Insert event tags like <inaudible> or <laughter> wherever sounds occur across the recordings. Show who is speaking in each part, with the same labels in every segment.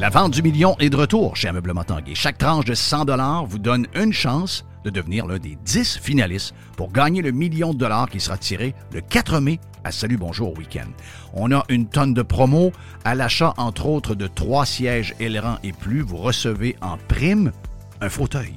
Speaker 1: La vente du million est de retour chez Ameublement Tanguay. Chaque tranche de 100 vous donne une chance de devenir l'un des 10 finalistes pour gagner le million de dollars qui sera tiré le 4 mai à Salut Bonjour Week-end. On a une tonne de promos. À l'achat, entre autres, de trois sièges ailerons et plus, vous recevez en prime un fauteuil.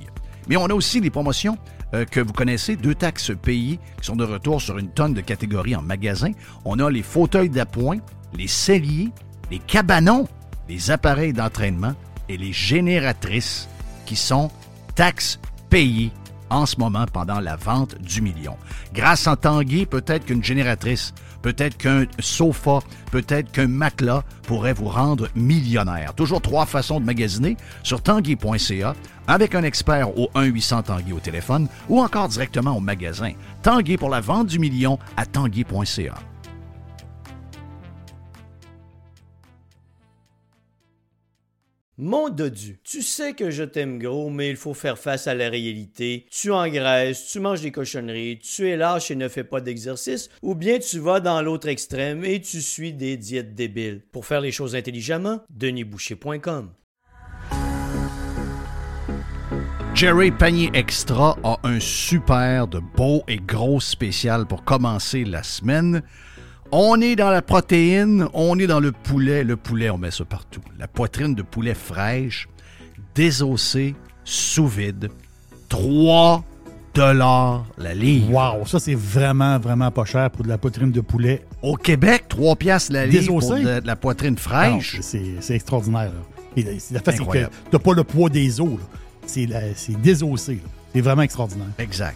Speaker 1: Mais on a aussi des promotions euh, que vous connaissez, deux taxes pays qui sont de retour sur une tonne de catégories en magasin. On a les fauteuils d'appoint, les celliers, les cabanons, les appareils d'entraînement et les génératrices qui sont taxes payées en ce moment pendant la vente du million. Grâce en Tanguy, peut-être qu'une génératrice, peut-être qu'un sofa, peut-être qu'un matelas pourrait vous rendre millionnaire. Toujours trois façons de magasiner sur tanguy.ca avec un expert au 1-800 Tanguy au téléphone ou encore directement au magasin. Tanguy pour la vente du million à tanguy.ca.
Speaker 2: Mon dodu, tu sais que je t'aime gros, mais il faut faire face à la réalité. Tu engraisses, tu manges des cochonneries, tu es lâche et ne fais pas d'exercice, ou bien tu vas dans l'autre extrême et tu suis des diètes débiles. Pour faire les choses intelligemment, denisboucher.com.
Speaker 1: Jerry Panier Extra a un super de beau et gros spécial pour commencer la semaine. On est dans la protéine, on est dans le poulet. Le poulet, on met ça partout. La poitrine de poulet fraîche, désossée, sous vide. 3 dollars la livre.
Speaker 3: Wow, ça c'est vraiment, vraiment pas cher pour de la poitrine de poulet.
Speaker 1: Au Québec, 3 piastres la livre pour
Speaker 3: Désossée?
Speaker 1: de, de la poitrine
Speaker 3: Ah Non,
Speaker 1: fraîche.
Speaker 3: C'est c'est extraordinaire. là. Et la- c'est la face, c'est que
Speaker 1: Incroyable.
Speaker 3: t'as pas le poids des os. là. C'est la- c'est désossé. là. C'est vraiment extraordinaire.
Speaker 1: Exact.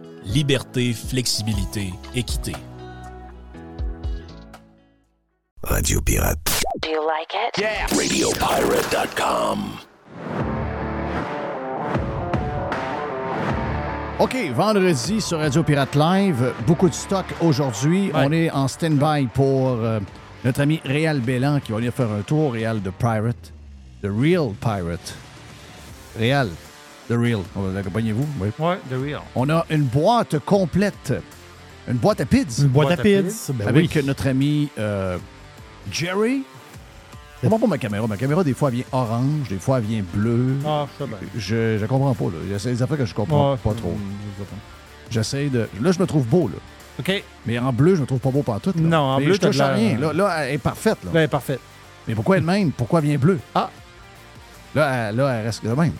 Speaker 4: liberté, flexibilité, équité.
Speaker 5: Radio Pirate.
Speaker 6: Do you like it?
Speaker 5: RadioPirate.com.
Speaker 1: OK, vendredi sur Radio Pirate Live, beaucoup de stock aujourd'hui. On est en stand-by pour euh, notre ami Réal Bélan qui va venir faire un tour. Réal de Pirate, The Real Pirate. Réal, The Real. On- Accompagnez-vous. Oui.
Speaker 7: Ouais, The Real.
Speaker 1: On a une boîte complète, une boîte à pids
Speaker 3: Une boîte à
Speaker 7: boîte à
Speaker 3: pizza.
Speaker 7: pizza.
Speaker 3: Ben
Speaker 1: avec
Speaker 3: oui.
Speaker 1: notre ami euh, Jerry. Comment pas ma caméra? Ma caméra, des fois, elle vient orange, des fois, elle vient bleue.
Speaker 7: Ah, je sais bien.
Speaker 1: Je, je comprends pas. là. Il y a des affaires que je comprends
Speaker 7: Ouais,
Speaker 1: pas
Speaker 7: je-
Speaker 1: trop.
Speaker 7: je sais pas.
Speaker 1: J'essaie de. Là, je me trouve beau, là.
Speaker 7: OK.
Speaker 1: Mais en bleu, je me trouve pas beau partout. Là.
Speaker 7: Non, en
Speaker 1: Mais
Speaker 7: bleu,
Speaker 1: je touche
Speaker 7: t'as
Speaker 1: à
Speaker 7: de l'air-
Speaker 1: rien. Là, là, elle est parfaite. Là.
Speaker 7: Là, elle est parfaite.
Speaker 1: Mais pourquoi elle même? Pourquoi elle vient bleu?
Speaker 7: Ah.
Speaker 1: Là, elle, là, elle reste la même.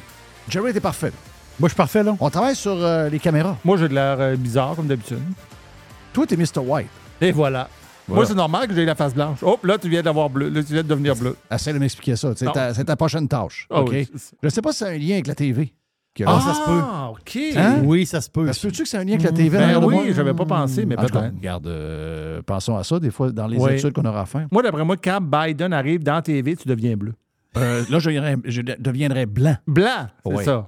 Speaker 1: Jerry était parfait.
Speaker 3: Moi, je suis parfait, là.
Speaker 1: On travaille sur euh, les caméras.
Speaker 7: Moi, j'ai de l'air euh, bizarre, comme d'habitude.
Speaker 1: Toi, t'es Mr. White.
Speaker 7: Et voilà. Moi, c'est normal que j'ai la face blanche. Hop, là, tu viens d'avoir bleu. Là, tu viens de devenir bleu.
Speaker 1: Essaye de m'expliquer ça. C'est
Speaker 7: Non.
Speaker 1: ta, c'est ta prochaine tâche.
Speaker 7: Ah
Speaker 1: OK?
Speaker 7: oui, c'est ça.
Speaker 1: Je sais pas si ça a un lien avec la TV. que-
Speaker 3: Ah, ça se peut.
Speaker 7: OK.
Speaker 1: Hein?
Speaker 3: Oui, ça se peut.
Speaker 1: Ça se peut-tu que ça a un lien avec la TV?
Speaker 7: Ben
Speaker 1: dans le
Speaker 7: oui,
Speaker 1: monde?
Speaker 7: j'avais pas pensé, mais
Speaker 1: En tout cas,
Speaker 7: peut-être.
Speaker 1: regarde, euh, pensons à ça des fois dans les
Speaker 7: Oui.
Speaker 1: études qu'on aura à faire.
Speaker 7: Moi, d'après moi, quand Biden arrive dans TV, tu deviens bleu.
Speaker 1: Euh, là, je, irais- je de- deviendrais blanc.
Speaker 7: Blanc, c'est
Speaker 1: Oui.
Speaker 7: ça.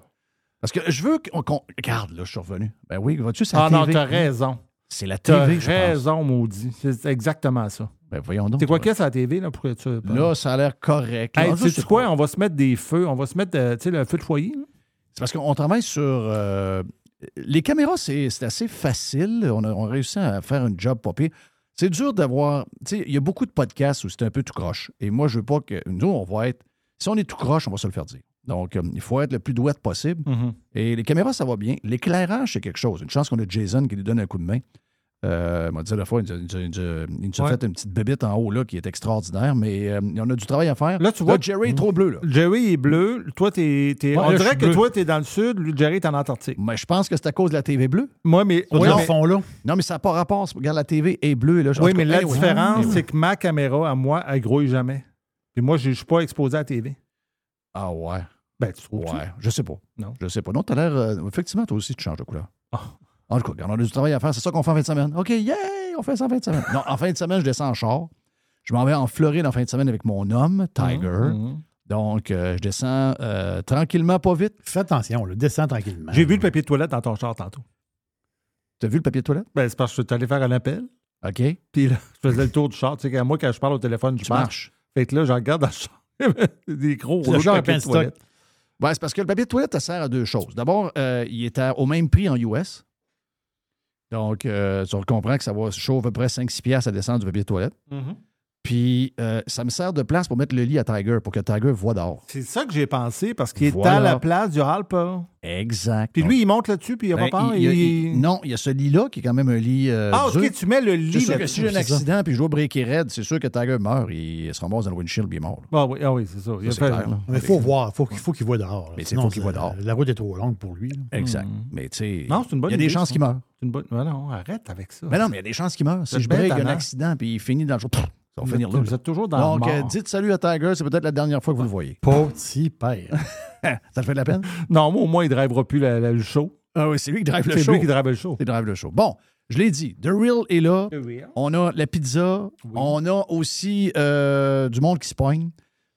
Speaker 1: Parce que je veux qu'on... qu'on- Regarde, là, je suis revenu. Ben oui, vois-tu, c'est la
Speaker 7: Ah non,
Speaker 1: TV.
Speaker 7: t'as raison.
Speaker 1: C'est la
Speaker 7: T'as
Speaker 1: TV, je pense.
Speaker 7: raison, maudit. C'est exactement ça.
Speaker 1: Ben voyons donc.
Speaker 7: C'est quoi qu'est-ce à la TV, là, pour que tu...
Speaker 1: Là, ça a l'air correct.
Speaker 7: Hey,
Speaker 1: Là, je
Speaker 7: tu sais
Speaker 1: sais
Speaker 7: quoi?
Speaker 1: pas.
Speaker 7: On va se mettre des feux. On va se mettre, euh, tu sais, le feu de foyer. là.
Speaker 1: C'est parce qu'on travaille sur... euh, les caméras, c'est c'est assez facile. On a, on a réussi à faire une job pas pire. C'est dur d'avoir... Tu sais, il y a beaucoup de podcasts où c'est un peu tout croche. Et moi, je veux pas que... Nous, on va être... Si on est tout croche, on va se le faire dire. Donc, euh, il faut être le plus douette possible.
Speaker 7: Mm.
Speaker 1: Et les caméras, ça va bien. L'éclairage, c'est quelque chose. Une chance qu'on a Jason qui nous donne un coup de main. Euh, il m'a dit la fois, il nous a, il nous a- il nous a- il nous a
Speaker 7: Ouais.
Speaker 1: fait une petite bébite en haut là, qui est extraordinaire, mais euh, on a du travail à faire.
Speaker 7: Là, tu vois-
Speaker 1: Jerry est trop bleu. Là.
Speaker 7: Jerry est bleu. Toi, t'es...
Speaker 1: Ouais,
Speaker 7: t'es- on
Speaker 1: là, je
Speaker 7: dirait
Speaker 1: suis
Speaker 7: que
Speaker 1: bleu.
Speaker 7: toi, t'es dans le sud. lui, Jerry est en Antarctique.
Speaker 1: Mais je pense que c'est à cause de la TV bleue.
Speaker 7: Moi, mais...
Speaker 3: Sur
Speaker 7: oui,
Speaker 3: le
Speaker 7: mais-
Speaker 3: fond, là.
Speaker 1: Non, mais ça n'a pas rapport. C'est- Regarde, la TV est bleue. et Là, je- Eh en
Speaker 7: Oui,
Speaker 1: tout
Speaker 7: mais
Speaker 1: cas,
Speaker 7: la
Speaker 1: anyway.
Speaker 7: différence,
Speaker 1: Anyway.
Speaker 7: c'est que ma caméra, à moi, elle grouille jamais. Puis moi, je je suis pas exposé à la TV.
Speaker 1: Ah ouais,
Speaker 7: Ben, tu trouves
Speaker 1: ouais. Je sais pas.
Speaker 7: Non.
Speaker 1: Je sais pas. Non, t'as l'air... euh, effectivement, toi aussi, tu changes de couleur.
Speaker 7: Ah.
Speaker 1: En tout cas, regarde, on a du travail à faire. C'est ça qu'on fait en fin de semaine. OK, yeah! On fait ça en fin de semaine. non, en fin de semaine, je descends en char. Je m'en vais en Floride en fin de semaine avec mon homme, Tiger.
Speaker 7: Mmh,
Speaker 1: Donc, euh, je descends euh, tranquillement, pas vite.
Speaker 3: Fais attention, là. Descends
Speaker 7: <laughs>
Speaker 3: tranquillement.
Speaker 7: J'ai vu le papier de toilette dans ton char tantôt.
Speaker 1: T'as vu le papier de toilette?
Speaker 7: Ben, c'est parce que je suis allé faire un appel.
Speaker 1: OK. Tu
Speaker 7: Puis là, je faisais le tour du char. Tu sais, quand- moi, quand je parle au téléphone, je marche.
Speaker 1: marches.
Speaker 7: Fait que là, je regarde dans le char. <laughs> des gros
Speaker 3: Le
Speaker 7: rouleaux de
Speaker 3: char est
Speaker 7: papier
Speaker 3: plein
Speaker 7: de
Speaker 3: de stock.
Speaker 7: toilette.
Speaker 1: Ouais, c'est parce que le papier de toilette, ça sert à deux choses. D'abord, euh, il est à- au même prix en US. Donc, euh, tu comprends que ça va chauffer à peu près 5-6 piastres à descendre du papier de toilette.
Speaker 7: Mm-hmm.
Speaker 1: Puis, euh, ça me sert de place pour mettre le lit à Tiger, pour que Tiger voit dehors.
Speaker 7: C'est ça que j'ai pensé parce qu'il est
Speaker 1: Voilà.
Speaker 7: à la place du hall, pas.
Speaker 1: Exact.
Speaker 7: Puis lui, il monte là-dessus, puis il a
Speaker 1: Ben,
Speaker 7: pas peur.
Speaker 1: il- il-
Speaker 7: il-
Speaker 1: il- non, il y a ce lit-là qui est quand même un lit. euh,
Speaker 7: ah, ok,
Speaker 1: dur.
Speaker 7: tu mets le
Speaker 1: C'est
Speaker 7: lit
Speaker 1: sûr que
Speaker 7: là-dessus.
Speaker 1: si j'ai un
Speaker 7: c'est ça.
Speaker 1: accident puis je vois breaker raide, c'est sûr que Tiger meurt. Il, se ramasse dans le windshield puis il est mort. là.
Speaker 7: Ah oui, ah oui, c'est ça. Il a
Speaker 1: Ça, c'est
Speaker 7: fait-
Speaker 1: clair, là.
Speaker 3: Mais il faut voir. Faut, qu'il- faut qu'il voit dehors. là.
Speaker 1: Mais c'est
Speaker 3: Sinon,
Speaker 1: faut qu'il
Speaker 3: ça-
Speaker 1: voit dehors.
Speaker 3: La route est trop longue pour lui. là. Hmm.
Speaker 1: Exact. Mais tu sais,
Speaker 7: Non, c'est une bonne
Speaker 1: il y a des
Speaker 7: idée,
Speaker 1: chances
Speaker 7: ça.
Speaker 1: qu'il meure.
Speaker 7: C'est une bonne. Ah non, arrête avec ça.
Speaker 1: Mais non, mais il y a des chances qu'il meure. Si
Speaker 7: C'est
Speaker 1: je break
Speaker 7: bête,
Speaker 1: un
Speaker 7: hein?
Speaker 1: accident puis il finit dans le jour, pff, ça va
Speaker 7: Vous
Speaker 1: finir
Speaker 7: êtes,
Speaker 1: là.
Speaker 7: vous êtes toujours dans le
Speaker 1: Donc,
Speaker 7: mort.
Speaker 1: euh, dites salut à Tiger, c'est peut-être la dernière fois que vous le voyez.
Speaker 3: Petit père.
Speaker 1: <laughs> Ça te fait de la peine?
Speaker 7: Non, moi, au moins, il ne drivera plus la- la- le show.
Speaker 1: Ah oui, c'est lui qui drive
Speaker 7: C'est lui qui drive le show.
Speaker 1: Il drive le show. Bon, je l'ai dit, The Real est là. On a la pizza. On a aussi euh, du monde qui se poigne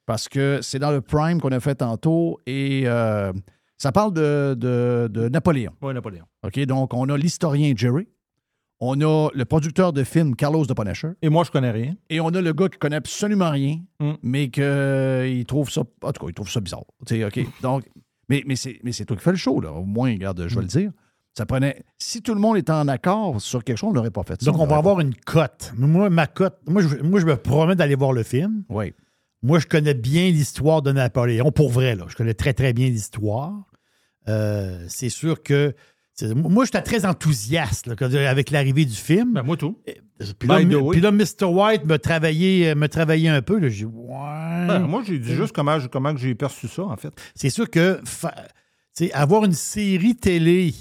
Speaker 1: parce que c'est dans le Prime qu'on a fait tantôt et euh, ça parle de, de- de Napoléon.
Speaker 7: Oui, Napoléon.
Speaker 1: OK? Donc, on a l'historien Jerry. On a le producteur de film Carlos de Punisher.
Speaker 7: Et moi, je connais rien.
Speaker 1: Et on a le gars qui connaît absolument rien,
Speaker 7: Mm.
Speaker 1: mais que euh, il trouve ça. En tout cas, il trouve ça bizarre. Tu sais, OK.
Speaker 7: Mm.
Speaker 1: Donc, mais, mais c'est mais c'est toi qui fais le show, là. Au moins, regarde, je vais le
Speaker 7: Mm.
Speaker 1: dire. Ça prenait. Si tout le monde était en accord sur quelque chose, on l'aurait pas fait. ça,
Speaker 3: Donc, on va
Speaker 1: l'aurait
Speaker 3: avoir une cote. Mais Moi, ma cote, moi je, moi, je me promets d'aller voir le film.
Speaker 1: pas- Oui.
Speaker 3: Moi, je connais bien l'histoire de Napoléon, pour vrai, là. Je connais très, très bien l'histoire. Euh, c'est sûr que. c'est- Moi, j'étais très enthousiaste là, quand- euh, avec l'arrivée du film.
Speaker 7: Ben, moi, tout. Ben,
Speaker 3: puis, là,
Speaker 7: by the
Speaker 3: mi-
Speaker 7: way.
Speaker 3: puis là, Mr. White me travaillait, me travaillait un peu. là. J'ai dit, ouais.
Speaker 7: Ben, moi, j'ai dit juste comment, je- comment que j'ai perçu ça, en fait.
Speaker 3: C'est sûr que fa- tu sais, avoir une série télé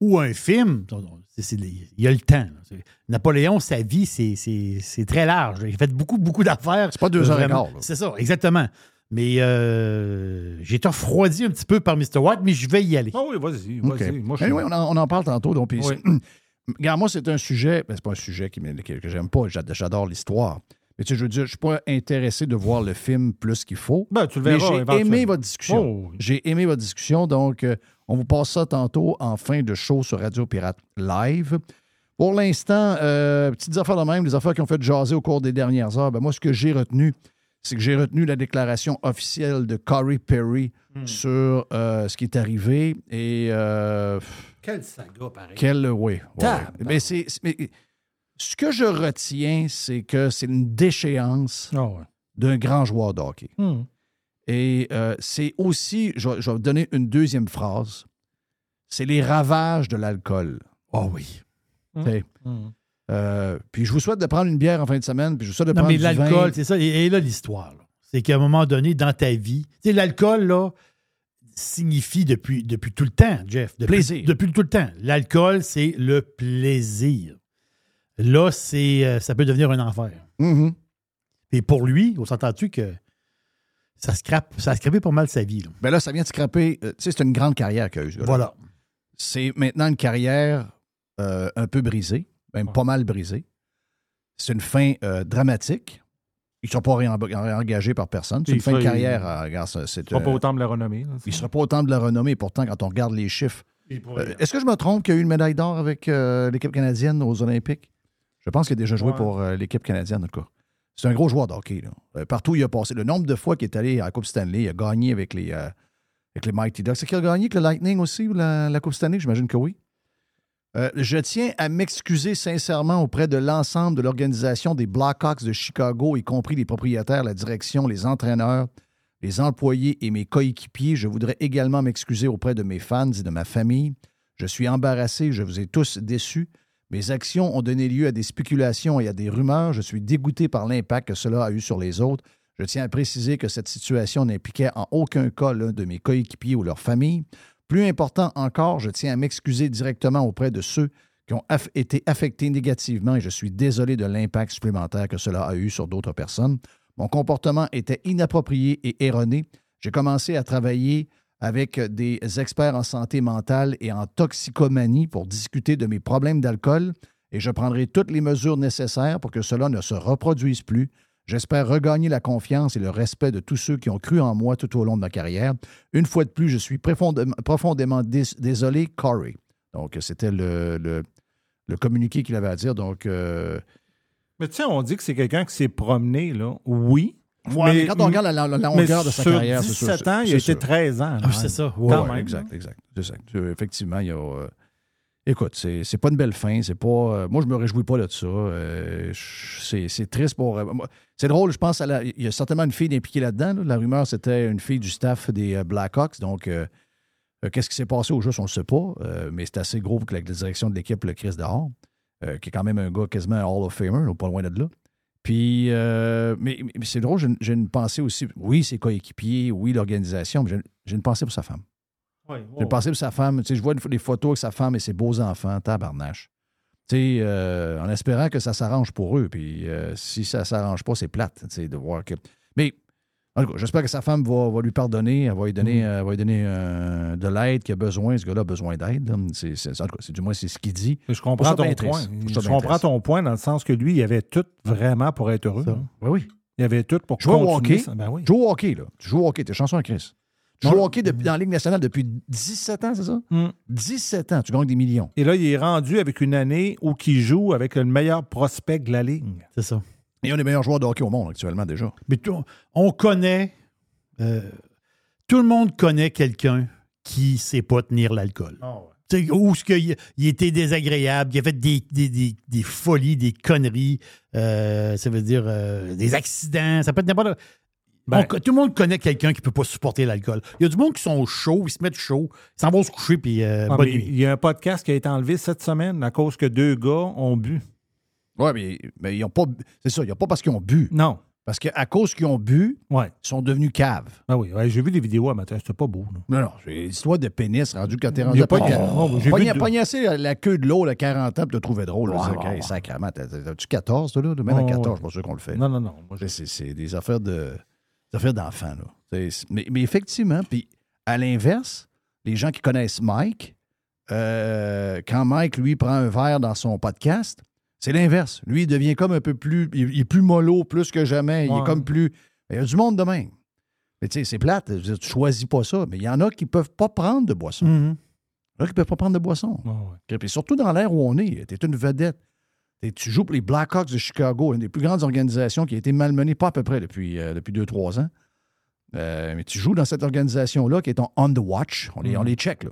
Speaker 3: ou un film, on- on- c'est- c'est les- il y a le temps. là. C'est- Napoléon, sa vie, c'est- c'est c'est très large. Il a fait beaucoup, beaucoup d'affaires.
Speaker 1: C'est pas deux heures et
Speaker 3: Vraiment.
Speaker 1: quart, là.
Speaker 3: C'est ça, exactement. Mais euh, j'ai été refroidi un petit peu par Mr. White, mais je vais y aller.
Speaker 7: Ah oui, vas-y,
Speaker 1: OK.
Speaker 7: vas-y. Moi, je suis-
Speaker 1: Anyway, on, en, on en parle tantôt. Donc, puis-
Speaker 7: Oui.
Speaker 1: <clears throat> Regarde, moi, c'est un sujet. ben, c'est pas un sujet qui, me- que, que j'aime pas. J'ad- J'adore l'histoire. Mais tu sais, je veux dire, je suis pas intéressé de voir le film plus qu'il faut.
Speaker 7: Ben, tu le
Speaker 1: Mais
Speaker 7: verras
Speaker 1: j'ai
Speaker 7: éventuellement.
Speaker 1: aimé votre discussion.
Speaker 7: Oh, oui.
Speaker 1: J'ai aimé votre discussion. Donc, euh, on vous passe ça tantôt en fin de show sur Radio Pirate Live. Pour l'instant, euh, petites affaires de même, des affaires qui ont fait jaser au cours des dernières heures. Ben, moi, ce que j'ai retenu, c'est que j'ai retenu la déclaration officielle de Corey Perry
Speaker 7: Hmm.
Speaker 1: sur euh, ce qui est arrivé. Et euh,
Speaker 7: Quel saga, pareil.
Speaker 1: quel. Oui. oui.
Speaker 7: Tabarnak.
Speaker 1: Mais c'est. c'est- mais ce que je retiens, c'est que c'est une déchéance
Speaker 7: Ah ouais.
Speaker 1: d'un grand joueur de hockey.
Speaker 7: Hmm.
Speaker 1: Et euh, c'est aussi, je, vais- je vais vous donner une deuxième phrase, c'est les ravages de l'alcool.
Speaker 3: Oh oui.
Speaker 7: Mm.
Speaker 1: Tu sais,
Speaker 3: Hum.
Speaker 7: Hmm.
Speaker 1: euh, puis je vous souhaite de prendre une bière en fin de semaine, puis je vous souhaite de
Speaker 3: Non,
Speaker 1: prendre
Speaker 3: mais
Speaker 1: du vin.
Speaker 3: l'alcool, c'est ça. Et, et là, l'histoire, là. c'est qu'à un moment donné, dans ta vie, tu sais, l'alcool, là, signifie depuis, depuis tout le temps, Jeff. Depuis,
Speaker 1: Plaisir.
Speaker 3: Depuis tout le temps. L'alcool, c'est le plaisir. Là, c'est, euh, ça peut devenir un enfer.
Speaker 1: Mhm.
Speaker 3: Et pour lui, on s'entend-tu que Ça, scrape, ça a scrapé pas mal sa vie. là.
Speaker 1: Ben là, ça vient de scraper. euh, tu sais, c'est une grande carrière qu'a eu ce gars-là.
Speaker 3: Voilà.
Speaker 1: C'est maintenant une carrière euh, un peu brisée, même pas mal brisée. C'est une fin euh, dramatique. Ils ne sont pas réen- réengagés par personne. C'est
Speaker 7: Et
Speaker 1: une fin de
Speaker 7: ça,
Speaker 1: carrière. euh, regarde, ça, c'est,
Speaker 7: Pas
Speaker 1: euh,
Speaker 7: pour autant me la renommer. là,
Speaker 1: il ne
Speaker 7: c'est-
Speaker 1: sera pas autant de la renommée. Pourtant, quand on regarde les chiffres.
Speaker 3: Euh,
Speaker 1: Euh, est-ce que je me trompe qu'il y a eu une médaille d'or avec euh, l'équipe canadienne aux Olympiques? Je pense qu'il a déjà joué
Speaker 7: Ouais.
Speaker 1: pour euh, l'équipe canadienne, en tout cas. C'est un gros joueur de hockey. là. Euh, partout où il a passé. Le nombre de fois qu'il est allé à la Coupe Stanley, il a gagné avec les, euh, avec les Mighty Ducks. C'est qu'il a gagné avec le Lightning aussi, ou la, la Coupe Stanley? J'imagine que oui. Euh, je tiens à m'excuser sincèrement auprès de l'ensemble de l'organisation des Blackhawks de Chicago, y compris les propriétaires, la direction, les entraîneurs, les employés et mes coéquipiers. Je voudrais également m'excuser auprès de mes fans et de ma famille. Je suis embarrassé, je vous ai tous déçus. Mes actions ont donné lieu à des spéculations et à des rumeurs. Je suis dégoûté par l'impact que cela a eu sur les autres. Je tiens à préciser que cette situation n'impliquait en aucun cas l'un de mes coéquipiers ou leur famille. Plus important encore, je tiens à m'excuser directement auprès de ceux qui ont aff- été affectés négativement et je suis désolé de l'impact supplémentaire que cela a eu sur d'autres personnes. Mon comportement était inapproprié et erroné. J'ai commencé à travailler avec des experts en santé mentale et en toxicomanie pour discuter de mes problèmes d'alcool et je prendrai toutes les mesures nécessaires pour que cela ne se reproduise plus. J'espère regagner la confiance et le respect de tous ceux qui ont cru en moi tout au long de ma carrière. Une fois de plus, je suis profondément, profondément dés- désolé, Corey. Donc, c'était le, le, le communiqué qu'il avait à dire. Donc, euh,
Speaker 7: Mais tu sais, on dit que c'est quelqu'un qui s'est promené, là. Oui.
Speaker 1: ouais, mais quand on regarde la, la- la
Speaker 7: mais
Speaker 1: longueur de sa
Speaker 7: sur
Speaker 1: carrière, c'est sûr,
Speaker 7: 17
Speaker 1: c'est-
Speaker 7: ans, il
Speaker 1: Ah c'est
Speaker 7: a
Speaker 1: sûr.
Speaker 7: été 13 ans. là.
Speaker 3: Ah c'est ça. ouais.
Speaker 7: Quand
Speaker 1: Ouais,
Speaker 7: même,
Speaker 1: Exact, exact, exact. Tu- Effectivement, il y a. euh, écoute, c'est c'est pas une belle fin. C'est pas. euh, moi, je me réjouis pas de ça. Euh, je- c'est c'est triste pour. euh, moi- c'est drôle, je pense. à la- il y a certainement une fille impliquée là-dedans. là. La rumeur, c'était une fille du staff des euh, Blackhawks. Donc, euh, euh, qu'est-ce qui s'est passé au juste, on ne sait pas. Euh, mais c'est assez gros que la direction de l'équipe le Chris dehors, euh, qui est quand même un gars quasiment un Hall of Famer, là, pas loin de là. Puis, euh, mais, mais c'est drôle, j'ai une- j'ai une pensée aussi. Oui, ses coéquipiers, oui, l'organisation, mais j'ai- j'ai une pensée pour sa femme.
Speaker 7: Ouais, ouais.
Speaker 1: J'ai pensé pour sa femme. Tu sais, je vois une- des photos avec sa femme et ses beaux enfants, tabarnache. Tu sais, euh, en espérant que ça s'arrange pour eux. Puis euh, si ça s'arrange pas, c'est plate. tu sais, de voir que. Mais en tout cas, j'espère que sa femme va, va lui pardonner. Elle va lui
Speaker 7: Mhm.
Speaker 1: donner, euh, elle va lui donner euh, de l'aide qu'il a besoin. Ce gars-là a besoin d'aide. là. C'est, c'est- en tout cas, c'est- du moins, c'est ce qu'il dit.
Speaker 7: Je
Speaker 1: Je trouve
Speaker 7: comprends
Speaker 1: ça bien
Speaker 7: ton
Speaker 1: triste.
Speaker 7: point.
Speaker 1: Je trouve ça
Speaker 7: Je
Speaker 1: bien
Speaker 7: comprends
Speaker 1: triste.
Speaker 7: ton point dans le sens que lui, il avait tout vraiment pour être heureux.
Speaker 3: Ça.
Speaker 7: hein.
Speaker 1: Oui, Ben oui.
Speaker 7: Il avait tout pour
Speaker 1: Jouer au
Speaker 7: continuer
Speaker 1: hockey.
Speaker 7: ça. Ben oui.
Speaker 1: Tu joues au hockey, là. Tu joues au hockey. T'es chanson à Chris. Tu
Speaker 7: Non,
Speaker 1: joues au
Speaker 7: je-
Speaker 1: hockey depuis- dans la Ligue nationale depuis 17 ans, c'est ça?
Speaker 7: Mm.
Speaker 1: 17 ans. Tu gagnes des millions.
Speaker 7: Et là, il est rendu avec une année où il joue avec le meilleur prospect de la ligne.
Speaker 3: C'est ça.
Speaker 1: Et un des meilleurs joueurs de hockey au monde actuellement, déjà.
Speaker 3: Mais tout- on connaît, euh, tout le monde connaît quelqu'un qui sait pas tenir l'alcool.
Speaker 7: Ah,
Speaker 3: Tu sais, Ou ce qu'il il était désagréable, il a fait des, des- des- des folies, des conneries, euh, ça veut dire euh, des accidents, ça peut être n'importe
Speaker 7: Ben.
Speaker 3: On co- tout le monde connaît quelqu'un qui peut pas supporter l'alcool. Il y a du monde qui sont chauds, ils se mettent chauds, ils s'en vont se coucher, puis euh,
Speaker 7: Ah,
Speaker 3: bonne
Speaker 7: mais
Speaker 3: nuit.
Speaker 7: il y a un podcast qui a été enlevé cette semaine à cause que deux gars ont bu.
Speaker 1: Oui, mais, mais ils ont pas. C'est ça, ils n'ont pas parce qu'ils ont bu.
Speaker 7: Non.
Speaker 1: Parce qu'à cause qu'ils ont bu,
Speaker 7: Ouais.
Speaker 1: ils sont devenus caves.
Speaker 7: Ah oui, ouais, j'ai vu des vidéos à matin, c'était pas beau. là.
Speaker 1: Non, non, c'est l'histoire de pénis rendu quand t'es
Speaker 7: Il
Speaker 1: rendu
Speaker 7: y
Speaker 1: à
Speaker 7: a pas
Speaker 1: pogna-
Speaker 7: de- Oh, j'ai vu
Speaker 1: pogna-
Speaker 7: deux-
Speaker 1: Pognasser la, la queue de l'eau à 40 ans, puis te trouver drôle. là,
Speaker 7: Ouais,
Speaker 1: c'est-
Speaker 7: ouais,
Speaker 1: hey,
Speaker 7: ouais.
Speaker 1: sacrément, t'as- t'as- t'as-tu 14, toi, là? Même à
Speaker 7: Ouais,
Speaker 1: 14, je
Speaker 7: ouais.
Speaker 1: suis pas sûr qu'on le fait.
Speaker 7: Non, non, non. Moi, je-
Speaker 1: C'est- C'est c'est des affaires de des affaires d'enfants, là. C'est- c'est- Mais, mais effectivement, puis à l'inverse, les gens qui connaissent Mike, euh, quand Mike, lui, prend un verre dans son podcast, c'est l'inverse. Lui, il devient comme un peu plus. Il, il est plus mollo plus que jamais. Il
Speaker 7: Ouais.
Speaker 1: est comme plus. Il y a du monde de même. Mais tu sais, c'est plate. Je veux dire, Tu choisis pas ça. Mais il y en a qui peuvent pas prendre de boisson.
Speaker 3: Mhm.
Speaker 1: Il y en a qui peuvent pas prendre de boisson.
Speaker 7: Ouais, ouais.
Speaker 1: Puis surtout dans l'ère où on est, tu es une vedette. Et tu joues pour les Blackhawks de Chicago, une des plus grandes organisations qui a été malmenée, pas à peu près depuis, euh, depuis 2-3 ans. Euh, mais tu joues dans cette organisation-là qui est en on the watch. On les,
Speaker 7: Mhm.
Speaker 1: on les check, là.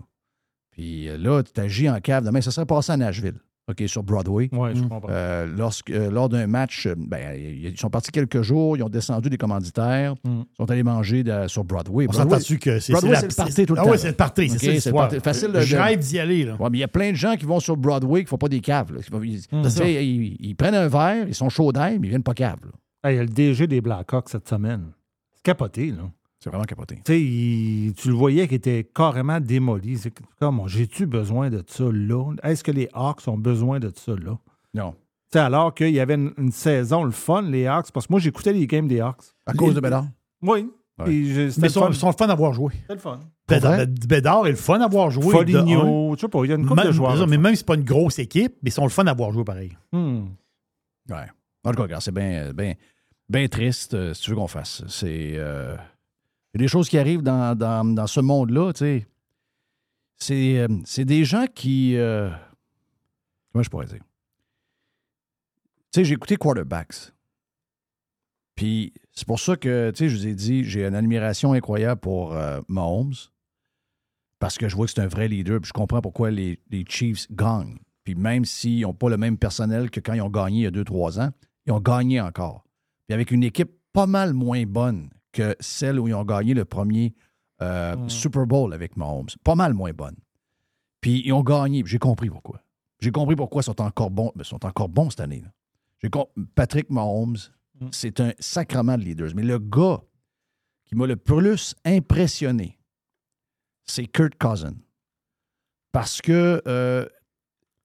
Speaker 1: Puis euh, là, tu agis en cave demain. Ça serait passé à Nashville, OK, sur Broadway.
Speaker 7: Ouais,
Speaker 3: Mm.
Speaker 7: je comprends.
Speaker 1: Euh, lorsque, euh, lors d'un match, euh, ben, ils sont partis quelques jours, ils ont descendu des commanditaires,
Speaker 7: Mhm.
Speaker 1: ils sont allés manger de- sur Broadway.
Speaker 3: On
Speaker 1: Broadway-
Speaker 3: s'entend-tu que c'est
Speaker 1: Broadway,
Speaker 3: la-
Speaker 1: c'est le party tout le
Speaker 3: ah
Speaker 1: temps,
Speaker 3: oui,
Speaker 1: là.
Speaker 3: c'est le party,
Speaker 1: Ok, c'est
Speaker 3: c'est ça
Speaker 1: le
Speaker 3: l'histoire.
Speaker 1: party. Facile de-
Speaker 3: Je
Speaker 1: de-
Speaker 3: rêve d'y aller, là.
Speaker 1: Ouais, mais il y a plein de gens qui vont sur Broadway qui ne font pas des caves. là. Ils,
Speaker 7: Mm.
Speaker 1: tu sais,
Speaker 3: ça.
Speaker 1: ils- ils prennent un verre, ils sont chauds d'air, mais ils viennent pas caves. là.
Speaker 7: Hey, Il y a le DG des Blackhawks cette semaine. C'est capoté, là.
Speaker 1: C'est vraiment capoté.
Speaker 7: Tu sais, il- tu le voyais qu'il était carrément démoli. C'est comme, oh, j'ai-tu besoin de ça là? Est-ce que les Hawks ont besoin de ça là?
Speaker 1: Non.
Speaker 7: Tu sais, alors qu'il y avait une, une saison, le fun, les Hawks, parce que moi, j'écoutais les games des Hawks.
Speaker 1: À cause de Bédard?
Speaker 7: Oui. Et je- c'était
Speaker 3: Mais
Speaker 7: le
Speaker 3: ils sont,
Speaker 7: fun.
Speaker 3: ils sont le fun à voir jouer.
Speaker 7: C'était le fun.
Speaker 3: Bédard,
Speaker 1: vrai?
Speaker 3: Bédard est le fun à voir jouer. de un.
Speaker 7: Foligno, je sais pas, il y a une couple
Speaker 3: Même-
Speaker 7: de joueurs.
Speaker 3: mais même si c'est pas une grosse équipe, mais ils sont le fun à voir jouer pareil.
Speaker 7: Hmm.
Speaker 1: Ouais. En tout cas, regarde, c'est bien ben, ben triste, euh, si tu veux qu'on fasse. C'est. euh, il y a des choses qui arrivent dans, dans- dans ce monde-là, tu sais. C'est, euh, c'est des gens qui. euh, comment je pourrais dire? Tu sais, j'ai écouté Quarterbacks. Puis c'est pour ça que, tu sais, je vous ai dit, j'ai une admiration incroyable pour euh, Mahomes. Parce que je vois que c'est un vrai leader. Puis je comprends pourquoi les, les Chiefs gagnent. Puis même s'ils n'ont pas le même personnel que quand ils ont gagné il y a 2-3 ans, ils ont gagné encore. Puis avec une équipe pas mal moins bonne que celle où ils ont gagné le premier euh, Super Bowl avec Mahomes. Pas mal moins bonne. Puis ils ont gagné. J'ai compris pourquoi. J'ai compris pourquoi ils sont encore bons, mais ils sont encore bons cette année. là. J'ai com- Patrick Mahomes, c'est un sacrement de leaders. Mais le gars qui m'a le plus impressionné, c'est Kurt Cousin. Parce que euh,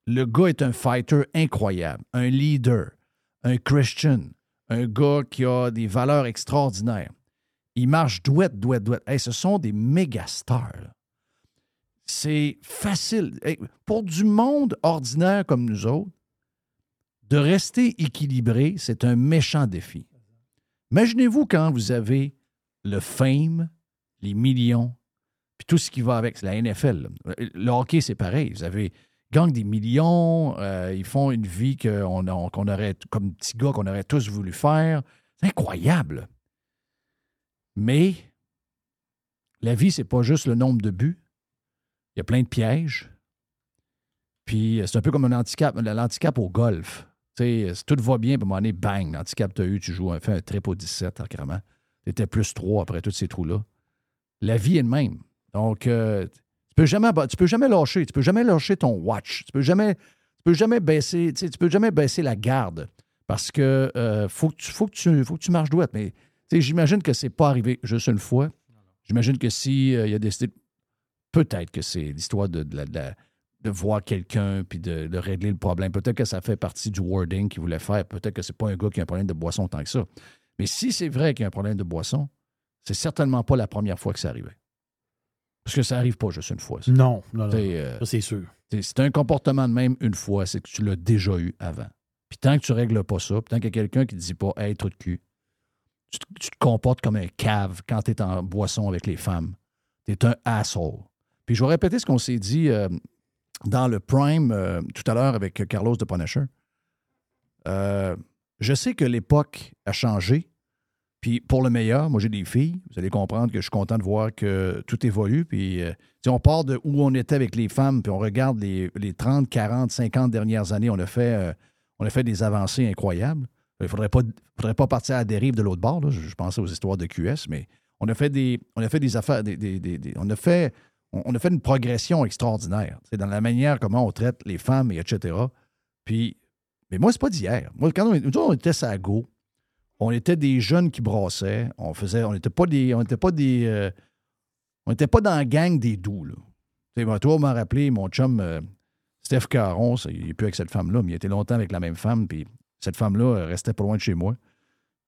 Speaker 1: le gars est un fighter incroyable, un leader, un Christian, un gars qui a des valeurs extraordinaires. Il marche douette, douette, douette. Hey, ce sont des méga stars. là. C'est facile. Hey, pour du monde ordinaire comme nous autres, de rester équilibré, c'est un méchant défi. Imaginez-vous quand vous avez le fame, les millions, puis tout ce qui va avec. C'est la NFL. là. Le hockey, c'est pareil. Vous avez gang des millions, euh, ils font une vie qu'on on- qu'on aurait, comme petit gars qu'on aurait tous voulu faire. C'est incroyable. Mais la vie, c'est pas juste le nombre de buts. Il y a plein de pièges. Puis euh, c'est un peu comme un handicap, l'handicap au golf. Tu sais, euh, si tout va bien, puis à un moment donné, bang, l'handicap t'as eu, tu joues un, fais un trip au 17, carrément. T'étais plus 3 après tous ces trous-là. La vie est de même. Donc, euh, tu peux jamais, tu peux jamais lâcher, tu peux jamais lâcher ton watch, tu peux jamais, tu peux jamais baisser, tu sais, tu peux jamais baisser la garde parce que euh, faut que tu, faut que tu, faut que tu marches droite. Mais tu sais, j'imagine que c'est pas arrivé juste une fois. J'imagine que si euh, il a décidé, peut-être que c'est l'histoire de, de la- de la- de voir quelqu'un puis de, de régler le problème. Peut-être que ça fait partie du wording qu'il voulait faire. Peut-être que c'est pas un gars qui a un problème de boisson tant que ça. Mais si c'est vrai qu'il y a un problème de boisson, c'est certainement pas la première fois que ça arrivait. Parce que ça arrive pas juste une fois. ça.
Speaker 3: Non, non, non.
Speaker 1: Tu sais, euh,
Speaker 3: Ça, c'est sûr.
Speaker 1: c'est- C'est un comportement de même une fois, c'est que tu l'as déjà eu avant. Puis tant que tu règles pas ça, puis tant qu'il y a quelqu'un qui te dit pas Hey, trou de cul, tu te, tu te comportes comme un cave quand tu es en boisson avec les femmes. Tu es un asshole. Puis je vais répéter ce qu'on s'est dit euh, dans le Prime euh, tout à l'heure avec Carlos de Punisher. Euh, je sais que l'époque a changé. Puis pour le meilleur, moi j'ai des filles. Vous allez comprendre que je suis content de voir que tout évolue. Puis euh, tu sais, on part de où on était avec les femmes, puis on regarde les, les 30, 40, 50 dernières années. On a fait, euh, on a fait des avancées incroyables. Il ne faudrait pas, faudrait pas partir à la dérive de l'autre bord. là. Je, je pensais aux histoires de QS, mais on a fait des, on a fait des affaires. des- des- des- des- on, a fait, on, on a fait une progression extraordinaire tu sais, dans la manière comment on traite les femmes, et etc. Puis, mais moi, c'est pas d'hier. Moi, quand on, nous autres, on était ça go, on était des jeunes qui brassaient. On faisait, on n'était pas des. On n'était pas des. euh, on n'était pas dans la gang des doux, là. Tu sais, ben, toi, on m'a rappelé, mon chum, euh, Steph Caron, ça, il n'est plus avec cette femme-là, mais il était longtemps avec la même femme, puis cette femme-là euh, restait pas loin de chez moi.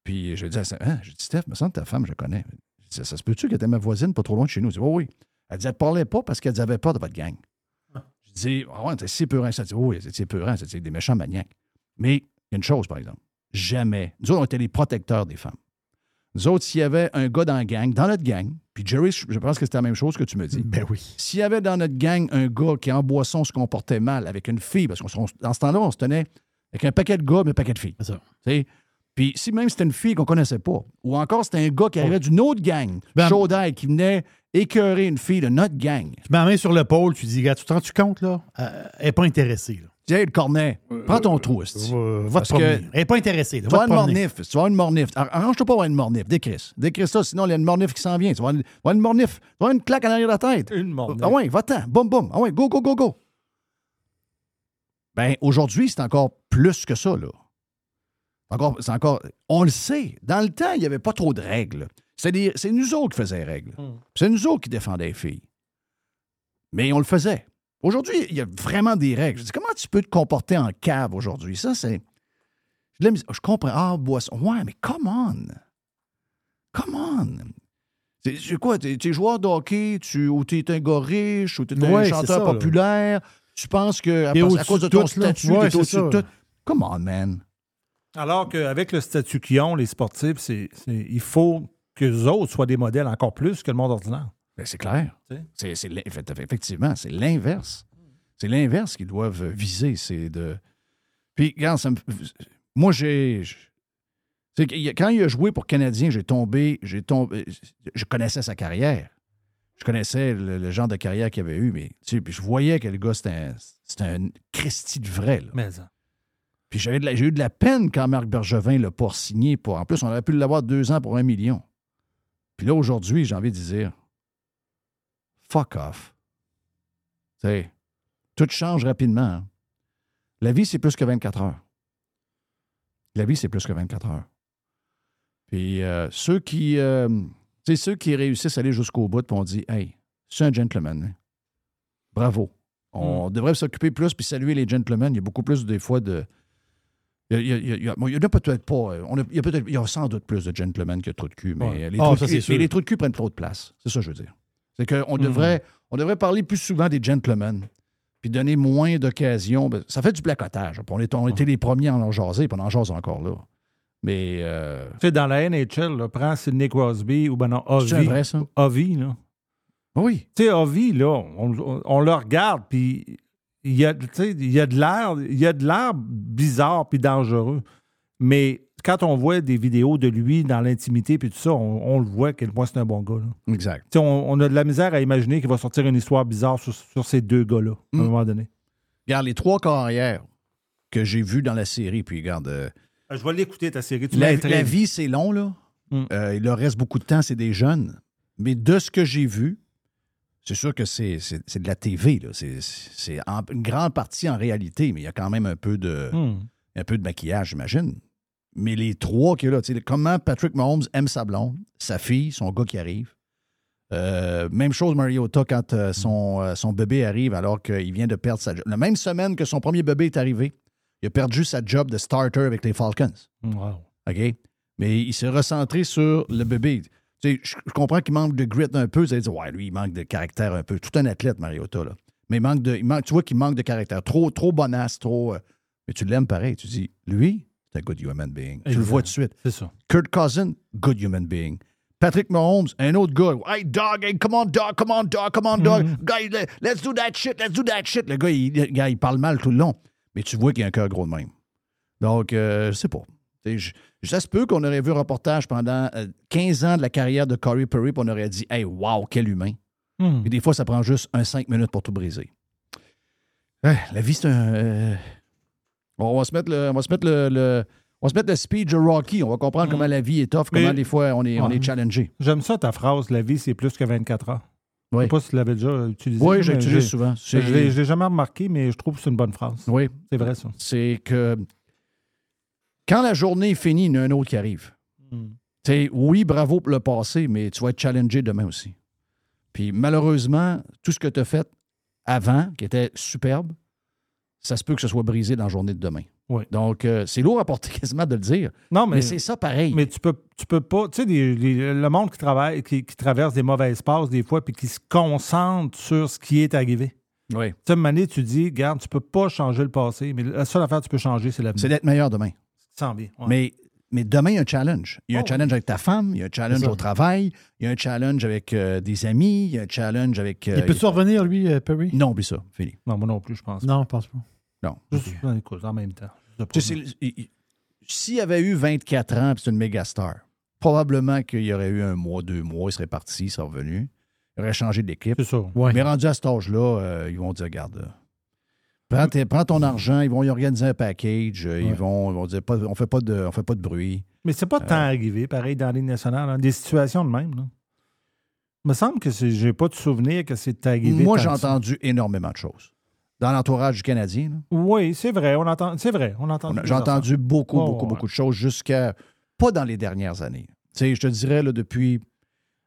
Speaker 1: Puis je lui ai dit, à Steph, Hein? J'ai dit, Steph, me semble que ta femme, je la connais. J'ai dit, ça, ça se peut-tu qu'elle était ma voisine pas trop loin de chez nous? Il dit, oui, oui. Elle dit, elle ne parlait pas parce qu'elle avait peur de votre gang. Je dis, ah ouais, t'es si purant. Ça dit, oui, c'est si purant, c'est des méchants maniaques. Mais il y a une chose, par exemple. Jamais. Nous autres, on était les protecteurs des femmes. Nous autres, s'il y avait un gars dans la gang, dans notre gang, puis Jerry, je je pense que c'était la même chose que tu me dis.
Speaker 3: Ben oui.
Speaker 1: S'il y avait dans notre gang un gars qui en boisson se comportait mal avec une fille, parce qu'on se- dans ce temps-là, on se tenait avec un paquet de gars, mais un paquet de filles.
Speaker 3: C'est ça.
Speaker 1: Tu sais? Puis si même c'était une fille qu'on connaissait pas, ou encore c'était un gars qui arrivait d'une autre gang,
Speaker 3: Oh. Ben-
Speaker 1: chaud d'ail, qui venait écœurer une fille de notre gang.
Speaker 3: Tu mets la main sur l'épaule, tu dis, gars, tu te rends-tu compte, là? Euh, Elle n'est pas intéressée, là.
Speaker 1: J'ai le cornet, prends ton trou, esti.
Speaker 3: Euh, va
Speaker 1: Parce
Speaker 3: te promener.
Speaker 1: que
Speaker 3: Elle n'est pas intéressée, là.
Speaker 1: Tu vas
Speaker 3: Va te
Speaker 1: avoir une
Speaker 3: promener.
Speaker 1: mornif. Tu vas avoir une mornif. Ar- Arrange-toi pas à avoir une mornif. Décris. Décris ça, sinon il y a une mornif qui s'en vient. Tu vas avoir une, tu vas avoir une mornif. Tu vas avoir une claque en arrière de la tête.
Speaker 7: Une mornif.
Speaker 1: Ah ouais, va-t'en. Boum, boum. Ah ouais, go, go, go, go. Ben, aujourd'hui, c'est encore plus que ça, là. C'est Encore, c'est encore. On le sait. Dans le temps, il n'y avait pas trop de règles. C'est des- c'est nous autres qui faisaient les règles.
Speaker 7: Hmm.
Speaker 1: C'est nous autres qui défendaient les filles. Mais on le faisait. Aujourd'hui, il y a vraiment des règles. Je dis, comment tu peux te comporter en cave aujourd'hui? Ça, c'est. Je, je comprends. Ah, boisson. Ouais, mais come on. Come on. T'es- C'est quoi? T'es es joueur de hockey, tu, ou t'es un gars riche, ou t'es un
Speaker 7: Ouais, c'est
Speaker 1: chanteur
Speaker 7: ça, là.
Speaker 1: populaire. Tu penses que à,
Speaker 3: T'es
Speaker 1: parce- à
Speaker 3: au-dessus
Speaker 1: cause de
Speaker 3: de
Speaker 1: ton
Speaker 3: tout, là.
Speaker 1: statut,
Speaker 3: Ouais,
Speaker 1: t'es au-dessus
Speaker 3: c'est
Speaker 1: de
Speaker 3: ça.
Speaker 1: tout. Come on, man.
Speaker 7: Alors qu'avec le statut qu'ils ont, les sportifs, c'est, c'est- il faut qu'eux autres soient des modèles encore plus que le monde ordinaire.
Speaker 1: Ben, c'est clair.
Speaker 7: Tu sais.
Speaker 1: C'est- c'est l'in- fait- effectivement, c'est l'inverse. C'est l'inverse qu'ils doivent viser. C'est de. Puis, regarde, ça me- moi, j'ai. je- c'est qu'il y a- Quand il a joué pour Canadien, j'ai tombé, j'ai tombé. Je connaissais sa carrière. Je connaissais le, le genre de carrière qu'il avait eu, mais tu sais, puis je voyais que le gars, c'était un, c'était un Christy de vrai. là.
Speaker 7: Mais hein.
Speaker 1: Puis j'avais de la- j'ai eu de la peine quand Marc Bergevin l'a pas signé. Pour, en plus, on aurait pu l'avoir deux ans pour un million. Puis là, aujourd'hui, j'ai envie de dire fuck off. Tu sais, tout change rapidement. hein. La vie, c'est plus que 24 heures. La vie, c'est plus que 24 heures. Puis euh, ceux qui euh, tu sais, ceux qui réussissent à aller jusqu'au bout, puis on dit Hey, c'est un gentleman. hein. Bravo.
Speaker 3: Hmm.
Speaker 1: On devrait s'occuper plus puis saluer les gentlemen. Il y a beaucoup plus des fois de. Il y a- il y a- il y a- bon, il y en a peut-être pas. euh, on a- il, y a peut-être, il y a sans doute plus de gentlemen que de trous de cul, mais
Speaker 7: Ouais.
Speaker 1: euh, les,
Speaker 3: Ah,
Speaker 1: trous
Speaker 3: ça,
Speaker 1: de
Speaker 3: c'est
Speaker 1: cul,
Speaker 3: sûr.
Speaker 1: mais les trous de cul prennent trop de place. C'est ça que je veux dire. C'est qu'on devrait, on devrait parler plus souvent des gentlemen, puis donner moins d'occasions. Ben, Ça fait du placotage. On, est, on était les premiers à en jaser, puis on en jase encore là. Mais euh,
Speaker 7: Tu sais, dans la NHL, là, prends Sidney Crosby ou ben non,
Speaker 1: c'est un
Speaker 7: Ovi.
Speaker 1: vrai, ça? Ah
Speaker 7: Ovi, là.
Speaker 1: Oui.
Speaker 7: Tu sais, Ovi, là, on, on- on le regarde, puis il y a, tu sais, il y a de l'air il y a de l'air bizarre puis dangereux. Mais quand on voit des vidéos de lui dans l'intimité puis tout ça, on, on le voit à quel point c'est un bon gars. là.
Speaker 1: Exact.
Speaker 7: Tu sais, on, on a de la misère à imaginer qu'il va sortir une histoire bizarre sur, sur ces deux gars-là, à
Speaker 1: Mm.
Speaker 7: un moment donné.
Speaker 1: Regarde, les trois carrières que j'ai vues dans la série, puis regarde, euh,
Speaker 7: Je vais l'écouter, ta série.
Speaker 1: la, la vie, c'est long, là.
Speaker 7: Mm.
Speaker 1: Euh, il leur reste beaucoup de temps, c'est des jeunes. Mais de ce que j'ai vu, c'est sûr que c'est, c'est, c'est de la TV, là. C'est, c'est en- une grande partie en réalité, mais il y a quand même un peu
Speaker 7: Hmm.
Speaker 1: de, un peu de maquillage, j'imagine. Mais les trois qu'il y a là, tu sais, comment Patrick Mahomes aime sa blonde, sa fille, son gars qui arrive. Euh, même chose, Mariota, quand euh, son, euh, son bébé arrive alors qu'il vient de perdre sa job. La même semaine que son premier bébé est arrivé, il a perdu sa job de starter avec les Falcons. OK? Mais il s'est recentré sur le bébé. Tu sais, je, je comprends qu'il manque de grit un peu. Vous allez dire, ouais, lui, il manque de caractère un peu. Tout un athlète, Mariota, là. Mais il manque de, il manque, tu vois qu'il manque de caractère. Trop, trop bonasse, trop. euh, mais tu l'aimes pareil. Tu dis, lui, c'est un good human being. Tu le
Speaker 7: Exact.
Speaker 1: vois tout de suite.
Speaker 7: C'est ça.
Speaker 1: Kurt Cousin, good human being. Patrick Mahomes, un autre gars. Hey, dog, hey, come on, dog, come on, dog, come on, dog.
Speaker 7: Mm-hmm.
Speaker 1: Guy, le- let's do that shit, let's do that shit. Le gars, il, le gars, il parle mal tout le long. Mais tu vois qu'il a un cœur gros de même. Donc, euh, je sais pas. Tu sais, je- Ça se peut qu'on aurait vu un reportage pendant euh, 15 ans de la carrière de Corey Perry, puis on aurait dit, hey, wow, quel humain.
Speaker 7: Hmm.
Speaker 1: Et des fois, ça prend juste un 5 minutes pour tout briser. Ouais, la vie, c'est un. euh, On va se mettre le. On va se mettre le, le- on va se mettre le speed de Rocky. On va comprendre comment la vie est tough,
Speaker 7: Hmm. Mais-
Speaker 1: comment des fois on est, on est
Speaker 7: Ouais.
Speaker 1: challengé.
Speaker 7: J'aime ça ta phrase, la vie, c'est plus que 24 heures.
Speaker 1: Oui.
Speaker 7: Je sais pas si tu l'avais déjà utilisé.
Speaker 1: Oui, j'ai
Speaker 7: mais
Speaker 1: utilisé souvent.
Speaker 7: Je
Speaker 1: C'est-
Speaker 7: l'ai je l'ai jamais remarqué, mais je trouve que c'est une bonne phrase.
Speaker 1: Oui,
Speaker 7: C'est vrai, ça.
Speaker 1: c'est que quand la journée est finie, il y en a un autre qui arrive.
Speaker 7: Mm.
Speaker 1: Tu sais, oui, bravo pour le passé, mais tu vas être challengé demain aussi. Puis malheureusement, tout ce que tu as fait avant, qui était superbe, ça se peut que ce soit brisé dans la journée de demain.
Speaker 7: Oui.
Speaker 1: Donc, euh, c'est lourd à porter <laughs> quasiment de le dire,
Speaker 7: Non, mais,
Speaker 1: mais, c'est ça pareil.
Speaker 7: mais tu, peux, tu peux pas. Tu sais, des- les- le monde qui, travaille, qui, qui traverse des mauvaises passes des fois, puis qui se concentre sur ce qui est arrivé.
Speaker 1: Oui.
Speaker 7: Tu sais, une année, tu dis, garde, tu peux pas changer le passé, mais la seule affaire que tu peux changer, c'est
Speaker 1: C'est
Speaker 7: l'avenir.
Speaker 1: d'être meilleur demain.
Speaker 7: Sans bien. ouais.
Speaker 1: Mais, mais demain, il y a un challenge. Il y a un
Speaker 7: Oh,
Speaker 1: challenge avec ta femme, il y a un challenge
Speaker 7: C'est ça.
Speaker 1: au travail, il y a un challenge avec euh, des amis, il y a un challenge avec. euh,
Speaker 3: Il peut-tu revenir, lui, euh, Perry?
Speaker 1: Non, oublie ça, fini.
Speaker 7: Non, moi non plus, je pense.
Speaker 3: Non, je pense pas.
Speaker 1: Non.
Speaker 7: Juste écoute, en même temps.
Speaker 1: Tu sais, c'est- il- il- s'il avait eu 24 ans, puis c'est une méga star, probablement qu'il y aurait eu un mois, deux mois, il serait parti, il serait revenu, il aurait changé d'équipe.
Speaker 7: C'est sûr.
Speaker 3: Ouais.
Speaker 1: Mais rendu à cet âge-là, euh, ils vont dire regarde, euh, prends, tes- prends ton argent, ils vont y organiser un package, euh, ils,
Speaker 7: Ouais.
Speaker 1: vont, ils vont dire pas- on fait pas de, on fait pas de bruit.
Speaker 7: Mais c'est pas tant
Speaker 1: Euh.
Speaker 7: arrivé, pareil, dans la Ligue nationale. hein, Des situations de même. Là. Il me semble que c'est- j'ai pas de souvenir que c'est arrivé.
Speaker 1: Moi,
Speaker 7: tant
Speaker 1: j'ai
Speaker 7: que ça.
Speaker 1: entendu énormément de choses. Dans l'entourage du Canadien, là,
Speaker 7: Oui, c'est vrai. On entend. C'est vrai. On entend.
Speaker 1: on a- j'ai entendu beaucoup,
Speaker 7: Ouais,
Speaker 1: beaucoup,
Speaker 7: ouais,
Speaker 1: beaucoup de choses jusqu'à. Pas dans les dernières années. Tu sais, je te dirais, là, depuis,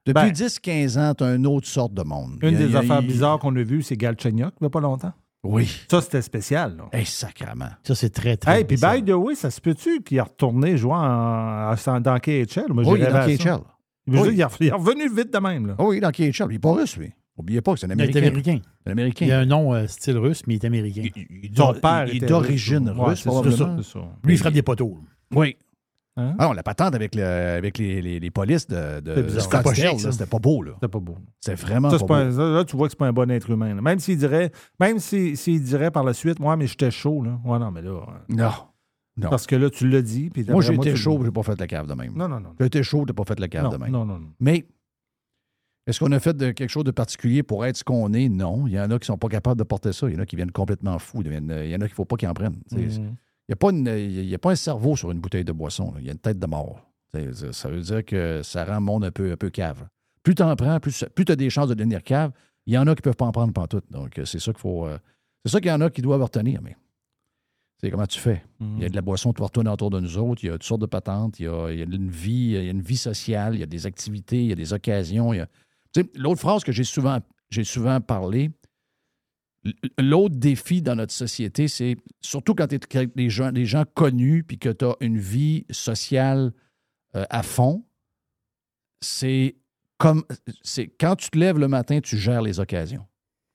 Speaker 1: depuis
Speaker 7: Ben.
Speaker 1: 10-15 ans, tu as une autre sorte de monde. Il
Speaker 7: Une
Speaker 1: y a- il
Speaker 7: des
Speaker 1: y a-
Speaker 7: affaires
Speaker 1: il-
Speaker 7: bizarres qu'on a vues, c'est Galchenyuk, il n'y a pas longtemps.
Speaker 1: Oui.
Speaker 7: Ça, c'était spécial. là.
Speaker 1: Hey, sacrement.
Speaker 3: Ça, c'est très, très.
Speaker 7: Hey, puis
Speaker 3: bizarre.
Speaker 7: by the way, ça se peut-tu qu'il est retourné jouer en, en- dans KHL? Moi,
Speaker 1: Oui, il
Speaker 7: j'ai
Speaker 1: est
Speaker 7: rêvé
Speaker 1: dans
Speaker 7: à ça.
Speaker 1: KHL.
Speaker 7: Je veux
Speaker 1: Oui.
Speaker 7: dire, il, est, il est revenu vite de même. Là.
Speaker 1: Ah oui, dans Ketchup. Il n'est pas russe, lui. N'oubliez pas que c'est un
Speaker 3: Il
Speaker 1: Américain.
Speaker 3: est américain.
Speaker 1: C'est un
Speaker 3: Il y a
Speaker 1: Américain.
Speaker 3: un nom euh, style russe, mais il est américain.
Speaker 1: Il- il- il-
Speaker 7: Son
Speaker 1: il-
Speaker 7: père
Speaker 1: il est
Speaker 7: était
Speaker 1: d'origine
Speaker 7: Ouais,
Speaker 1: russe,
Speaker 7: c'est ça,
Speaker 1: probablement.
Speaker 7: c'est ça.
Speaker 3: Lui, il frappe des poteaux. là.
Speaker 1: Oui.
Speaker 7: Hein?
Speaker 1: Ah, on la patente avec, le, avec les, les, les polices de, de
Speaker 7: C'est bizarre.
Speaker 1: Scottsdale,
Speaker 3: C'était pas chic,
Speaker 1: là,
Speaker 3: ça.
Speaker 1: C'était pas beau, là.
Speaker 7: C'était pas beau.
Speaker 1: C'était vraiment
Speaker 7: Ça, c'est
Speaker 1: pas,
Speaker 7: pas
Speaker 1: beau.
Speaker 7: un- ça, là, tu vois que c'est pas un bon être humain. là. Même s'il dirait, même si- s'il dirait par la suite, moi, mais j'étais chaud, là. Ouais, non, mais là. euh,
Speaker 1: Non. Non.
Speaker 7: Parce que là, tu l'as dit. Puis
Speaker 1: Moi,
Speaker 7: après,
Speaker 1: j'ai été
Speaker 7: tu-
Speaker 1: chaud, j'ai pas fait la cave de même.
Speaker 7: Non, non, non.
Speaker 1: J'ai été chaud, j'ai pas fait la cave
Speaker 7: Non,
Speaker 1: de même.
Speaker 7: non, non, non.
Speaker 1: Mais est-ce qu'on a fait de, quelque chose de particulier pour être ce qu'on est? Non. Il y en a qui sont pas capables de porter ça. Il y en a qui viennent complètement fous. Il y en a il y en a qu'il faut pas qu'ils en prennent. Tu sais,
Speaker 7: Mhm.
Speaker 1: Il n'y a, pas une- il y a pas un cerveau sur une bouteille de boisson. là. Il y a une tête de mort. C'est- c'est- Ça veut dire que ça rend le monde un peu, un peu cave. Plus tu en prends, plus, tu as des chances de devenir cave. Il y en a qui ne peuvent pas en prendre pantoute. Donc, euh, c'est ça qu'il faut. euh, c'est ça qu'il y en a qui doivent retenir. Mais c'est comment tu fais. Il y a de la boisson qui retourne autour de nous autres. Il y a toutes sortes de patentes. Il y a, il y a une vie, il y a une vie sociale. Il y a des activités, il y a des occasions. il y a- Tu sais, L'autre phrase que j'ai souvent, j'ai souvent parlé, l- l'autre défi dans notre société, c'est surtout quand tu es des gens, des gens connus puis que tu as une vie sociale euh, à fond, c'est comme c'est quand tu te lèves le matin, tu gères les occasions.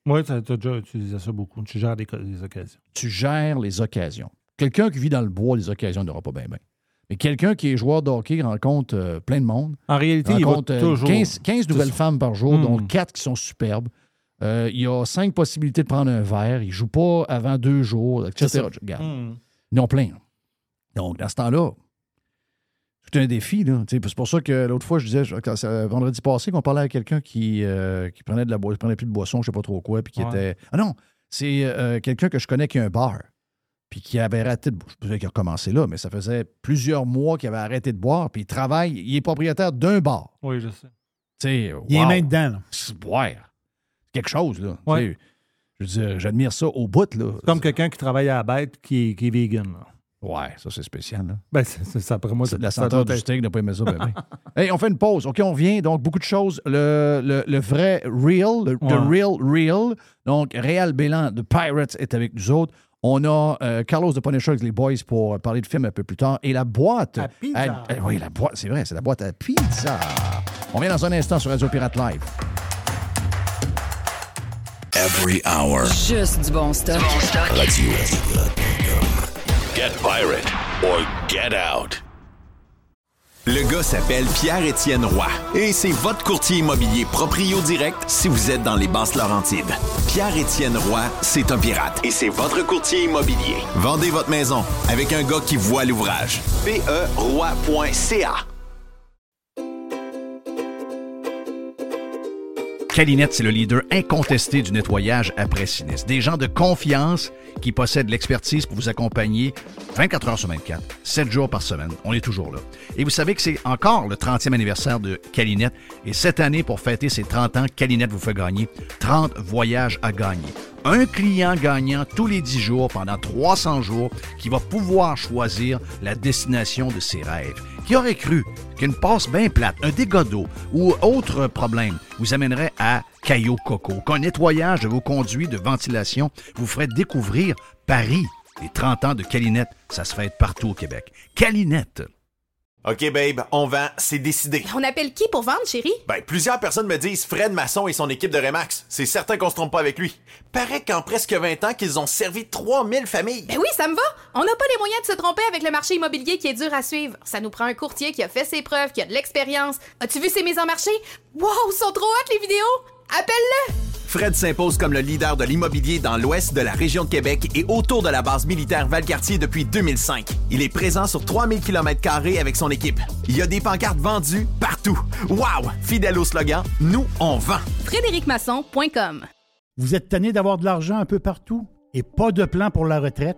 Speaker 7: Oui, tu as déjà utilisé ça beaucoup. Tu gères des, co- des occasions.
Speaker 1: Tu gères les occasions. Quelqu'un qui vit dans le bois, les occasions n'aura pas bien bien. Mais quelqu'un qui est joueur de hockey rencontre euh, plein de monde.
Speaker 7: En réalité, il va
Speaker 1: rencontre euh,
Speaker 7: toujours.
Speaker 1: 15, 15 nouvelles femmes par jour,
Speaker 7: Hmm.
Speaker 1: dont 4 qui sont superbes. Euh, il y a 5 possibilités de prendre un verre. Il ne joue pas avant 2 jours,
Speaker 3: C'est
Speaker 1: etc.
Speaker 3: ça.
Speaker 1: Regarde.
Speaker 7: Mm.
Speaker 1: Ils en ont plein. là. Donc, dans ce temps-là, c'est un défi. là. Tu sais, C'est pour ça que l'autre fois, je disais, je- quand ça- vendredi passé, qu'on parlait à quelqu'un qui, euh, qui prenait de la boi- prenait plus de boisson, je ne sais pas trop quoi, puis qui
Speaker 7: Ouais.
Speaker 1: était. Ah non, c'est euh, quelqu'un que je connais qui a un bar, puis qui avait arrêté de boire. Je sais qu'il a recommencé là, mais ça faisait plusieurs mois qu'il avait arrêté de boire, puis il travaille, il est propriétaire d'un bar.
Speaker 7: Oui, je sais.
Speaker 1: Tu sais,
Speaker 3: Il est
Speaker 1: wow,
Speaker 3: main dedans. là.
Speaker 1: c'est- ouais, c'est quelque chose, là. Tu
Speaker 7: Ouais.
Speaker 1: sais, Je veux dire, j'admire ça au bout, là.
Speaker 7: Comme quelqu'un qui travaille à la bête qui est, qui est vegan. là.
Speaker 1: Ouais, ça, c'est spécial, là.
Speaker 7: Ben, c'est c'est ça, après moi.
Speaker 1: C'est
Speaker 7: ça-
Speaker 1: de la
Speaker 7: ça
Speaker 1: senteur
Speaker 7: doit
Speaker 1: du
Speaker 7: être-
Speaker 1: steak, n'a pas aimé ça.
Speaker 7: <laughs>
Speaker 1: ben, ben. <laughs> Hey, on fait une pause. OK, on revient. Donc, beaucoup de choses. Le, le- le vrai real, le, le
Speaker 7: Ouais.
Speaker 1: real, real. Donc, Réal Bélan de Pirates est avec nous autres. On a euh, Carlos de Punisher avec les boys pour euh, parler de film un peu plus tard. Et la boîte.
Speaker 7: À pizza.
Speaker 1: Eh oui, la boîte, c'est vrai, c'est la boîte à pizza. On vient dans un instant sur Radio Pirate Live.
Speaker 8: Every hour.
Speaker 9: Juste du bon stock.
Speaker 8: Radio Get pirate or get out. Le gars s'appelle Pierre-Étienne Roy et c'est votre courtier immobilier proprio direct si vous êtes dans les basses Laurentides. Pierre-Étienne Roy, c'est un pirate et c'est votre courtier immobilier. Vendez votre maison avec un gars qui voit l'ouvrage. PERoy.ca
Speaker 10: Calinette, c'est le leader incontesté du nettoyage après sinistre. Des gens de confiance qui possèdent l'expertise pour vous accompagner 24 heures sur 24, 7 jours par semaine. On est toujours là. Et vous savez que c'est encore le 30e anniversaire de Calinette. Et cette année, pour fêter ses 30 ans, Calinette vous fait gagner 30 voyages à gagner. Un client gagnant tous les 10 jours pendant 300 jours qui va pouvoir choisir la destination de ses rêves. Qui aurait cru qu'une passe bien plate, un dégât d'eau ou autre problème vous amènerait à Cayo Coco, qu'un nettoyage de vos conduits de ventilation vous ferait découvrir Paris. Les 30 ans de Calinette, ça se fête partout au Québec. Calinette.
Speaker 11: OK, babe, on vend, c'est décidé.
Speaker 12: On appelle qui pour vendre, chérie?
Speaker 11: Ben, plusieurs personnes me disent Fred Masson et son équipe de Remax. C'est certain qu'on se trompe pas avec lui. Paraît qu'en presque 20 ans qu'ils ont servi 3000 familles.
Speaker 12: Ben oui, ça me va. On n'a pas les moyens de se tromper avec le marché immobilier qui est dur à suivre. Ça nous prend un courtier qui a fait ses preuves, qui a de l'expérience. As-tu vu ses mises en marché? Wow, sont trop hautes les vidéos! Appelle-le!
Speaker 11: Fred s'impose comme le leader de l'immobilier dans l'ouest de la région de Québec et autour de la base militaire Valcartier depuis 2005. Il est présent sur 3000 km avec son équipe. Il y a des pancartes vendues partout. Wow! Fidèle au slogan, nous, on vend.
Speaker 12: FrédéricMasson.com
Speaker 3: Vous êtes tanné d'avoir de l'argent un peu partout et pas de plan pour la retraite?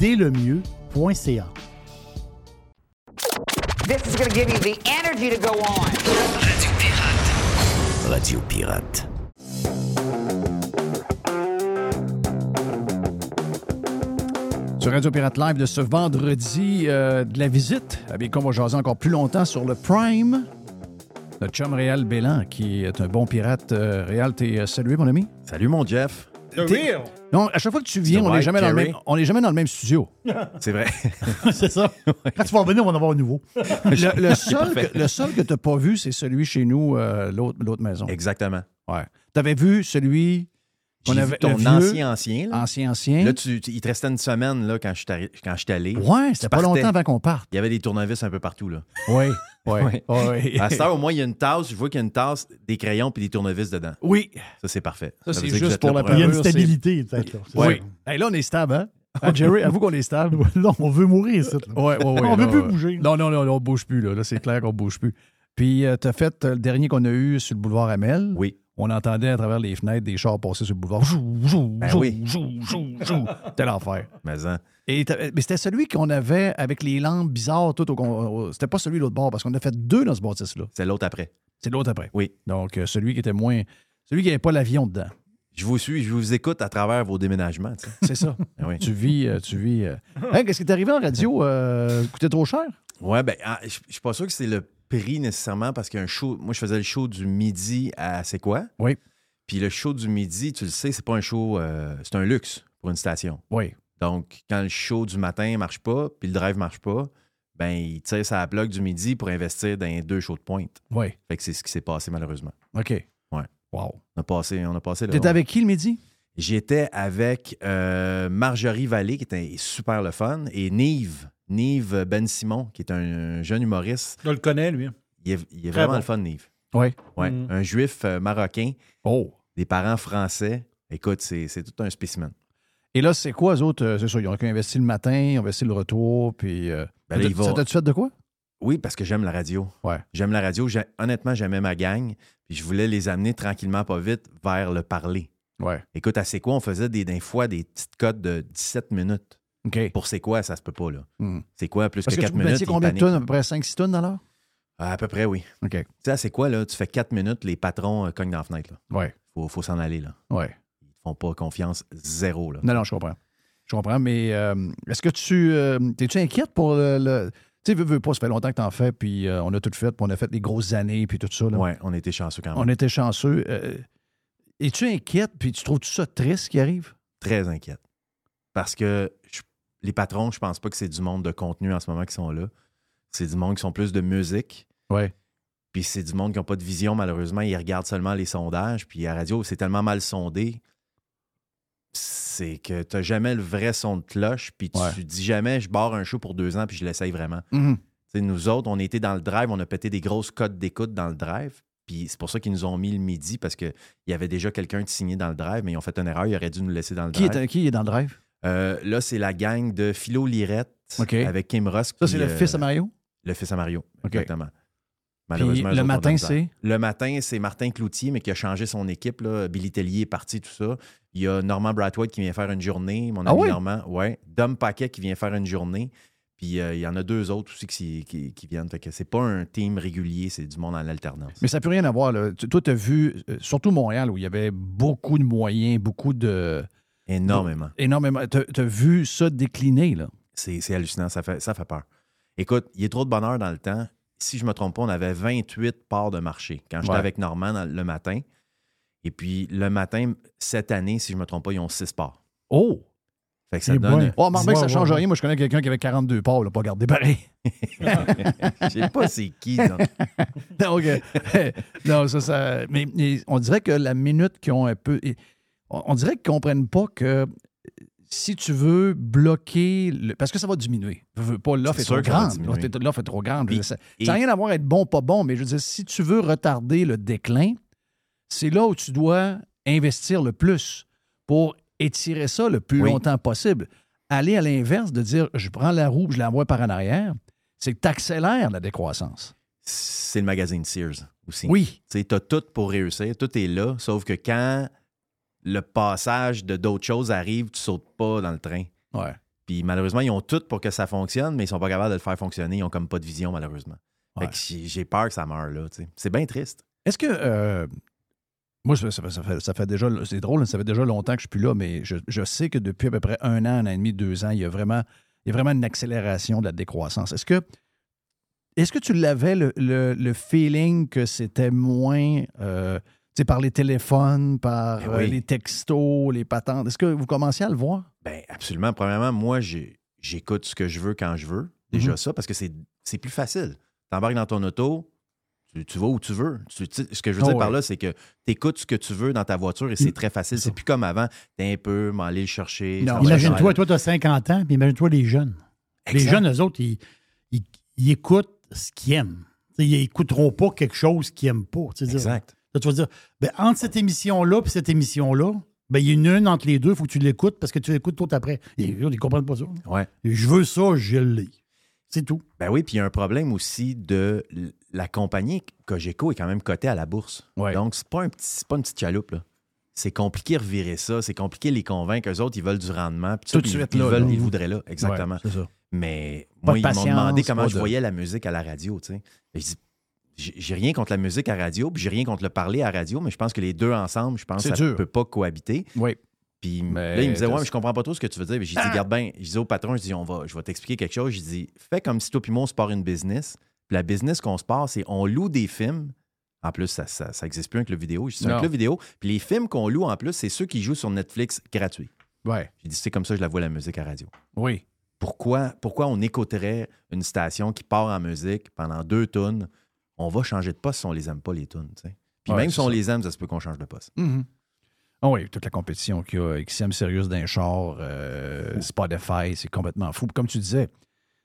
Speaker 3: dès le mieux.ca.
Speaker 9: This is going to give you the energy to go on.
Speaker 13: Radio Pirate.
Speaker 14: Radio Pirate.
Speaker 1: Sur Radio Pirate Live de ce vendredi euh, de la visite. Eh bien, qu'on va jaser encore plus longtemps sur le Prime. Notre chum Réal Bélan, qui est un bon pirate. Euh, Réal, t'es euh, salué, mon ami.
Speaker 14: Salut, mon Jeff.
Speaker 1: T'es- Non, à chaque fois que tu viens,
Speaker 14: The
Speaker 1: on n'est
Speaker 14: White
Speaker 1: jamais, dans le
Speaker 14: Carry.
Speaker 1: même- on est jamais dans le même studio.
Speaker 14: <laughs> C'est
Speaker 1: <laughs>
Speaker 14: vrai.
Speaker 3: c'est ça. Quand tu vas revenir, on va en avoir un
Speaker 14: <laughs>
Speaker 3: nouveau.
Speaker 1: Le, le seul,
Speaker 14: Parfait.
Speaker 1: que, le seul que t'as pas vu, c'est celui chez nous, euh, l'autre l'autre maison.
Speaker 14: Exactement.
Speaker 1: Ouais. T'avais vu celui qu'on
Speaker 14: J'ai
Speaker 1: avait
Speaker 14: vu ton
Speaker 1: le vieux,
Speaker 14: ancien ancien. Là,
Speaker 1: ancien, ancien.
Speaker 14: Là, tu, tu- il te restait une semaine là, quand je suis arri- quand je suis allé.
Speaker 1: ouais, c'était
Speaker 14: Tu
Speaker 1: pas
Speaker 14: partais.
Speaker 1: longtemps avant qu'on parte.
Speaker 14: Il y avait des tournevis un peu partout. Là.
Speaker 1: Oui, oui,
Speaker 14: Ouais.
Speaker 1: oui.
Speaker 14: À cette heure, au moins, il y a une tasse. Je vois qu'il y a une tasse, des crayons puis des tournevis dedans.
Speaker 1: Oui,
Speaker 14: Ça, c'est parfait.
Speaker 1: Ça,
Speaker 14: veut
Speaker 1: c'est
Speaker 14: dire que
Speaker 1: juste
Speaker 14: vous êtes
Speaker 1: pour
Speaker 14: là
Speaker 1: la
Speaker 3: Il y a une
Speaker 1: Ouais,
Speaker 3: stabilité, peut-être. là. C'est
Speaker 1: oui. Hey, là, on est stable, hein? Hein,
Speaker 14: Ah,
Speaker 1: Jerry, avoue qu'on est
Speaker 3: <laughs>
Speaker 1: stable.
Speaker 3: ça. Là, on veut mourir ici. là.
Speaker 1: <laughs> Ouais, ouais, ouais,
Speaker 3: On veut
Speaker 1: là,
Speaker 3: plus
Speaker 1: ouais.
Speaker 3: bouger.
Speaker 1: Non, non, non, on bouge plus. Là, Là, c'est clair qu'on bouge plus. Puis, tu as fait euh, le dernier qu'on a eu sur le boulevard Amel.
Speaker 14: Oui.
Speaker 1: On entendait à travers les fenêtres des chars passer sur le boulevard. Jou, jou,
Speaker 14: Ben
Speaker 1: jou,
Speaker 14: oui.
Speaker 1: jou, jou, jou. C'était l'enfer.
Speaker 14: Mais, hein,
Speaker 1: Et t'as- euh, mais c'était celui qu'on avait avec les lampes bizarres, tout au, con- au- c'était pas celui de l'autre bord, parce qu'on a fait deux dans ce bâtisse-là.
Speaker 14: c'est l'autre après.
Speaker 1: C'est l'autre après.
Speaker 14: Oui.
Speaker 1: Donc, euh, celui qui était moins. Celui qui n'avait pas
Speaker 14: <laughs>
Speaker 1: l'avion dedans.
Speaker 14: Je vous suis, je vous écoute à travers vos déménagements. tu sais.
Speaker 1: C'est ça.
Speaker 14: Ah oui.
Speaker 1: tu vis. euh, tu vis euh.
Speaker 14: <laughs>
Speaker 1: Hein, Qu'est-ce qui est arrivé en radio? Euh, coûtait trop cher?
Speaker 14: Ouais, ben, ah, je je suis pas sûr que c'est le prix nécessairement parce qu'un show. Moi, je faisais le show du midi à c'est quoi?
Speaker 1: Oui.
Speaker 14: Puis le show du midi, tu le sais, c'est pas un show. euh, c'est un luxe pour une station.
Speaker 1: Oui.
Speaker 14: Donc, quand le show du matin marche pas, puis le drive marche pas, ben, il tire sa plaque du midi pour investir dans les deux shows de pointe.
Speaker 1: Oui.
Speaker 14: Fait que c'est ce qui s'est passé malheureusement.
Speaker 1: OK.
Speaker 14: Ouais.
Speaker 1: Wow.
Speaker 14: On a passé, on a passé le.
Speaker 1: T'étais avec qui le midi?
Speaker 14: J'étais avec euh, Marjorie Vallée, qui était super le fun, et Nive. Nive Ben Simon, qui est un jeune humoriste.
Speaker 7: Je le connais, lui. hein.
Speaker 14: Il est, il est
Speaker 7: Très
Speaker 14: vraiment
Speaker 7: bon.
Speaker 14: le fun, Nive.
Speaker 1: Oui.
Speaker 14: Ouais.
Speaker 7: Mm.
Speaker 14: Un juif euh, marocain,
Speaker 1: Oh.
Speaker 14: des parents français. Écoute, c'est c'est tout un spécimen.
Speaker 1: Et là, c'est quoi, eux autres? euh, C'est ça, ils ont investi le matin, ils ont investi le retour, puis. euh,
Speaker 14: Ben là, il
Speaker 1: Ça
Speaker 14: va-
Speaker 1: t'a-tu fait de quoi?
Speaker 14: Oui, parce que j'aime la radio.
Speaker 1: Ouais.
Speaker 14: J'aime la radio. J'ai- Honnêtement, j'aimais ma gang. Puis je voulais les amener tranquillement, pas vite, vers le parler.
Speaker 1: Ouais.
Speaker 14: Écoute, à C'est quoi, on faisait des, des fois des petites cotes de 17 minutes.
Speaker 1: OK.
Speaker 14: Pour C'est quoi, ça se peut pas, là.
Speaker 1: Mm.
Speaker 14: C'est quoi, plus
Speaker 1: Parce
Speaker 14: que
Speaker 1: que,
Speaker 14: 4
Speaker 1: tu vous
Speaker 14: minutes.
Speaker 1: mettiez
Speaker 14: ils
Speaker 1: combien de
Speaker 14: paniquent.
Speaker 1: tonnes? À peu près 5-6 tonnes à l'heure?
Speaker 14: Ah, À peu près, oui.
Speaker 1: OK.
Speaker 14: Tu sais, à C'est quoi, là? Tu fais 4 minutes, les patrons euh, cognent dans la fenêtre, là.
Speaker 1: Ouais.
Speaker 14: Faut, faut s'en aller, là.
Speaker 1: Ouais.
Speaker 14: Ils te font pas confiance, zéro, là.
Speaker 1: Non, non, je comprends. Je comprends, mais euh, est-ce que tu. euh, T'es-tu inquiète pour le. le- Tu sais, veux, veux pas, ça fait longtemps que t'en fais, puis euh, on a tout fait, puis on a fait les grosses années, puis tout ça. Là.
Speaker 14: Ouais, on était chanceux quand même.
Speaker 1: On était chanceux. euh, Es-tu inquiète, puis tu trouves-tu ça triste qui arrive?
Speaker 14: très inquiète. Parce que je- les patrons, je pense pas que c'est du monde de contenu en ce moment qui sont là. C'est du monde qui sont plus de musique.
Speaker 1: Ouais.
Speaker 14: Puis c'est du monde qui n'ont pas de vision, malheureusement. Ils regardent seulement les sondages. Puis à radio, c'est tellement mal sondé. C'est que tu jamais le vrai son de cloche. Puis tu
Speaker 1: Ouais.
Speaker 14: dis jamais, je barre un show pour deux ans, puis je l'essaye vraiment.
Speaker 1: Mhm.
Speaker 14: Tu sais, nous autres, on était dans le drive, on a pété des grosses cotes d'écoute dans le drive. Puis c'est pour ça qu'ils nous ont mis le midi, parce qu'il y avait déjà quelqu'un de signé dans le drive, mais ils ont fait une erreur, ils auraient dû nous laisser dans le
Speaker 1: Qui,
Speaker 14: drive.
Speaker 1: est, qui est dans le drive?
Speaker 14: Euh, là, c'est la gang de Philo Lirette
Speaker 1: OK.
Speaker 14: avec Kim Ross.
Speaker 1: Ça,
Speaker 14: qui,
Speaker 1: c'est le
Speaker 14: euh,
Speaker 1: fils à Mario?
Speaker 14: Le fils à Mario,
Speaker 1: OK.
Speaker 14: exactement.
Speaker 1: Puis
Speaker 14: eux
Speaker 1: le
Speaker 14: autres, on a de
Speaker 1: matin,
Speaker 14: la
Speaker 1: c'est.
Speaker 14: le matin, c'est Martin Cloutier, mais qui a changé son équipe. Là. Billy Tellier est parti, tout ça. Il y a Norman Brightwood qui vient faire une journée. Mon ami
Speaker 1: Ah ouais?
Speaker 14: Normand, ouais. Dom Paquet qui vient faire une journée. Puis euh, il y en a deux autres aussi qui, s'y- qui- qui viennent. Fait que c'est pas un team régulier, c'est du monde en alternance.
Speaker 1: Mais ça peut rien avoir. Là. Tu- Toi, tu as vu, euh, surtout Montréal, où il y avait beaucoup de moyens, beaucoup de.
Speaker 14: Énormément.
Speaker 1: énormément. Tu as vu ça décliner, là.
Speaker 14: C'est c'est hallucinant, ça fait, ça fait peur. Écoute, il y a trop de bonheur dans le temps. Si je me trompe pas, on avait 28 parts de marché quand j'étais
Speaker 1: Ouais.
Speaker 14: avec Normand dans- le matin. Et puis le matin, cette année, si je me trompe pas, ils ont 6 parts.
Speaker 1: Oh!
Speaker 14: Fait que ça
Speaker 3: Eh
Speaker 14: donne.
Speaker 3: boy.
Speaker 1: Oh, Marbec,
Speaker 3: Ouais,
Speaker 1: ça
Speaker 3: ouais,
Speaker 1: change
Speaker 3: ouais.
Speaker 1: rien. Moi, je connais quelqu'un qui avait 42 parts, là, pas gardé pareil.
Speaker 14: <laughs> Je sais pas c'est
Speaker 1: <laughs>
Speaker 14: qui. non.
Speaker 1: Donc, euh, <laughs> non, ça, ça. Mais, mais on dirait que la minute qu'ils ont un peu. et- On on dirait qu'ils comprennent pas que euh, si tu veux bloquer. le- parce que ça va diminuer. Je veux pas, l'offre
Speaker 14: C'est
Speaker 1: est,
Speaker 14: sûr
Speaker 1: trop
Speaker 14: que ça va
Speaker 1: grande.
Speaker 14: diminuer.
Speaker 1: L'offre est- L'offre est trop grande. Je veux dire, ça
Speaker 14: et-
Speaker 1: n'a rien à voir à être bon, pas bon, mais je veux dire, si tu veux retarder le déclin, c'est là où tu dois investir le plus pour étirer ça le plus
Speaker 14: Oui.
Speaker 1: longtemps possible. Aller à l'inverse de dire je prends la roue, je l'envoie par en arrière, c'est que tu accélères la décroissance.
Speaker 14: C'est le magazine Sears aussi.
Speaker 1: Oui.
Speaker 14: Tu sais, t'as tout pour réussir, tout est là, sauf que quand le passage de d'autres choses arrive, tu sautes pas dans le train.
Speaker 1: Ouais.
Speaker 14: Puis malheureusement, ils ont tout pour que ça fonctionne, mais ils sont pas capables de le faire fonctionner. Ils ont comme pas de vision, malheureusement. Fait que j'ai j'ai peur que ça meure là. tu sais. C'est bien triste.
Speaker 1: Est-ce que. euh, moi, ça, ça fait- ça fait, ça fait déjà. C'est drôle, hein, ça fait déjà longtemps que je suis plus là, mais je, je sais que depuis à peu près un an, un an et demi, deux ans, il y a vraiment, il y a vraiment une accélération de la décroissance. Est-ce que. Est-ce que tu l'avais, le, le- le feeling que c'était moins. euh, tu sais, par les téléphones, par
Speaker 14: Ben
Speaker 1: euh,
Speaker 14: oui.
Speaker 1: les textos, les patentes. Est-ce que vous commencez à le voir?
Speaker 14: Ben absolument. Premièrement, moi, j'ai- j'écoute ce que je veux quand je veux. Déjà
Speaker 1: Mhm.
Speaker 14: ça, parce que c'est c'est plus facile. T'embarques dans ton auto, tu, tu vas où tu veux. Tu- tu- ce que je veux
Speaker 1: Ah
Speaker 14: dire par
Speaker 1: ouais.
Speaker 14: là, c'est que t'écoutes ce que tu veux dans ta voiture et c'est très facile. C'est plus comme avant. T'es un peu, m'aller le chercher. ça va
Speaker 3: Imagine-toi,
Speaker 14: aller.
Speaker 3: toi, tu as 50 ans, puis imagine-toi les jeunes. Les
Speaker 14: Exact.
Speaker 3: jeunes, eux autres, ils, ils- ils écoutent ce qu'ils aiment. T'sais, ils n'écouteront pas quelque chose qu'ils n'aiment pas. Tu sais, dire-
Speaker 14: Exact.
Speaker 3: Là, tu vas dire, ben, entre cette émission-là et cette émission-là, ben, il y en a une entre les deux, il faut que tu l'écoutes parce que tu l'écoutes tout après. Et eux, Ils ne comprennent pas ça. là.
Speaker 14: Ouais.
Speaker 3: Je veux ça, je l'ai. C'est tout.
Speaker 14: Ben oui, puis il y a un problème aussi de l- la compagnie Cogeco est quand même cotée à la bourse. Donc, c'est pas, un petit, c'est pas une petite chaloupe. là. C'est compliqué de revirer ça. C'est compliqué de les convaincre. Eux autres, ils veulent du rendement. puis
Speaker 1: Tout de
Speaker 14: ils-
Speaker 1: suite,
Speaker 14: ils,
Speaker 1: là,
Speaker 14: veulent-
Speaker 1: là.
Speaker 14: ils voudraient là. Exactement.
Speaker 1: Ouais, c'est ça.
Speaker 14: Mais
Speaker 1: Pas
Speaker 14: moi,
Speaker 1: de
Speaker 14: ils m'ont demandé
Speaker 1: patience,
Speaker 14: comment
Speaker 1: pas
Speaker 14: je
Speaker 1: de-
Speaker 14: voyais la musique à la radio. tu sais. Et Je dis, j'ai j'ai rien contre la musique à radio, puis j'ai rien contre le parler à radio, mais je pense que les deux ensemble, je pense
Speaker 1: C'est
Speaker 14: que ça ne
Speaker 1: dur.
Speaker 14: peut pas cohabiter.
Speaker 1: Oui.
Speaker 14: Puis là, il me disait,
Speaker 1: t'as-
Speaker 14: ouais, mais je comprends pas trop ce que tu veux dire. Puis J'ai dit,
Speaker 1: Ah.
Speaker 14: garde bien, je dis au patron, je dis, on va, je vais t'expliquer quelque chose. Je dis, fais comme si toi puis moi, on se part une business. Puis la business qu'on se part, c'est on loue des films. En plus, ça n'existe ça, ça existe plus un club vidéo. Je dis, C'est un
Speaker 1: Non.
Speaker 14: club vidéo. Puis les films qu'on loue, en plus, c'est ceux qui jouent sur Netflix gratuit.
Speaker 1: Ouais.
Speaker 14: J'ai dit, c'est comme ça que je la vois la musique à radio.
Speaker 1: Oui.
Speaker 14: Pourquoi, pourquoi on écouterait une station qui part en musique pendant deux tunes? On va changer de poste si on les aime pas, les tunes. tu sais. Puis
Speaker 1: Ouais,
Speaker 14: même
Speaker 1: c'est
Speaker 14: si on
Speaker 1: ça.
Speaker 14: les aime, ça se peut qu'on change de poste.
Speaker 1: Mhm. Ah oui, toute la compétition qu'il y a, XM Sirius d'un char, euh, Spotify, c'est complètement fou. Comme tu disais,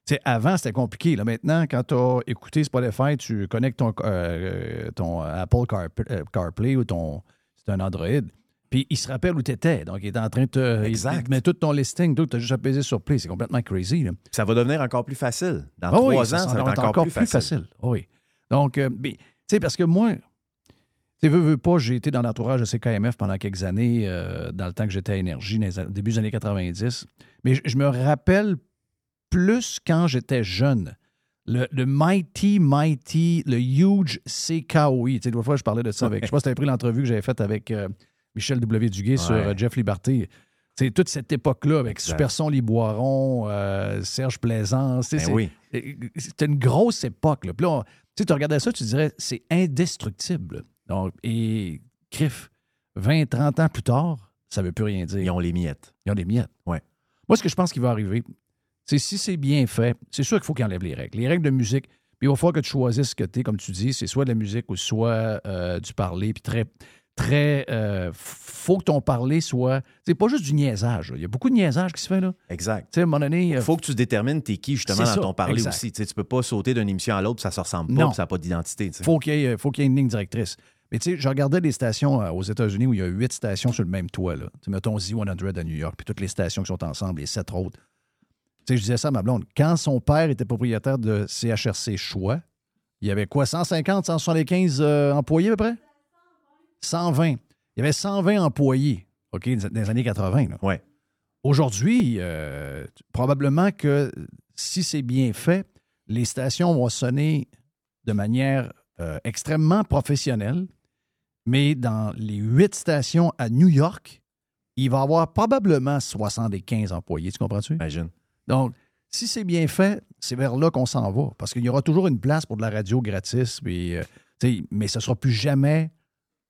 Speaker 1: tu sais, avant, c'était compliqué. Là, maintenant, quand tu as écouté Spotify, tu connectes ton, euh, ton Apple Car- euh, CarPlay ou ton. C'est un Android. Puis il se rappelle où tu étais. Donc, il est en train de te. Il
Speaker 14: Exact.
Speaker 1: te met tout ton listing, tout. Tu as juste à peser sur Play. C'est complètement crazy. là.
Speaker 14: Ça va devenir encore plus facile. Dans
Speaker 1: Ah
Speaker 14: trois
Speaker 1: oui,
Speaker 14: ans, ça, va être encore, plus, facile.
Speaker 1: Ah Oui. Donc, euh, ben, tu sais, parce que moi, tu sais, veux, veux pas, j'ai été dans l'entourage de CKMF pendant quelques années, euh, dans le temps que j'étais à Énergie, dans les a- début des années 90. Mais je- je me rappelle plus quand j'étais jeune. Le, le mighty, mighty, le huge CKOI. Tu sais, l'autre fois, je parlais de ça avec. Je sais pas si tu pris l'entrevue que j'avais faite avec euh, Michel W. Duguay sur
Speaker 14: Ouais.
Speaker 1: euh, Jeff Liberté. Tu sais, toute cette époque-là avec
Speaker 14: Exact.
Speaker 1: Superson Les Boirons, euh, Serge Plaisance. tu sais,
Speaker 14: Ben
Speaker 1: c'est-
Speaker 14: oui.
Speaker 1: c'était une grosse époque. Là. Puis là, on- tu sais, tu regardais ça, tu dirais, c'est indestructible. Donc, et crif, 20, 30 ans plus tard, ça ne veut plus rien dire.
Speaker 14: Ils ont les miettes.
Speaker 1: Ils ont des miettes.
Speaker 14: Ouais.
Speaker 1: Moi, ce que je pense qui va arriver, c'est si c'est bien fait, c'est sûr qu'il faut qu'ils enlèvent les règles. Les règles de musique, puis il va falloir que tu choisisses ce que tu es, comme tu dis, c'est soit de la musique ou soit euh, du parler, puis très. Très. euh, faut que ton parler soit. C'est pas juste du niaisage. là. Il y a beaucoup de niaisage qui se fait, là. Tu
Speaker 14: Exact.
Speaker 1: sais, à un moment donné. euh,
Speaker 14: Il faut que tu détermines t'es qui justement
Speaker 1: C'est
Speaker 14: dans
Speaker 1: ça,
Speaker 14: ton parler
Speaker 1: exact.
Speaker 14: aussi. Tu sais, tu peux pas sauter d'une émission à l'autre, puis ça se ressemble pas,
Speaker 1: Non.
Speaker 14: puis ça n'a pas d'identité. tu sais.
Speaker 1: faut qu'il y, ait- euh, faut qu'il y ait une ligne directrice. Mais tu sais, je regardais les stations euh, aux États-Unis où il y a huit stations sur le même toit. Là. Tu sais, mettons Z100 à New York, puis toutes les stations qui sont ensemble, les sept autres. Tu sais, je disais ça à ma blonde. Quand son père était propriétaire de CHRC Choix, il y avait quoi, 150, 175 euh, employés à peu près? 120. Il y avait 120 employés, OK, dans les années 80. là.
Speaker 14: Ouais.
Speaker 1: Aujourd'hui, euh, tu- probablement que si c'est bien fait, les stations vont sonner de manière euh, extrêmement professionnelle, mais dans les huit stations à New York, il va y avoir probablement 75 employés, tu comprends-tu?
Speaker 14: Imagine.
Speaker 1: Donc, si c'est bien fait, c'est vers là qu'on s'en va, parce qu'il y aura toujours une place pour de la radio gratis, puis, euh, tu sais, mais ce ne sera plus jamais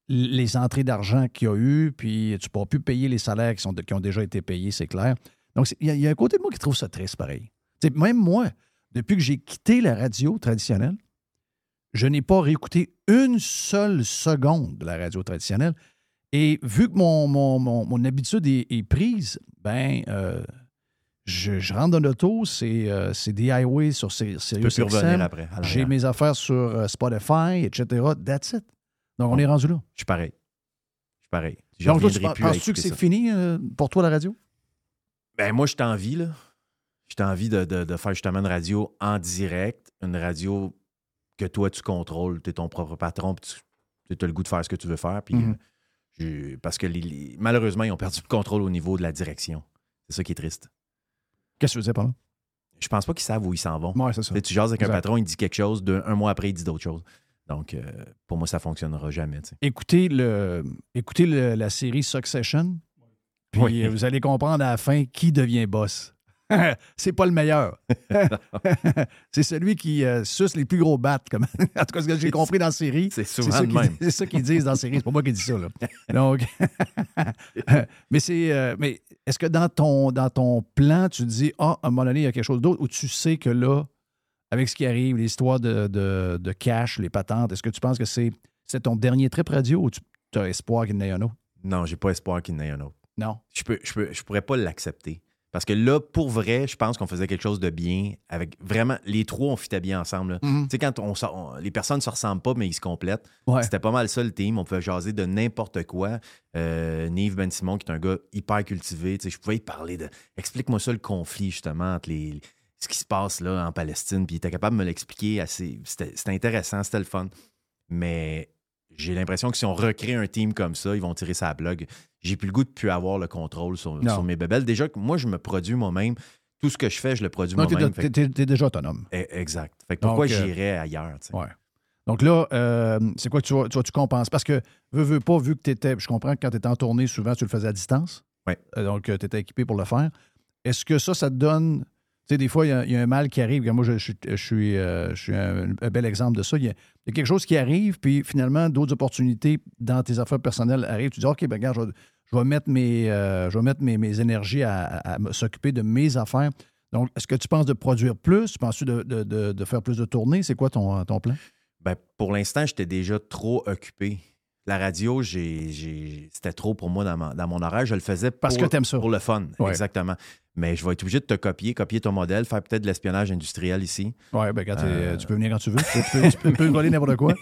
Speaker 1: l- les entrées d'argent qu'il y a eu, puis tu ne pourras plus payer les salaires qui, sont de- qui ont déjà été payés, c'est clair. Donc, c'est- il y, a- il y a un côté de moi qui trouve ça triste, pareil. Tu sais, même moi, depuis que j'ai quitté la radio traditionnelle, je n'ai pas réécouté une seule seconde de la radio traditionnelle. Et vu que mon, mon- mon- mon habitude est, est prise, ben, euh, je, je rentre dans l'auto, c'est euh, c'est des highways sur Sir-
Speaker 14: Tu peux
Speaker 1: Sirius
Speaker 14: plus revenir
Speaker 1: XM.
Speaker 14: après. à l'arrière.
Speaker 1: J'ai mes affaires sur euh, Spotify, etc. That's it. Donc, on est rendu là.
Speaker 14: Je suis pareil. Je suis pareil. Je
Speaker 1: Donc, toi, tu pen-
Speaker 14: reviendrai plus à
Speaker 1: penses-tu que
Speaker 14: écouter
Speaker 1: c'est
Speaker 14: ça.
Speaker 1: fini euh, pour toi, la radio?
Speaker 14: Ben moi, je t'envie, là. Je t'envie de, de, de faire justement une radio en direct, une radio que toi, tu contrôles, tu es ton propre patron, puis tu as le goût de faire ce que tu veux faire. Puis,
Speaker 1: Mhm.
Speaker 14: euh, j'ai- parce que les- les- malheureusement, ils ont perdu le contrôle au niveau de la direction. C'est ça qui est triste.
Speaker 1: Qu'est-ce que tu veux dire par là?
Speaker 14: Je pense pas qu'ils savent où ils s'en vont.
Speaker 1: Ouais, c'est ça.
Speaker 14: Tu sais, Tu jases avec
Speaker 1: Exact.
Speaker 14: un patron, il dit quelque chose, de, un mois après, il dit d'autres choses. Donc, euh, pour moi, ça fonctionnera jamais. tu sais.
Speaker 1: Écoutez, le, écoutez le- la série Succession, puis euh,
Speaker 14: Oui.
Speaker 1: vous allez comprendre à la fin qui devient boss. <laughs> c'est pas le meilleur.
Speaker 14: <laughs>
Speaker 1: <laughs> c'est celui qui euh, suce les plus gros battes. Comme... <laughs> en tout cas, ce que j'ai compris dans la série.
Speaker 14: C'est
Speaker 1: C'est
Speaker 14: souvent
Speaker 1: ça
Speaker 14: de
Speaker 1: qu'ils-
Speaker 14: même.
Speaker 1: <laughs> C'est ça qu'ils disent dans la série. C'est pas moi qui dis ça. Là. Donc, <laughs> mais c'est. euh, mais est-ce que dans ton, dans ton plan, tu dis Ah, à un moment donné, il y a quelque chose d'autre ou tu sais que là, avec ce qui arrive, l'histoire de, de, de cash, les patentes, est-ce que tu penses que c'est, c'est ton dernier trip radio ou tu as espoir qu'il y en ait un autre?
Speaker 14: Non, j'ai pas espoir qu'il n'y en ait un autre.
Speaker 1: Non.
Speaker 14: Je peux, je peux, je pourrais pas l'accepter. Parce que là, pour vrai, je pense qu'on faisait quelque chose de bien avec vraiment les trois on fitait bien ensemble. là.
Speaker 1: Mhm.
Speaker 14: Tu sais quand on, sort- on- les personnes se ressemblent pas mais ils se complètent.
Speaker 1: Ouais.
Speaker 14: C'était pas mal ça le team, on pouvait jaser de n'importe quoi. Euh, Nive Ben Simon qui est un gars hyper cultivé, tu sais, je pouvais y parler de explique-moi ça le conflit justement entre les ce qui se passe là en Palestine puis il était capable de me l'expliquer assez c'était c'était intéressant, c'était le fun. Mais j'ai l'impression que si on recrée un team comme ça, ils vont tirer sa blog. J'ai plus le goût de plus avoir le contrôle sur,
Speaker 1: Non.
Speaker 14: sur mes bébelles. Déjà que moi, je me produis moi-même. Tout ce que je fais, je le produis
Speaker 1: Non, t'es,
Speaker 14: moi-même.
Speaker 1: t'es-
Speaker 14: Fait que-
Speaker 1: t'es- t'es déjà autonome.
Speaker 14: Eh, Exact. Fait que
Speaker 1: Donc,
Speaker 14: pourquoi
Speaker 1: euh,
Speaker 14: j'irais ailleurs? tu sais?
Speaker 1: Ouais. Donc là, euh, c'est quoi que tu, vas- tu, vas- tu compenses? Parce que, veux, veux pas, vu que tu étais, je comprends que quand tu étais en tournée, souvent tu le faisais à distance.
Speaker 14: Ouais.
Speaker 1: Euh, donc, tu étais équipé pour le faire. Est-ce que ça, ça te donne. Tu sais, des fois, il y a- il y, a un mal qui arrive. Regarde, Moi, je, je suis- je suis, euh, je suis un, un bel exemple de ça. Il y, a, il y a quelque chose qui arrive, puis finalement, d'autres opportunités dans tes affaires personnelles arrivent. Tu dis, OK, ben, regarde, je vais, je vais mettre, mes, euh, je vais mettre mes, mes énergies à, à- à me- s'occuper de mes affaires. Donc, est-ce que tu penses de produire plus? Penses-tu de, de- de- de faire plus de tournées? C'est quoi ton, ton plan?
Speaker 14: Ben, pour l'instant, j'étais déjà trop occupé. La radio, j'ai- j'ai- c'était trop pour moi dans, ma- dans mon horaire. Je le faisais
Speaker 1: Parce
Speaker 14: pour,
Speaker 1: que t'aimes ça.
Speaker 14: pour le fun.
Speaker 1: Ouais.
Speaker 14: Exactement. Mais je vais être obligé de te copier, copier ton modèle, faire peut-être de l'espionnage industriel ici.
Speaker 1: Ouais, ben, regarde, t'es-
Speaker 14: Euh,
Speaker 1: tu peux venir quand tu veux. Tu peux, tu peux, tu
Speaker 14: <laughs>
Speaker 1: peux me voler n'importe quoi.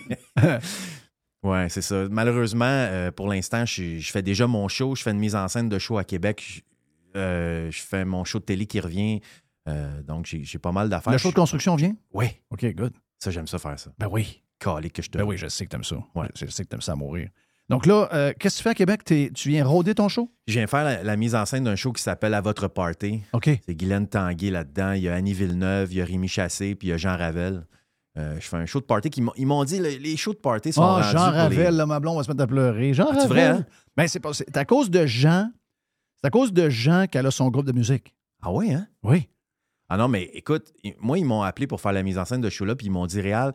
Speaker 14: Ouais, c'est ça. Malheureusement, euh, pour l'instant, je, suis- je fais déjà mon show. Je fais une mise en scène de show à Québec. Je, euh, je fais mon show de télé qui revient. Euh, donc, j'ai j'ai pas mal d'affaires.
Speaker 1: Le show de construction vient?
Speaker 14: Oui,
Speaker 1: OK, good.
Speaker 14: ça, j'aime ça faire ça.
Speaker 1: Ben oui.
Speaker 14: Calé que je te.
Speaker 1: Ben oui, je sais que t'aimes ça.
Speaker 14: Ouais.
Speaker 1: Je, je sais que t'aimes ça à mourir. Donc là, euh, qu'est-ce que tu fais à Québec? T'es- tu viens rôder ton show?
Speaker 14: Je viens faire la, la mise en scène d'un show qui s'appelle À votre party.
Speaker 1: OK.
Speaker 14: C'est Guylaine Tanguay là-dedans. Il y a Annie Villeneuve, il y a Rémi Chassé, puis il y a Jean Ravel. Euh, je fais un show de party. qui m'ont- ils m'ont dit, le- les shows de party sont
Speaker 1: Oh,
Speaker 14: rendus
Speaker 1: Jean
Speaker 14: pour les-
Speaker 1: Ravel, là, ma blonde, on va se mettre à pleurer. Jean Ravel.
Speaker 14: C'est vrai, hein?
Speaker 1: Ben, c'est, pas- c'est à cause de Jean. C'est à cause de Jean qu'elle a son groupe de musique.
Speaker 14: Ah ouais, hein?
Speaker 1: Oui.
Speaker 14: Ah non, mais écoute, i- moi, ils m'ont appelé pour faire la mise en scène de ce show-là, puis ils m'ont dit, Réal,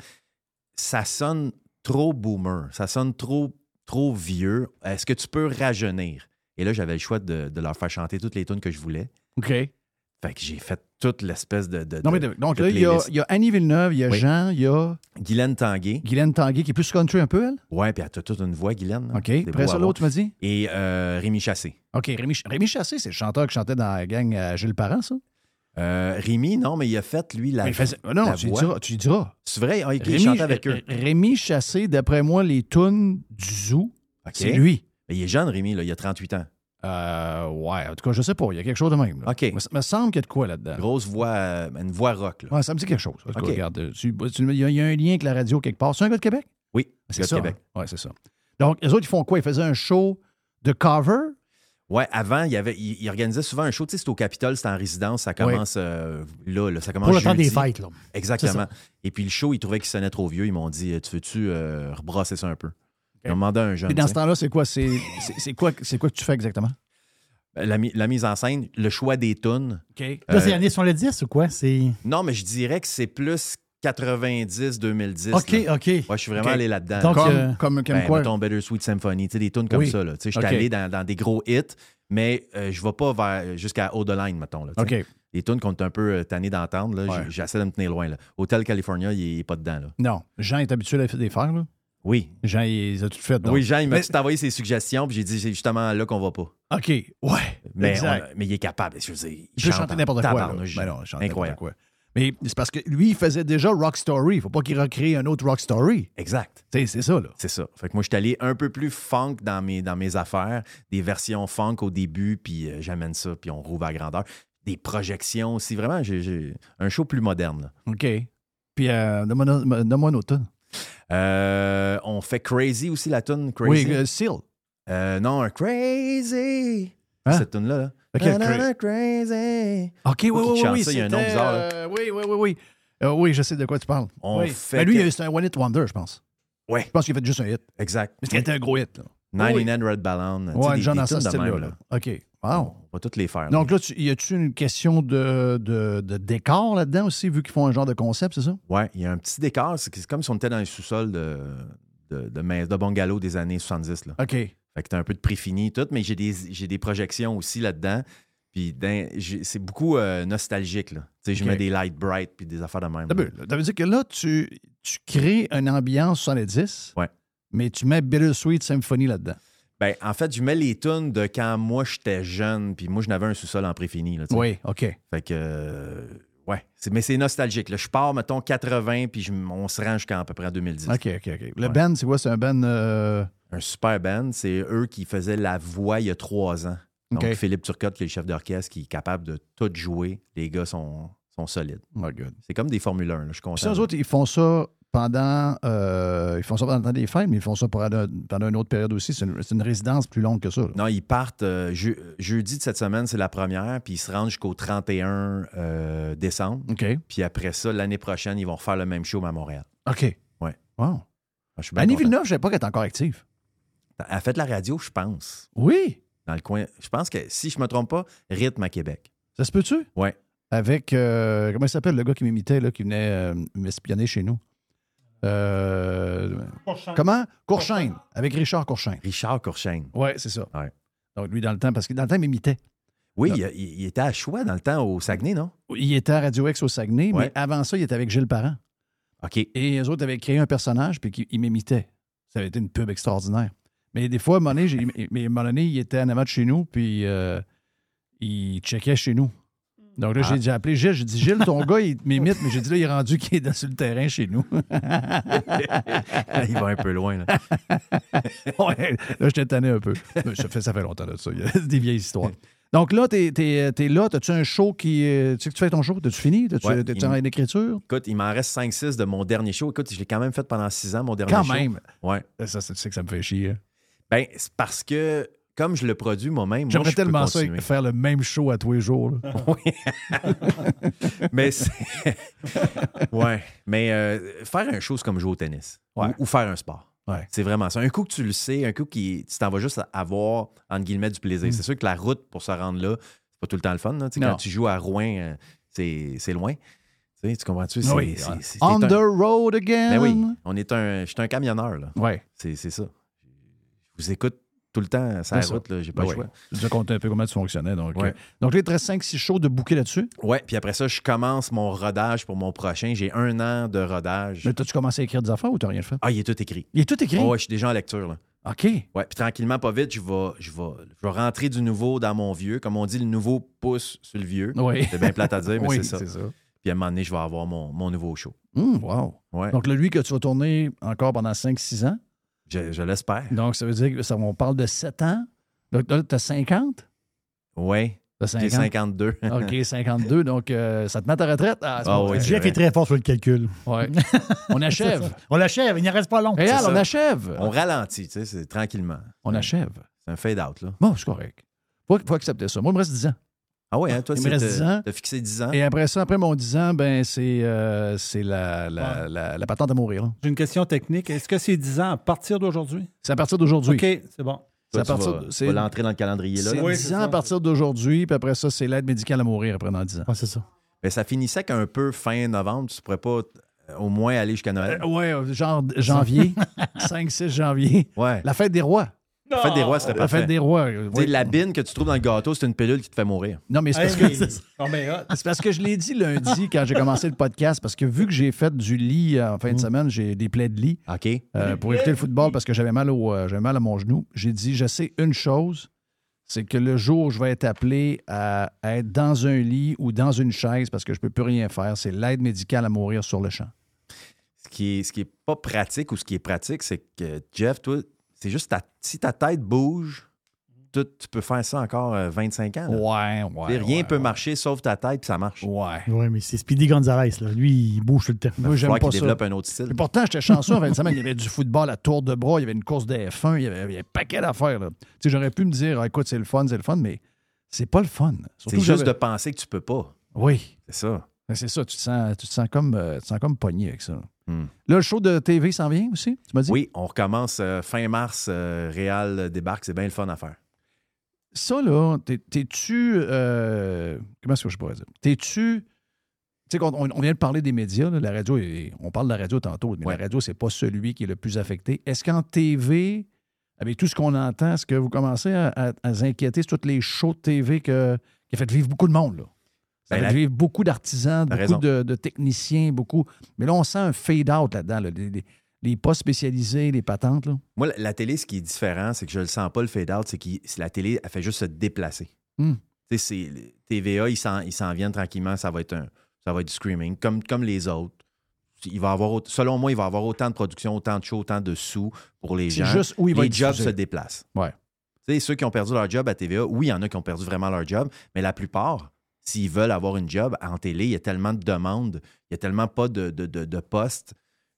Speaker 14: ça sonne trop boomer, ça sonne trop, trop vieux. Est-ce que tu peux rajeunir? Et là, j'avais le choix de, de leur faire chanter toutes les tunes que je voulais.
Speaker 1: OK.
Speaker 14: Fait que j'ai fait toute l'espèce de, de-
Speaker 1: Non, mais
Speaker 14: de-
Speaker 1: de- donc
Speaker 14: de
Speaker 1: là, il y, a,
Speaker 14: playlist.
Speaker 1: il y a Annie Villeneuve, il y a
Speaker 14: Oui.
Speaker 1: Jean, il y a
Speaker 14: Guylaine Tanguay.
Speaker 1: Guylaine Tanguay qui est plus country un peu, elle.
Speaker 14: Ouais, puis elle a toute une voix, Guylaine. là.
Speaker 1: OK.
Speaker 14: Des
Speaker 1: Après
Speaker 14: beaux
Speaker 1: ça,
Speaker 14: à
Speaker 1: l'autre, tu m'as dit?
Speaker 14: voir. Et euh, Rémi Chassé.
Speaker 1: OK. Rémi, Ch- Rémi Chassé, c'est le chanteur qui chantait dans la gang euh, Gilles Parent, ça?
Speaker 14: Euh, Rémi, non, mais il a fait, lui, la.
Speaker 1: Mais il faisait- Non,
Speaker 14: la
Speaker 1: tu lui
Speaker 14: voix.
Speaker 1: diras. Tu lui diras.
Speaker 14: C'est vrai, ah, il il
Speaker 1: Rémi, euh,
Speaker 14: chantait avec eux.
Speaker 1: Rémi Chassé, d'après moi, les tunes du zoo,
Speaker 14: Ok.
Speaker 1: euh, c'est lui. Ah,
Speaker 14: Mais il est jeune, Rémi, là, il a 38 ans.
Speaker 1: Euh, ouais, en tout cas, je sais pas. Il y a quelque chose de même. là.
Speaker 14: OK.
Speaker 1: Mais ça me semble qu'il y a de quoi là-dedans.
Speaker 14: Grosse voix, euh, une voix rock. Là.
Speaker 1: Ouais, ça me dit quelque chose. En tout cas,
Speaker 14: OK.
Speaker 1: regarde, euh, tu- tu- il y, a- il y a un lien avec la radio quelque part. C'est un gars de Québec?
Speaker 14: Oui,
Speaker 1: C'est
Speaker 14: gars de
Speaker 1: ça.
Speaker 14: Québec.
Speaker 1: hein? Ouais, c'est ça. Donc, les autres, ils font quoi? Ils faisaient un show de cover?
Speaker 14: Ouais, avant, il, y avait, il, il organisait souvent un show. Tu sais, c'est au Capitole, c'est en résidence, ça commence euh, là, là, ça commence
Speaker 3: Pour le temps des
Speaker 14: jeudi.
Speaker 3: fêtes, là. C'est
Speaker 14: Exactement.
Speaker 3: ça.
Speaker 14: Et puis le show, ils trouvaient qu'il sonnait trop vieux. Ils m'ont dit Tu veux-tu euh, rebrasser ça un peu Ils ont demandé à un jeune.
Speaker 1: Puis dans
Speaker 14: tu
Speaker 1: ce
Speaker 14: sais.
Speaker 1: temps-là, c'est quoi? C'est c'est- c'est quoi, c'est quoi que tu fais exactement?
Speaker 14: Euh, la, mi- la mise en scène, le choix des tunes.
Speaker 1: OK.
Speaker 3: Là, c'est
Speaker 14: Euh,
Speaker 3: l'année sur le 10 ou quoi? C'est.
Speaker 14: Non, mais je dirais que c'est plus 90-2010.
Speaker 3: OK,
Speaker 14: là.
Speaker 3: OK.
Speaker 14: Ouais, je suis vraiment
Speaker 1: OK.
Speaker 14: allé là-dedans.
Speaker 3: Donc,
Speaker 1: Comme,
Speaker 3: euh,
Speaker 1: comme, comme
Speaker 14: Ben,
Speaker 1: quoi?
Speaker 14: mettons Better Sweet Symphony, tu sais, des tunes comme
Speaker 1: Oui.
Speaker 14: ça. Là, tu sais, je suis
Speaker 1: OK.
Speaker 14: allé dans, dans des gros hits, mais euh, je ne vais pas vers, jusqu'à Haut de Line, mettons. Là, tu sais.
Speaker 1: OK.
Speaker 14: Les tunes qu'on est un peu euh, tanné d'entendre, là,
Speaker 1: Ouais.
Speaker 14: j- j'essaie de me tenir loin. Là. Hotel California, il n'est pas dedans. Là.
Speaker 1: Non. Jean est habitué à les faire, là.
Speaker 14: Oui.
Speaker 1: Jean, il les a tout fait. donc.
Speaker 14: oui, Jean, il m'a tout envoyé ses suggestions, puis j'ai dit, c'est justement là qu'on va pas.
Speaker 1: OK. Ouais.
Speaker 14: Mais,
Speaker 1: exact.
Speaker 14: on- mais il est capable. Je veux dire,
Speaker 1: Il peut
Speaker 14: chante
Speaker 1: chanter
Speaker 14: en
Speaker 1: n'importe quoi. là.
Speaker 14: tabarnouche.
Speaker 1: Ben non, il chante n'importe
Speaker 14: Incroyable.
Speaker 1: quoi. Mais c'est parce que lui, il faisait déjà Rock Story. Il faut pas qu'il recrée un autre Rock Story.
Speaker 14: Exact.
Speaker 1: Tu sais, C'est ça, là.
Speaker 14: C'est ça. Fait que moi, je suis allé un peu plus funk dans mes, dans mes affaires, des versions funk au début, puis euh, j'amène ça, puis on rouvre à grandeur. Des projections aussi. Vraiment, j'ai- j'ai un show plus moderne. là.
Speaker 1: OK. Puis, euh, donne-moi no- donne-moi un autre tune.
Speaker 14: Euh, on fait Crazy aussi, la tune Crazy.
Speaker 1: Oui, euh, Seal.
Speaker 14: Euh, non, un Crazy. Hein? Cette tune là, là.
Speaker 1: Ok,
Speaker 14: Na-na-na,
Speaker 1: cra-
Speaker 14: crazy.
Speaker 1: OK, oui,
Speaker 14: Qui
Speaker 1: oui, oui,
Speaker 14: chante
Speaker 1: oui.
Speaker 14: ça, il y a un nom
Speaker 1: c'était,
Speaker 14: bizarre, là.
Speaker 1: euh, oui, oui, oui, oui. Euh, oui, je sais de quoi tu parles.
Speaker 14: On
Speaker 1: Oui.
Speaker 14: fait
Speaker 1: Mais lui,
Speaker 14: que-
Speaker 1: c'est un One Hit Wonder, je pense.
Speaker 14: Ouais.
Speaker 1: Je pense qu'il a fait juste un hit.
Speaker 14: Exact.
Speaker 1: Mais c'était un gros hit. Là.
Speaker 14: Nine
Speaker 1: Oui.
Speaker 14: in Hand, Red Ballon. tu sais,
Speaker 1: Ouais,
Speaker 14: des-
Speaker 1: John
Speaker 14: des
Speaker 1: dans ce
Speaker 14: tunes de
Speaker 1: style-là.
Speaker 14: même,
Speaker 1: là.
Speaker 14: là.
Speaker 1: OK. Wow.
Speaker 14: On va toutes les faire.
Speaker 1: Donc là, tu- y a-tu une question de, de, de décor là-dedans aussi, vu qu'ils font un genre de concept, c'est ça?
Speaker 14: Ouais, il y a un petit décor. C'est c'est comme si on était dans les sous-sols de, de, de, mais- de bungalow des années 70. Là.
Speaker 1: OK.
Speaker 14: Fait que t'as un peu de pré-fini et tout, mais j'ai des, j'ai des projections aussi là-dedans. Puis dans- j'ai- c'est beaucoup euh, nostalgique. Là. Tu sais, Je
Speaker 1: OK.
Speaker 14: mets des light bright puis des affaires de même.
Speaker 1: Ça veut, ça veut dire que là, tu, tu crées une ambiance 70,
Speaker 14: Ouais.
Speaker 1: mais tu mets Bittersweet Symphony là-dedans.
Speaker 14: Ben, en fait, je mets les tunes de quand moi j'étais jeune, puis moi je n'avais un sous-sol en pré-fini. là, tu sais.
Speaker 1: Oui, OK.
Speaker 14: Fait que, euh, ouais, C'est- mais c'est nostalgique. là. Je pars, mettons, 80, puis je- on se rend jusqu'à à peu près en 2010.
Speaker 1: OK, OK, OK. Le
Speaker 14: Ouais.
Speaker 1: band, c'est quoi? C'est un band... euh,
Speaker 14: Un super band. C'est eux qui faisaient la voix il y a trois ans. Donc,
Speaker 1: OK.
Speaker 14: Philippe Turcotte, qui est le chef d'orchestre, qui est capable de tout jouer. Les gars sont, sont solides.
Speaker 1: Oh my God.
Speaker 14: C'est comme des Formule 1. là. Je suis
Speaker 1: Puis ça,
Speaker 14: content.
Speaker 1: eux autres, ils font ça pendant... euh, ils font ça pendant des fêtes, mais ils font ça pendant, pendant une autre période aussi. C'est une, c'est une résidence plus longue que ça. là.
Speaker 14: Non, ils partent euh, je- jeudi de cette semaine, c'est la première, puis ils se rendent jusqu'au 31 euh, décembre.
Speaker 1: OK.
Speaker 14: Puis après ça, l'année prochaine, ils vont refaire le même show à Montréal.
Speaker 1: OK.
Speaker 14: Ouais. Ah,
Speaker 1: Wow.
Speaker 14: Je suis bien
Speaker 1: Annie
Speaker 14: content.
Speaker 1: Villeneuve, je ne savais pas qu'elle est encore active.
Speaker 14: Elle fait de la radio, je pense.
Speaker 1: Oui.
Speaker 14: Dans le coin. Je pense que, si je me trompe pas, rythme à Québec.
Speaker 1: Ça se peut-tu?
Speaker 14: Ouais.
Speaker 1: Avec... euh, comment il s'appelle, le gars qui m'imitait, là, qui venait euh, m'espionner chez nous? Euh, Comment? Courchaine. Avec Richard Courchaine.
Speaker 14: Richard Courchaine.
Speaker 1: Oui, c'est ça.
Speaker 14: Ouais.
Speaker 1: Donc, lui, dans le temps, parce que dans le temps, il m'imitait.
Speaker 14: Oui,
Speaker 1: Non.
Speaker 14: il, il- il était à choix dans le temps au Saguenay, non?
Speaker 1: Il était à Radio X au Saguenay,
Speaker 14: Ouais.
Speaker 1: mais avant ça, il était avec Gilles Parent.
Speaker 14: OK.
Speaker 1: Et les autres avaient créé un personnage, puis qu'ils- ils m'imitaient. Ça avait été une pub extraordinaire. Mais des fois, à un moment donné, j'ai- mais à un moment donné, il était en avant de chez nous, puis euh, il checkait chez nous. Donc
Speaker 14: Ah.
Speaker 1: là, j'ai j'ai appelé Gilles, j'ai dit Gilles, ton gars, il m'imite, mais j'ai dit là, il est rendu qu'il est dans- sur le terrain chez nous.
Speaker 14: <laughs> il va un peu loin, là.
Speaker 1: <laughs> Ouais, là, j'étais tanné un peu. Mais Ça fait, ça fait longtemps de ça. Il y a des vieilles histoires. Donc là, t'es es, là. T'as-tu un show qui. euh, Tu sais que tu fais ton show? T'as-tu fini? T'as-tu
Speaker 14: Ouais,
Speaker 1: t'es-tu
Speaker 14: il-
Speaker 1: en écriture?
Speaker 14: Écoute, il m'en reste 5-6 de mon dernier show. Écoute, je l'ai quand même fait pendant 6 ans, mon dernier
Speaker 1: Quand
Speaker 14: show.
Speaker 1: même.
Speaker 14: Ouais.
Speaker 1: Ça, c'est- tu sais que ça me fait chier. hein.
Speaker 14: Ben, c'est parce que, comme je le produis moi-même, moi,
Speaker 1: J'aimerais
Speaker 14: je peux
Speaker 1: tellement ça
Speaker 14: continuer.
Speaker 1: faire le même show à tous les jours. là.
Speaker 14: <laughs>
Speaker 1: <laughs>
Speaker 14: Mais c'est- <laughs> ouais. Mais euh, faire un chose comme jouer au tennis
Speaker 1: Ouais.
Speaker 14: ou, ou faire un sport.
Speaker 1: Ouais.
Speaker 14: C'est vraiment ça. Un coup que tu le sais, un coup qui tu t'en vas juste avoir entre guillemets du plaisir. C'est sûr que la route pour se rendre là, c'est pas tout le temps le fun. là. Tu sais,
Speaker 1: Mm. Non.
Speaker 14: Quand tu joues à Rouen, euh, c'est c'est loin. Tu sais, tu comprends-tu? C'est-
Speaker 1: Ah Oui.
Speaker 14: c'est- c'est-
Speaker 1: On
Speaker 14: t'es un-
Speaker 1: the road again.
Speaker 14: Ben oui, on est un. Je suis un camionneur, là.
Speaker 1: Ouais.
Speaker 14: C'est c'est ça. Je vous écoute tout le temps sur la
Speaker 1: C'est ça.
Speaker 14: route, là. J'ai pas
Speaker 1: Ben
Speaker 14: le
Speaker 1: oui.
Speaker 14: choix.
Speaker 1: Je te comptais un peu comment tu fonctionnais. Donc,
Speaker 14: Ouais.
Speaker 1: euh, donc là, il te reste 5-6 shows de bouquet là-dessus.
Speaker 14: Ouais, puis après ça, je commence mon rodage pour mon prochain. J'ai un an de rodage.
Speaker 1: Mais t'as-tu commencé à écrire des affaires ou t'as rien fait?
Speaker 14: Ah, il est tout écrit.
Speaker 1: Il est tout écrit.
Speaker 14: Oh, ouais, je suis déjà en lecture, là.
Speaker 1: OK.
Speaker 14: Ouais, puis tranquillement, pas vite, je vais, je, vais, je vais rentrer du nouveau dans mon vieux. Comme on dit, le nouveau pousse sur le vieux.
Speaker 1: Oui.
Speaker 14: C'est bien plate à dire, mais
Speaker 1: <laughs> Oui,
Speaker 14: c'est ça. Puis à un moment donné, je vais avoir mon, mon nouveau show.
Speaker 1: Hum, wow.
Speaker 14: Ouais,
Speaker 1: Donc là, lui que tu vas tourner encore pendant 5-6 ans.
Speaker 14: je, je l'espère.
Speaker 1: Donc, ça veut dire que ça, on parle de 7 ans. Donc, là, t'as 50?
Speaker 14: Ouais,
Speaker 1: T'as
Speaker 14: j'ai
Speaker 1: 50?
Speaker 14: 52.
Speaker 1: <laughs> OK, 52. Donc, euh, ça te met à ta retraite? Ah, c'est
Speaker 14: Ah
Speaker 1: bon.
Speaker 14: oui, c'est
Speaker 3: Jeff
Speaker 14: vrai.
Speaker 3: est très fort sur le calcul.
Speaker 1: Ouais.
Speaker 14: <laughs>
Speaker 1: On achève.
Speaker 3: On l'achève, il n'y reste pas long.
Speaker 1: Réal,
Speaker 14: C'est ça.
Speaker 1: on achève.
Speaker 14: On ralentit, tu sais, c'est tranquillement.
Speaker 1: On achève.
Speaker 14: C'est un fade-out, là.
Speaker 1: Bon, c'est correct. Faut, faut accepter ça. Moi, il me reste 10 ans.
Speaker 14: Ah ouais, hein, toi,
Speaker 1: Il me
Speaker 14: c'est-
Speaker 1: reste
Speaker 14: t'as-
Speaker 1: 10 ans.
Speaker 14: T'as fixé 10 ans.
Speaker 1: Et après ça, après mon 10 ans, ben, c'est euh, c'est la, la, la- la patente à mourir. là.
Speaker 7: J'ai une question technique. Est-ce que c'est 10 ans à partir d'aujourd'hui?
Speaker 1: C'est à partir d'aujourd'hui.
Speaker 7: OK, c'est bon.
Speaker 1: C'est à
Speaker 14: Toi, tu
Speaker 1: partir
Speaker 14: vas-
Speaker 1: de-
Speaker 14: tu
Speaker 1: c'est-
Speaker 14: vas l'entrer dans le calendrier, là.
Speaker 1: c'est
Speaker 14: là.
Speaker 7: Oui,
Speaker 1: 10
Speaker 7: c'est
Speaker 1: ans
Speaker 7: ça.
Speaker 1: à partir d'aujourd'hui, puis après ça, c'est l'aide médicale à mourir après dans 10 ans.
Speaker 3: Ouais, c'est ça.
Speaker 14: Mais ça finissait qu'un peu fin novembre, tu pourrais pas euh, au moins aller jusqu'à Noël.
Speaker 1: Ouais, euh, genre
Speaker 7: <laughs>
Speaker 1: janvier, 5-6 janvier.
Speaker 14: Ouais.
Speaker 1: La fête des rois.
Speaker 14: La fête des rois serait
Speaker 1: La
Speaker 14: parfait.
Speaker 1: fête des rois.
Speaker 14: Tu
Speaker 1: oui.
Speaker 14: sais, La bine que tu trouves dans le gâteau, c'est une pilule qui te fait mourir.
Speaker 1: Non, mais c'est parce
Speaker 7: Hey,
Speaker 1: que.
Speaker 7: mais- Oh, mais hot.
Speaker 1: C'est parce que je l'ai dit
Speaker 7: <laughs>
Speaker 1: lundi quand j'ai commencé le podcast, parce que vu que j'ai fait du lit euh, en
Speaker 7: Mm.
Speaker 1: fin de semaine, j'ai des plaies de lit
Speaker 14: OK?
Speaker 1: euh, pour éviter le football parce que j'avais mal, au, euh, j'avais mal à mon genou. J'ai dit, je sais une chose, c'est que le jour où je vais être appelé à être dans un lit ou dans une chaise parce que je ne peux plus rien faire, c'est l'aide médicale à mourir sur le champ.
Speaker 14: Ce qui, est, ce qui est pas pratique ou ce qui est pratique, c'est que Jeff, toi, c'est juste ta, si ta tête bouge, toi, tu peux faire ça encore euh, 25 ans. là.
Speaker 1: Ouais, ouais.
Speaker 14: rien
Speaker 1: ouais,
Speaker 14: peut
Speaker 1: ouais.
Speaker 14: marcher sauf ta tête, puis ça marche.
Speaker 1: Ouais.
Speaker 3: Oui, mais c'est Speedy Gonzalez. Là. Lui, il bouge tout le temps.
Speaker 1: Moi,
Speaker 14: Il va
Speaker 1: j'aime
Speaker 14: falloir
Speaker 1: pas
Speaker 14: Ben, qu'il
Speaker 1: ça.
Speaker 14: développe un autre style.
Speaker 1: Et pourtant, j'étais chanceux en fin de semaine. Il y
Speaker 14: <laughs>
Speaker 1: avait du football à tour de bras, il y avait une course de F1, il y avait, il y avait un paquet d'affaires. là. Tu sais, J'aurais pu me dire, Ah, écoute, c'est le fun, c'est le fun, mais C'est pas le fun. Surtout
Speaker 14: C'est juste
Speaker 1: j'avais-
Speaker 14: de penser que tu peux pas.
Speaker 1: Oui.
Speaker 14: C'est ça.
Speaker 1: Ben, C'est ça, tu te sens, tu te sens comme, euh, tu te sens comme pogné avec ça.
Speaker 14: Hmm.
Speaker 1: Là, le show de TV s'en vient aussi, tu m'as dit?
Speaker 14: Oui, on recommence euh, fin mars. euh, Réal débarque, c'est bien le fun à faire.
Speaker 1: Ça, là, t'es- t'es-tu. euh, comment est-ce que je pourrais dire? T'es-tu. Tu sais, qu'on- on, on vient de parler des médias, là, la radio, est- on parle de la radio tantôt, mais la radio, c'est pas celui qui est le plus affecté. Est-ce qu'en TV, avec ben, tout ce qu'on entend, est-ce que vous commencez à, à- à vous inquiéter sur toutes les shows de TV que, qui a fait vivre beaucoup de monde, là? Ça a
Speaker 14: Ben,
Speaker 1: fait
Speaker 14: la-
Speaker 1: vivre beaucoup d'artisans,
Speaker 14: T'as
Speaker 1: beaucoup
Speaker 14: raison.
Speaker 1: de, de techniciens, beaucoup. Mais là, on sent un fade-out là-dedans, là, les, les- les pas spécialisés, les patentes, là.
Speaker 14: Moi, la, la télé, ce qui est différent, c'est que je le sens pas, le fade-out, c'est que la télé, elle fait juste se déplacer.
Speaker 1: Hmm.
Speaker 14: Tu sais, c'est- les TVA, ils s'en, ils s'en viennent tranquillement, ça va être, un, ça va être du screaming, comme, comme les autres. Il va avoir, aut- selon moi, il va avoir autant de production, autant de shows, autant de sous pour les
Speaker 1: C'est
Speaker 14: gens.
Speaker 1: juste où il va
Speaker 14: les
Speaker 1: être
Speaker 14: jobs
Speaker 1: diffusé.
Speaker 14: se déplacent.
Speaker 1: Ouais.
Speaker 14: Tu sais, ceux qui ont perdu leur job à TVA, oui, il y en a qui ont perdu vraiment leur job, mais la plupart, s'ils veulent avoir une job en télé, il y a tellement de demandes, il y a tellement pas de, de, de- de postes.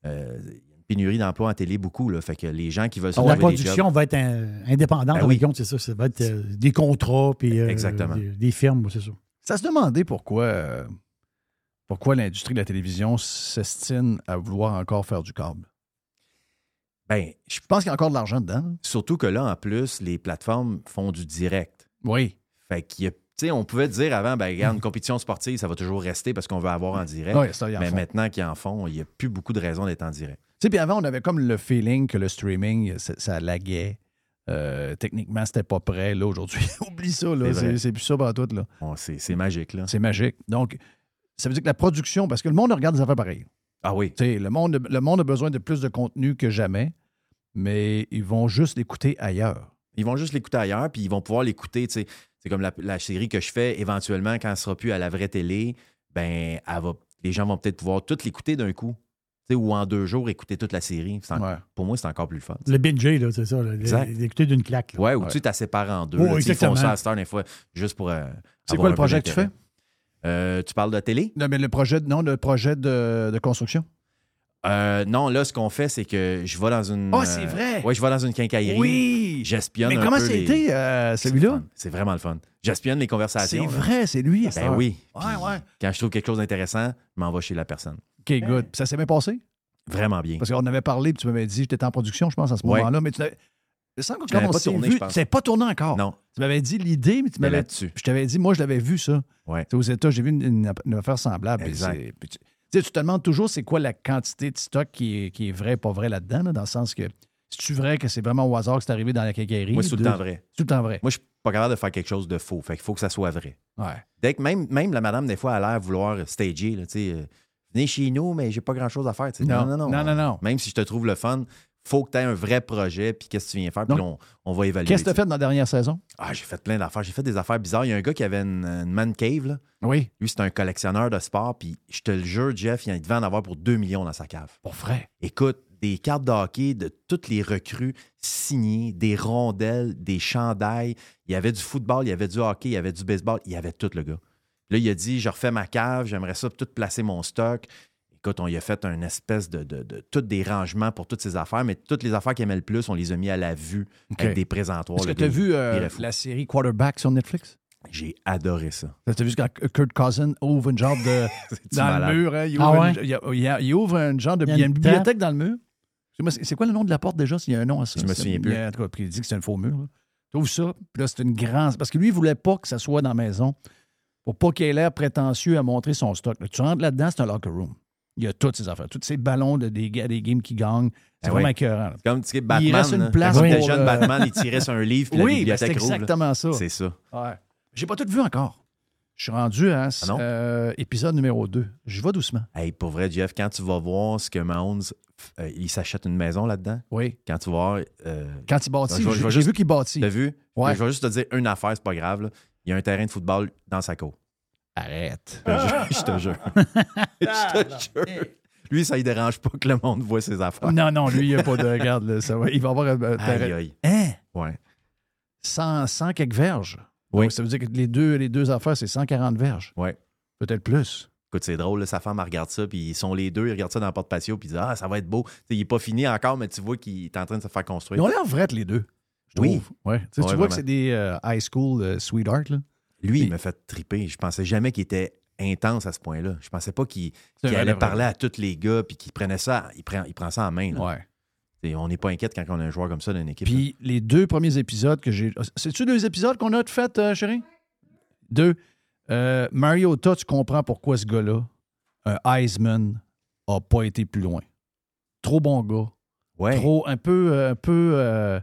Speaker 14: euh, il y a une pénurie d'emplois en télé beaucoup. Là, fait que les gens qui veulent se
Speaker 3: la
Speaker 14: trouver des
Speaker 3: production
Speaker 14: jobs-
Speaker 3: va être euh, indépendante,
Speaker 14: Ben
Speaker 3: dans
Speaker 14: oui.
Speaker 3: le compte, c'est ça. Ça va être euh, des contrats, puis euh,
Speaker 14: Exactement.
Speaker 3: des, des firmes, c'est ça.
Speaker 1: Ça se demandait pourquoi, euh, pourquoi l'industrie de la télévision s'estime à vouloir encore faire du câble.
Speaker 14: Ben, je
Speaker 1: pense qu'il y a encore de l'argent dedans.
Speaker 14: Surtout que là, en plus, les plateformes font du direct.
Speaker 1: Oui.
Speaker 14: Fait qu'il y a- tu sais, on pouvait dire avant, ben, regarde, une compétition sportive, ça va toujours rester parce qu'on veut avoir en direct.
Speaker 1: Ouais, ça, ils en
Speaker 14: Mais
Speaker 1: font.
Speaker 14: maintenant qu'ils en font, il n'y a plus beaucoup de raisons d'être en direct.
Speaker 1: Tu sais, puis avant, on avait comme le feeling que le streaming, ça, ça laguait. Euh, techniquement, c'était pas prêt. Là, aujourd'hui, <laughs> oublie ça. là.
Speaker 14: C'est vrai.
Speaker 1: C'est c'est plus ça par tout. là.
Speaker 14: Bon, c'est c'est magique, là.
Speaker 1: C'est magique. Donc, ça veut dire que la production, parce que le monde regarde des affaires pareilles.
Speaker 14: Ah oui.
Speaker 1: Tu sais, le monde, le monde a besoin de plus de contenu que jamais, mais ils vont juste l'écouter ailleurs.
Speaker 14: Ils vont juste l'écouter ailleurs, puis ils vont pouvoir l'écouter. tu sais. C'est comme la, la série que je fais, éventuellement, quand elle sera plus à la vraie télé, ben, elle va- les gens vont peut-être pouvoir tout l'écouter d'un coup. Tu sais, ou en deux jours, écouter toute la série. C'est en- Pour moi, c'est encore plus le fun.
Speaker 3: Le binge, là, c'est ça. là,
Speaker 14: Exact.
Speaker 3: L'écouter d'une claque. là.
Speaker 14: Ouais, ou tu t'as séparé en deux.
Speaker 3: Oui,
Speaker 14: là, tu sais, ils font
Speaker 3: exactement.
Speaker 14: ça à cette heure des fois, juste pour. euh,
Speaker 1: C'est quoi
Speaker 14: avoir
Speaker 1: le
Speaker 14: un peu
Speaker 1: projet que tu
Speaker 14: d'intérêt. Euh, tu parles de télé?
Speaker 1: Non, mais le projet, de- non, le projet de, de construction.
Speaker 14: Euh, non, là, ce qu'on fait, c'est que je vais dans une.
Speaker 1: Ah, c'est vrai!
Speaker 14: Oui, je vais dans une quincaillerie.
Speaker 1: Oui!
Speaker 14: J'espionne
Speaker 1: Mais
Speaker 14: un
Speaker 1: comment
Speaker 14: peu les-
Speaker 1: c'était euh, celui-là?
Speaker 14: C'est vraiment le fun. J'espionne les
Speaker 1: C'est
Speaker 14: conversations. là.
Speaker 1: vrai, c'est lui. à cette
Speaker 14: Ben
Speaker 1: heure.
Speaker 14: oui.
Speaker 1: Ouais, ouais.
Speaker 14: Quand je trouve quelque chose d'intéressant, je m'en vais chez la personne.
Speaker 1: OK, good. Puis ça s'est bien passé?
Speaker 14: Vraiment bien.
Speaker 1: Parce qu'on avait parlé, puis tu m'avais dit, j'étais en production, je pense, à ce
Speaker 14: Ouais.
Speaker 1: moment-là. Mais tu n'avais Il me semble que
Speaker 14: Je
Speaker 1: quand
Speaker 14: l'avais
Speaker 1: on
Speaker 14: pas
Speaker 1: s'est
Speaker 14: tourné,
Speaker 1: vu,
Speaker 14: je pense.
Speaker 1: tu l'avais pas tourné encore.
Speaker 14: Non.
Speaker 1: Tu m'avais dit l'idée, mais tu
Speaker 14: Mais
Speaker 1: m'avais.
Speaker 14: Ben, là-dessus.
Speaker 1: Je t'avais dit, moi, je l'avais vu, ça.
Speaker 14: Ouais.
Speaker 1: Tu sais, Aux États, j'ai vu une, une app- une affaire semblable. puis
Speaker 14: Exact.
Speaker 1: c'est- puis tu, tu sais, tu te demandes toujours c'est quoi la quantité de stock qui est, qui est vrai, pas vrai là-dedans, là, dans le sens que. C'est-tu vrai que c'est vraiment au hasard que c'est arrivé dans la quincaillerie?
Speaker 14: Moi, c'est tout le
Speaker 1: De-
Speaker 14: temps vrai.
Speaker 1: c'est Tout le temps vrai.
Speaker 14: Moi, je suis pas capable de faire quelque chose de faux. Fait qu'il faut que ça soit vrai.
Speaker 1: Ouais.
Speaker 14: Dès que même, même la madame, des fois, a l'air vouloir stager. Là, tu sais, euh, Venez chez nous, mais j'ai pas grand-chose à faire. tu sais.
Speaker 1: Non.
Speaker 14: non, non,
Speaker 1: Non, non, non.
Speaker 14: Même si je te trouve le fun, faut que tu aies un vrai projet, puis qu'est-ce que tu viens faire, puis
Speaker 1: Non.
Speaker 14: on, on va évaluer.
Speaker 1: Qu'est-ce que tu as
Speaker 14: tu sais.
Speaker 1: fait dans la dernière saison?
Speaker 14: Ah, j'ai fait plein d'affaires. J'ai fait des affaires bizarres. Il y a un gars qui avait une, une man cave. Là.
Speaker 1: Oui.
Speaker 14: Lui, c'est un collectionneur de sport. Puis je te le jure, Jeff, il devait en avoir pour 2 millions dans sa cave.
Speaker 1: Pour vrai.
Speaker 14: Écoute, des cartes de hockey de toutes les recrues signées, des rondelles, des chandails. Il y avait du football, il y avait du hockey, il y avait du baseball. Il y avait tout, le gars. Là, il a dit Je refais ma cave, j'aimerais ça tout placer mon stock. Écoute, on y a fait une espèce de, de, de- tous des rangements pour toutes ces affaires, mais toutes les affaires qu'il aimait le plus, on les a mis à la vue
Speaker 1: OK.
Speaker 14: avec des présentoirs.
Speaker 1: Est-ce que
Speaker 14: Le
Speaker 1: tu as
Speaker 14: gars,
Speaker 1: vu
Speaker 14: il
Speaker 1: euh,
Speaker 14: irait fou.
Speaker 1: la série Quarterback sur Netflix?
Speaker 14: J'ai adoré ça.
Speaker 1: T'as vu quand Kurt Cousin ouvre une genre
Speaker 14: <laughs>
Speaker 1: de.
Speaker 14: C'est-tu
Speaker 1: dans
Speaker 14: malade?
Speaker 1: le mur, hein, il,
Speaker 3: Ah
Speaker 1: ouvre
Speaker 3: ouais?
Speaker 1: une- il y a- il y a- il ouvre une genre de.
Speaker 3: Il y a
Speaker 1: Il y a une
Speaker 3: une
Speaker 1: bibliothèque dans le mur. Excuse-moi, C'est c'est quoi le nom de la porte déjà? S'il y a un nom à ça.
Speaker 14: Je me
Speaker 1: C'est-
Speaker 14: souviens
Speaker 1: il y
Speaker 14: plus.
Speaker 1: a- En tout cas, puis il dit que c'est un faux mur. Tu ouvres ça, puis là, c'est une grande. Parce que lui, il voulait pas que ça soit dans la maison pour pas qu'il ait l'air prétentieux à montrer son stock. Là, tu rentres là-dedans, c'est un locker room. Il y a toutes ces affaires, tous ces ballons de, des, ga- des games qui gagnent. C'est
Speaker 14: Ah
Speaker 1: vraiment
Speaker 14: ouais.
Speaker 1: écœurant. là.
Speaker 14: C'est Comme tu sais, Batman.
Speaker 1: il reste
Speaker 14: là.
Speaker 1: une place.
Speaker 14: Quand
Speaker 1: pour
Speaker 14: il était jeune,
Speaker 1: le-
Speaker 14: Batman, il tirait sur un livre, puis
Speaker 1: <laughs>
Speaker 14: la
Speaker 1: Oui, ben, c'est
Speaker 14: bibliothèque roule.
Speaker 1: exactement ça.
Speaker 14: C'est ça.
Speaker 1: Ouais. J'ai pas tout vu encore. Je suis rendu à
Speaker 14: Ah non?
Speaker 1: euh, épisode numéro 2. Je vais doucement.
Speaker 14: Hey, pour vrai, Jeff, quand tu vas voir ce que Mahomes, euh, il s'achète une maison là-dedans.
Speaker 1: Oui.
Speaker 14: Quand tu vas voir. euh,
Speaker 1: Quand il bâtit,
Speaker 14: Je vais- je
Speaker 1: j'ai
Speaker 14: vais
Speaker 1: j'ai
Speaker 14: juste-
Speaker 1: vu qu'il bâtit.
Speaker 14: T'as vu?
Speaker 1: Ouais.
Speaker 14: Je vais juste te dire une affaire, c'est pas grave. là. Il y a un terrain de football dans sa cour.
Speaker 1: Arrête.
Speaker 14: Je te jure. <laughs> Je te jure.
Speaker 1: <laughs>
Speaker 14: Je te jure. Lui, ça ne dérange pas que le monde voit ses affaires.
Speaker 1: Non, non, lui, il n'y a pas de. Regarde, là, ça va, il va avoir. un- un
Speaker 14: Aïe,
Speaker 1: terrain-
Speaker 14: aïe.
Speaker 1: Hein?
Speaker 14: Ouais.
Speaker 1: 100, 100 quelques verges.
Speaker 14: Oui.
Speaker 1: Donc, ça veut dire que les deux, les deux affaires, c'est 140 verges.
Speaker 14: Ouais.
Speaker 1: Peut-être plus.
Speaker 14: Écoute, c'est drôle, là, sa femme elle regarde ça, puis ils sont les deux, ils regardent ça dans le porte-patio, puis ils disent Ah, ça va être beau. Tu sais, il n'est pas fini encore, mais tu vois qu'il est en train de se faire
Speaker 1: Ils
Speaker 14: construire.
Speaker 1: ont l'air vrais, les deux. Je
Speaker 14: Oui.
Speaker 1: trouve. Ouais. Tu, sais, tu
Speaker 14: Ouais,
Speaker 1: vois que
Speaker 14: vraiment.
Speaker 1: c'est des euh, high school euh, sweethearts. Là.
Speaker 14: Lui, il m'a fait triper. Je pensais jamais qu'il était intense à ce point-là. Je pensais pas qu'il
Speaker 1: C'est
Speaker 14: qu'il
Speaker 1: vrai,
Speaker 14: allait
Speaker 1: vrai.
Speaker 14: parler à tous les gars puis qu'il prenait ça, il prend, il prend ça en main. là.
Speaker 1: Ouais.
Speaker 14: Et on n'est pas inquiète quand on a un joueur comme ça dans une équipe.
Speaker 1: Puis les deux premiers épisodes que j'ai. C'est-tu deux épisodes qu'on a de fait, euh, chérie? Deux. Euh, Mariota, tu comprends pourquoi ce gars-là, un Heisman, a pas été plus loin. Trop bon gars.
Speaker 14: Ouais.
Speaker 1: Trop, un peu, euh, un peu, euh,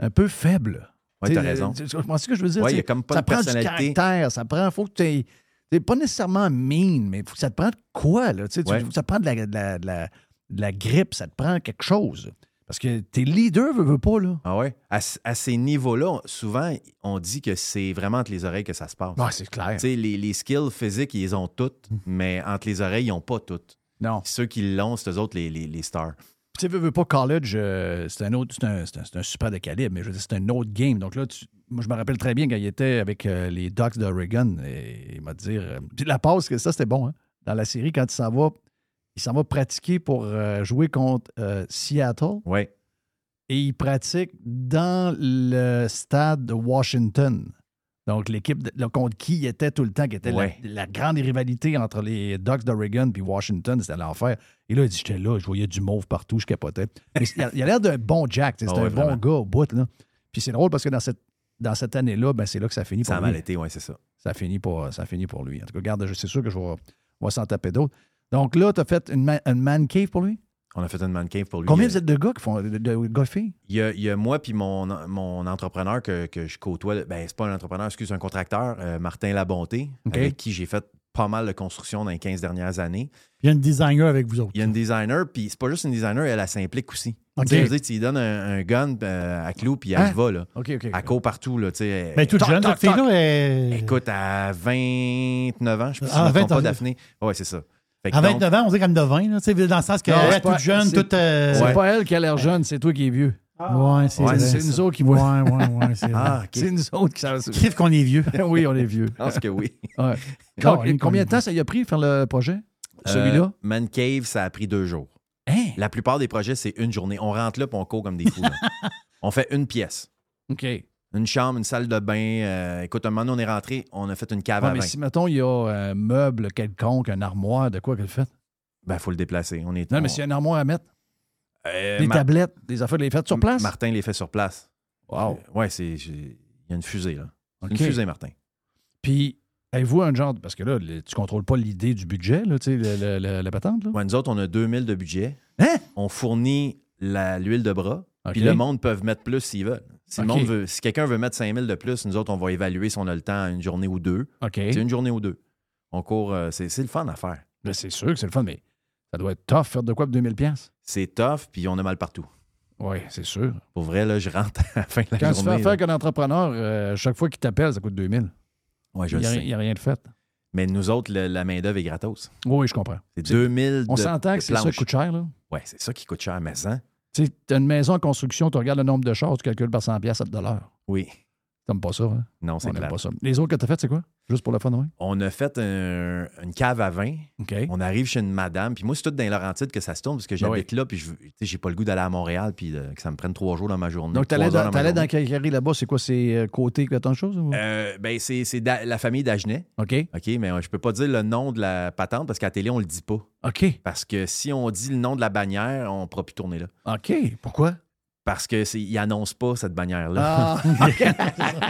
Speaker 1: un peu faible.
Speaker 14: Ouais,
Speaker 1: T'sais,
Speaker 14: t'as raison.
Speaker 1: tu- tu comprends ce que je veux dire?
Speaker 14: Ouais,
Speaker 1: T'sais,
Speaker 14: il y a comme pas
Speaker 1: ça
Speaker 14: de
Speaker 1: prend du
Speaker 14: personnalité.
Speaker 1: caractère, ça prend, faut que tu aies- t'sais, pas nécessairement mean, mais faut que ça te prend de quoi, là? t'sais, tu-
Speaker 14: Ouais.
Speaker 1: ça te prend de la, de la- de la- de la grippe, ça te prend quelque chose. Parce que t'es leader, veux, veux pas, là.
Speaker 14: Ah ouais? À, ce- à ces niveaux-là, on- souvent, on dit que c'est vraiment entre les oreilles que ça se passe.
Speaker 1: Ouais, c'est clair. Mmh.
Speaker 14: Tu sais, les, les skills physiques, ils les ont toutes, mais entre les oreilles, ils n'ont pas toutes.
Speaker 1: Non.
Speaker 14: Ceux qui l'ont, c'est eux autres, les, les- les stars.
Speaker 1: Tu sais, veux, veux pas, college, euh, c'est un autre, c'est un, c'est un- c'est un super de calibre, mais je veux dire, c'est un autre game. Donc là, tu- moi, je me rappelle très bien quand il était avec euh, les Ducks d'Oregon, et il m'a dit, euh, puis la passe, que ça, c'était bon, hein, dans la série, quand il s'en va, il s'en va pratiquer pour euh, jouer contre euh, Seattle,
Speaker 14: Ouais.
Speaker 1: et il pratique dans le stade de Washington. Donc, l'équipe de- là, contre qui il était tout le temps, qui était la-
Speaker 14: Ouais.
Speaker 1: la, grande rivalité entre les Ducks d'Oregon puis Washington, c'était l'enfer. Et là, il dit J'étais là, je voyais du mauve partout, je capotais. Mais il a il a l'air d'un bon Jack, tu sais, c'est
Speaker 14: Ah ouais,
Speaker 1: un bon
Speaker 14: vraiment.
Speaker 1: gars au bout. Là. Puis c'est drôle parce que dans cette, dans cette année-là, ben, c'est là que ça finit
Speaker 14: Ça a
Speaker 1: pour lui.
Speaker 14: mal été, ouais, c'est ça.
Speaker 1: Ça finit pour, euh, ça finit pour lui. En tout cas, regarde, je- c'est sûr que je vais, on va s'en taper d'autres. Donc là, tu as fait une, ma- une man cave pour lui
Speaker 14: On a fait une man cave pour lui. euh,
Speaker 1: Combien
Speaker 14: Il y
Speaker 1: vous
Speaker 14: a-
Speaker 1: êtes de gars qui font, de, de- de gars-filles?
Speaker 14: Il y a, il y a moi puis mon, mon entrepreneur que, que je côtoie, ben c'est pas un entrepreneur, excuse, un contracteur, euh, Martin Labonté,
Speaker 3: OK.
Speaker 14: avec qui j'ai fait pas mal de construction dans les 15 dernières années.
Speaker 3: Il y a une designer avec vous autres.
Speaker 14: Il y a une designer, puis c'est pas juste une designer, elle, elle s'implique aussi.
Speaker 3: OK.
Speaker 14: Tu sais, je veux dire, tu lui donnes un, un gun euh, à clou, puis elle
Speaker 3: Hein?
Speaker 14: va, là.
Speaker 1: OK, OK.
Speaker 14: Elle court partout, là, tu sais.
Speaker 3: Mais toute
Speaker 14: Toc,
Speaker 3: jeune,
Speaker 14: toc,
Speaker 3: cette fille-là,
Speaker 14: toc.
Speaker 3: elle-
Speaker 14: Écoute, à 29 ans, je sais pas si je
Speaker 3: Ah,
Speaker 14: me trompe
Speaker 3: 29.
Speaker 14: pas, Daphné. Ouais, c'est ça. Fait que
Speaker 3: À
Speaker 14: donc,
Speaker 3: 29 ans, on dirait comme de 20, là, tu sais, dans le sens qu'elle
Speaker 1: Non, c'est
Speaker 3: est
Speaker 1: pas-
Speaker 3: toute jeune,
Speaker 1: c'est-
Speaker 3: toute. euh,
Speaker 1: C'est pas elle qui a l'air jeune, c'est toi qui es vieux.
Speaker 3: Ouais, c'est
Speaker 1: Ouais,
Speaker 3: vrai,
Speaker 1: c'est
Speaker 3: ça.
Speaker 1: nous autres qui voient.
Speaker 3: Ouais, ouais, ouais, c'est vrai.
Speaker 14: Ah, ok.
Speaker 1: C'est nous autres qui savons.
Speaker 3: Kiff qu'on est vieux.
Speaker 1: <laughs> oui, on est vieux.
Speaker 14: Je pense que oui. <laughs>
Speaker 1: Ouais.
Speaker 3: Quand
Speaker 1: Donc,
Speaker 3: même,
Speaker 1: combien
Speaker 3: combien
Speaker 1: de temps ça y a pris faire le projet?
Speaker 14: Euh,
Speaker 1: Celui-là?
Speaker 14: Man Cave, ça a pris deux jours.
Speaker 1: Hein?
Speaker 14: La plupart des projets, c'est une journée. On rentre là, puis on court comme des
Speaker 1: <laughs>
Speaker 14: fous. là. on fait une pièce.
Speaker 1: OK. Ouais,
Speaker 14: Une chambre, une salle de bain. euh, écoute, un moment donné, on est rentré, on a fait une cave à
Speaker 1: mais
Speaker 14: vin.
Speaker 1: si, mettons, il y a un meuble quelconque, un armoire, de quoi que le fait?
Speaker 14: Ben, faut le déplacer. On est,
Speaker 1: Non,
Speaker 14: on-
Speaker 1: mais s'il y a une armoire à mettre,
Speaker 14: Euh,
Speaker 1: des
Speaker 14: Ma-
Speaker 1: tablettes, des affaires, les faites sur place?
Speaker 14: Martin les fait sur place.
Speaker 1: Wow.
Speaker 14: Euh, Ouais, c'est... j'ai- Il y a une fusée, là.
Speaker 1: OK.
Speaker 14: Une fusée, Martin.
Speaker 1: Puis, avez-vous un genre. de- Parce que là, le- tu contrôles pas l'idée du budget, là, tu sais, le- le- le- la patente, là?
Speaker 14: Ouais, nous autres, on a 2000 de budget.
Speaker 1: Hein?
Speaker 14: On fournit la- l'huile de bras.
Speaker 1: OK.
Speaker 14: Puis le monde peut mettre plus s'ils veulent. Si, le
Speaker 1: OK.
Speaker 14: monde veut, si quelqu'un veut mettre 5000 de plus, nous autres, on va évaluer si on a le temps à une journée ou deux.
Speaker 1: OK.
Speaker 14: C'est une journée ou deux. On court. euh, c'est c'est le fun à faire.
Speaker 1: Ben, c'est sûr que c'est le fun, mais ça doit être tough faire de quoi pour 2000$? piastres?
Speaker 14: C'est tough, puis on a mal partout.
Speaker 1: Oui, c'est sûr.
Speaker 14: Pour vrai, là, je rentre <laughs> à la fin de la
Speaker 1: Quand tu fais
Speaker 14: journée.
Speaker 1: affaire
Speaker 14: là.
Speaker 1: avec un entrepreneur, euh, chaque fois qu'il t'appelle, ça coûte 2000$.
Speaker 14: Ouais, je
Speaker 1: Il
Speaker 14: le sais.
Speaker 1: n'y a, rien de fait.
Speaker 14: Mais nous autres, le- la main-d'œuvre est gratos.
Speaker 1: Oui, je comprends.
Speaker 14: C'est
Speaker 1: C'est-
Speaker 14: 2000
Speaker 1: On
Speaker 14: de-
Speaker 1: s'entend
Speaker 14: de
Speaker 1: que c'est ça qui
Speaker 14: planches.
Speaker 1: coûte cher, là.
Speaker 14: Ouais, c'est ça qui coûte cher, mais ça.
Speaker 1: Tu sais, t'as une maison en construction, tu regardes le nombre de chars, tu calcules par 100 piastres à le dollar.
Speaker 14: Oui.
Speaker 1: T'aimes pas ça, hein?
Speaker 14: Non, c'est
Speaker 1: On aime
Speaker 14: clair.
Speaker 1: pas ça. Les autres que t'as faites, c'est quoi? Juste pour le fun, oui?
Speaker 14: On a fait un- une cave à vin.
Speaker 1: OK. Ben
Speaker 14: On arrive chez une madame, puis moi, c'est tout dans les Laurentides que ça se tourne, parce que j'habite là, puis je veux- tu sais, j'ai pas le goût d'aller à Montréal, puis euh, que ça me prenne trois jours dans ma journée.
Speaker 1: Donc, t'allais
Speaker 14: Mm. trois heures
Speaker 1: dans,
Speaker 14: ma
Speaker 1: t'allais dans
Speaker 14: journée.
Speaker 1: Calgary là-bas, c'est quoi? C'est euh, côté, que tant de choses?
Speaker 14: <laughs>
Speaker 1: ou-
Speaker 14: Euh, ben, c'est c'est Da- la famille d'Agenais.
Speaker 1: OK.
Speaker 14: OK, mais euh, je peux pas dire le nom de la patente, parce qu'à la télé, on le dit pas.
Speaker 1: OK.
Speaker 14: Parce que si on dit le nom de la bannière, on pourra plus tourner là.
Speaker 1: OK. Pourquoi?
Speaker 14: Parce qu'ils annoncent pas cette bannière-là. <laughs>
Speaker 1: Ah!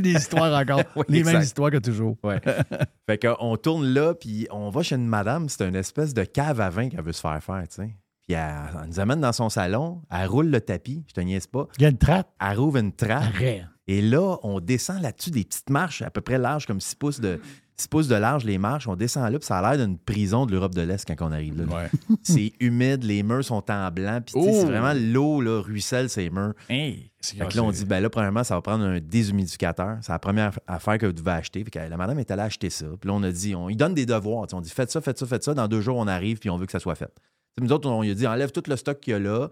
Speaker 1: Des histoires encore.
Speaker 14: Oui,
Speaker 1: Les mêmes
Speaker 14: exact.
Speaker 1: histoires que toujours.
Speaker 14: Ouais. <laughs> fait qu'on tourne là, puis on va chez une madame, c'est une espèce de cave à vin qu'elle veut se faire faire, tu sais. Puis elle, elle nous amène dans son salon, elle roule le tapis, je te niaise pas,
Speaker 3: Il y a une trappe.
Speaker 14: elle rouvre une trappe,
Speaker 3: Arrête.
Speaker 14: et là, on descend là-dessus des petites marches à peu près larges, comme 6 pouces de, six pouces de large, les marches, on descend là, puis ça a l'air d'une prison de l'Europe de l'Est quand on arrive là. C'est humide, les murs sont en blanc, puis tu sais, c'est
Speaker 1: Oh!
Speaker 14: vraiment l'eau, là, ruisselle ces murs.
Speaker 1: Hey, c'est
Speaker 14: Fait que là, on dit, ben là, premièrement, ça va prendre un déshumidificateur. C'est la première affaire que vous devez acheter. Fait que la madame est allée acheter ça. Puis là, on a dit, on lui donne des devoirs. Tu sais, On dit, faites ça, faites ça, faites ça. Dans deux jours, on arrive, puis on veut que ça soit fait. Tu sais, nous autres, on lui a dit, enlève tout le stock qu'il y a là.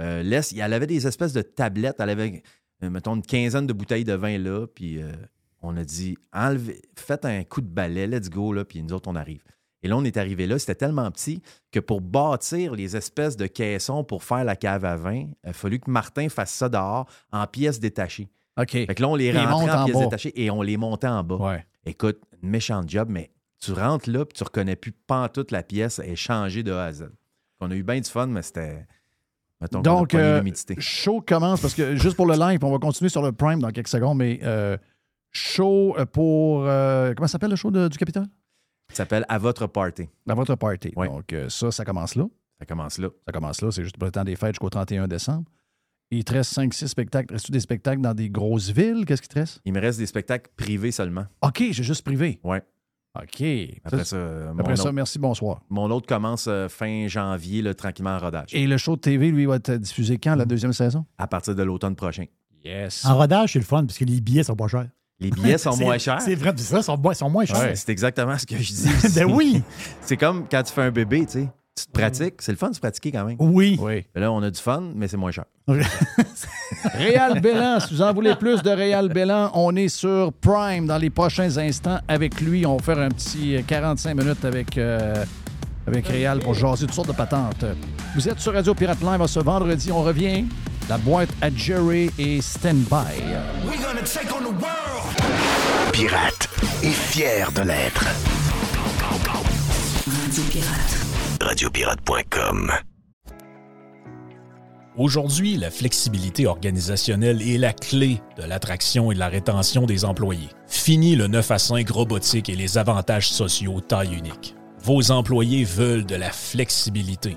Speaker 14: Euh, laisse. Elle avait des espèces de tablettes. Elle avait, euh, mettons, une quinzaine de bouteilles de vin là. Puis euh, on a dit, enlevez, faites un coup de balai, let's go, là. Puis nous autres, on arrive. Et là, on est arrivé là. C'était tellement petit que pour bâtir les espèces de caissons pour faire la cave à vin, il a fallu que Martin fasse ça dehors en pièces détachées.
Speaker 1: OK.
Speaker 14: Fait que là, on les
Speaker 1: Ils montent
Speaker 14: rentrait,
Speaker 1: en
Speaker 14: puis ils les
Speaker 1: bas.
Speaker 14: détachait et on les montait en bas. Écoute, une méchante job, mais tu rentres là, puis tu reconnais plus toute la pièce est changée de A à Z. On a eu bien du fun, mais c'était. mettons qu'on a
Speaker 1: Donc,
Speaker 14: pogné
Speaker 1: euh,
Speaker 14: l'humidité.
Speaker 1: show commence parce que juste pour le live, on va continuer sur le Prime dans quelques secondes, mais euh, show pour. euh, comment ça s'appelle le show de- du Capitole?
Speaker 14: Ça s'appelle À votre party.
Speaker 1: À votre party. Donc, euh, ça, ça commence là.
Speaker 14: Ça commence là.
Speaker 1: Ça commence là. C'est juste pour le temps des fêtes jusqu'au 31 décembre. Il te reste 5-6 spectacles. Reste-tu des spectacles dans des grosses villes? Qu'est-ce qui te reste?
Speaker 14: Il me reste des spectacles privés seulement.
Speaker 1: OK, j'ai juste privé.
Speaker 14: Oui.
Speaker 1: OK.
Speaker 14: Après ça, euh, mon,
Speaker 1: Après ça,
Speaker 14: autre,
Speaker 1: merci, bonsoir.
Speaker 14: mon autre commence euh, fin janvier, là, tranquillement en rodage.
Speaker 1: Et le show de TV, lui, va être diffusé quand, la deuxième saison?
Speaker 14: À partir de l'automne prochain.
Speaker 1: Yes.
Speaker 3: En rodage, c'est le fun parce que les billets sont pas chers.
Speaker 14: Les
Speaker 3: <laughs>
Speaker 14: billets sont
Speaker 3: C'est-
Speaker 14: moins chers.
Speaker 3: C'est vrai, c'est ça, sont, moins- sont moins chers.
Speaker 14: Ouais, C'est exactement ce que
Speaker 1: <laughs>
Speaker 14: je dis.
Speaker 3: Ben oui!
Speaker 14: <laughs> C'est comme quand tu fais un bébé, tu sais. Tu te pratiques. C'est le fun de se pratiquer quand même.
Speaker 3: Oui.
Speaker 14: Là, on a du fun, mais c'est moins cher.
Speaker 1: Réal Bélan, si vous en voulez plus de Réal Bélan, on est sur Prime dans les prochains instants avec lui. On va faire un petit 45 minutes avec, euh, avec Réal pour jaser toutes sortes de patentes. Vous êtes sur Radio Pirate Live ce vendredi. On revient. La boîte à Jerry et Stand By.
Speaker 15: Pirate et fier de l'être.
Speaker 13: Radio Pirate.
Speaker 15: Radiopirate.com
Speaker 4: Aujourd'hui, la flexibilité organisationnelle est la clé de l'attraction et de la rétention des employés. Fini le 9 à 5 robotique et les avantages sociaux taille unique. Vos employés veulent de la flexibilité.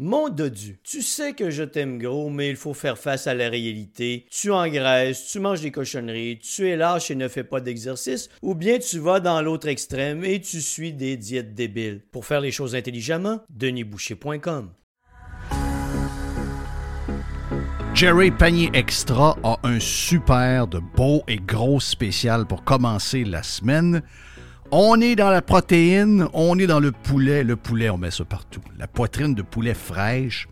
Speaker 2: Mon dodu, tu sais que je t'aime gros, mais il faut faire face à la réalité. Tu engraisses, tu manges des cochonneries, tu es lâche et ne fais pas d'exercice, ou bien tu vas dans l'autre extrême et tu suis des diètes débiles. Pour faire les choses intelligemment, denisboucher.com.
Speaker 10: Jerry Panier Extra a un super de beau et gros spécial pour commencer la semaine. On est dans la protéine, on est dans le poulet. Le poulet, on met ça partout. La poitrine de poulet fraîche,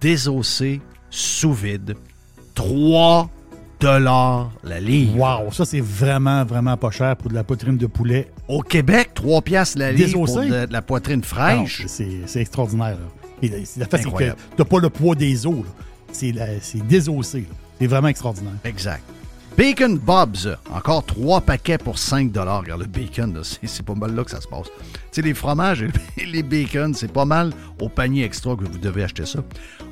Speaker 10: désossée, sous vide. 3 dollars la livre.
Speaker 3: Wow, ça, c'est vraiment, vraiment pas cher pour de la poitrine de poulet.
Speaker 10: Au Québec, 3 piastres la livre pour
Speaker 3: Désossée?
Speaker 10: de, de la poitrine
Speaker 3: Ah non,
Speaker 10: fraîche.
Speaker 3: c'est- c'est c'est extraordinaire. là. Et la- c'est- la face, c'est que
Speaker 10: Incroyable.
Speaker 3: t'as pas le poids des os. là. C'est la- c'est désossé. là. C'est vraiment extraordinaire.
Speaker 10: Exact. Bacon Bob's, encore trois paquets pour 5 Regarde, le bacon, là, c'est c'est pas mal là que ça se passe. Tu sais, les fromages et et les bacon, c'est pas mal au panier extra que vous devez acheter ça.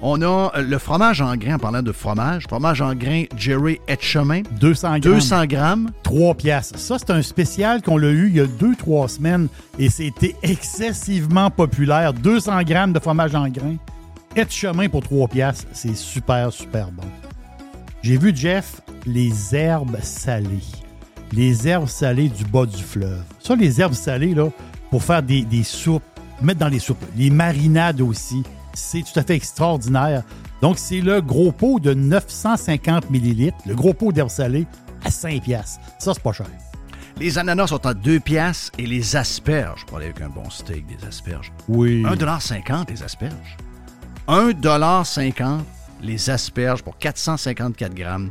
Speaker 10: On a euh, le fromage en grain, en parlant de fromage, fromage en grain Jerry Etchemin.
Speaker 3: 200 grammes.
Speaker 10: 200 grammes.
Speaker 3: 3 piastres. Ça, c'est un spécial qu'on l'a eu il y a 2-3 semaines et c'était excessivement populaire. 200 grammes de fromage en grain. Et de chemin pour 3 piastres. C'est super, super bon. J'ai vu, Jeff, les herbes salées. Les herbes salées du bas du fleuve. Ça, les herbes salées, là, pour faire des, des soupes, mettre dans les soupes, les marinades aussi, c'est tout à fait extraordinaire. Donc, c'est le gros pot de 950 millilitres, le gros pot d'herbes salées à 5 piastres. Ça, c'est pas cher.
Speaker 10: Les ananas sont à 2 piastres et les asperges, pour aller avec un bon steak, des asperges.
Speaker 3: Oui.
Speaker 10: 1,50 les asperges. 1,50 les asperges pour 454 grammes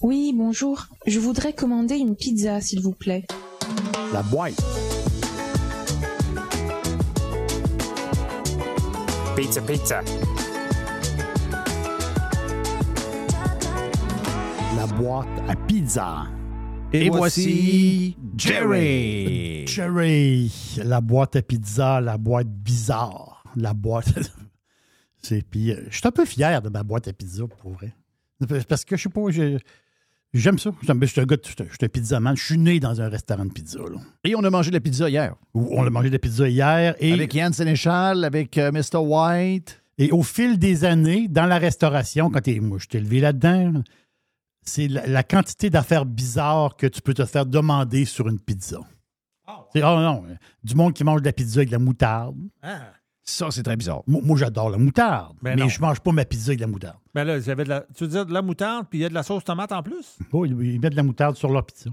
Speaker 16: Oui, bonjour. Je voudrais commander une pizza, s'il vous plaît.
Speaker 3: La boîte.
Speaker 17: Pizza, pizza.
Speaker 3: La boîte à pizza.
Speaker 1: Et, voici Jerry.
Speaker 3: Jerry, la boîte à pizza, la boîte bizarre, la boîte. <laughs> C'est puis euh, je suis un peu fier de ma boîte à pizza pour vrai. Parce que je sais pas, je- j'aime ça. J'aime- Je suis un gars, de- je suis un- je suis un pizzaman. Je suis né dans un restaurant de pizza. là.
Speaker 1: Et on a mangé de la pizza hier.
Speaker 3: On a mangé de la pizza hier et
Speaker 1: Avec Yann Sénéchal, avec euh, Mr. White.
Speaker 3: Et au fil des années, dans la restauration, quand t'es, moi, je t'ai élevé là-dedans, c'est la, la quantité d'affaires bizarres que tu peux te faire demander sur une pizza.
Speaker 1: Ah.
Speaker 3: C'est, oh non, euh, du monde qui mange de la pizza avec de la moutarde.
Speaker 1: Ah. Ça, c'est très bizarre. Ben
Speaker 3: Moi, moi, j'adore la moutarde,
Speaker 7: Mais non.
Speaker 3: mais je mange pas ma pizza avec de la moutarde.
Speaker 7: Mais ben là, ils avaient de la, tu veux dire de la moutarde, puis il y a de la sauce tomate
Speaker 1: <laughs>
Speaker 7: en plus?
Speaker 3: Oh, ils, ils mettent de la moutarde sur leur pizza.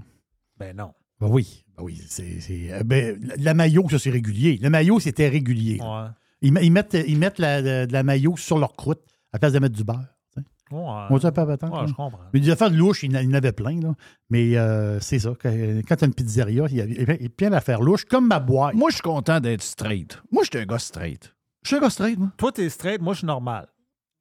Speaker 7: Ben non.
Speaker 3: Ben oui, ben oui. C'est, c'est- euh, ben, la, la mayo, ça, c'est régulier. La mayo, c'était régulier. là. Ils, me- ils mettent, ils mettent la- de, de la mayo sur leur croûte à la place de mettre du beurre. tu sais.
Speaker 7: Ouais.
Speaker 3: On dit un peu abattant,
Speaker 7: Ouais,
Speaker 3: hein.
Speaker 7: je comprends.
Speaker 3: Mais des affaires de louche, il y en a- il y en avait plein. Là. Mais euh, c'est ça. Quand, quand tu as une pizzeria, il y a- il y a il y a plein d'affaires louches, comme ma boîte.
Speaker 1: Moi, je suis content d'être straight. Moi, j'étais un gars straight. Je suis un gars straight, moi.
Speaker 7: Toi, t'es straight, moi, je suis normal.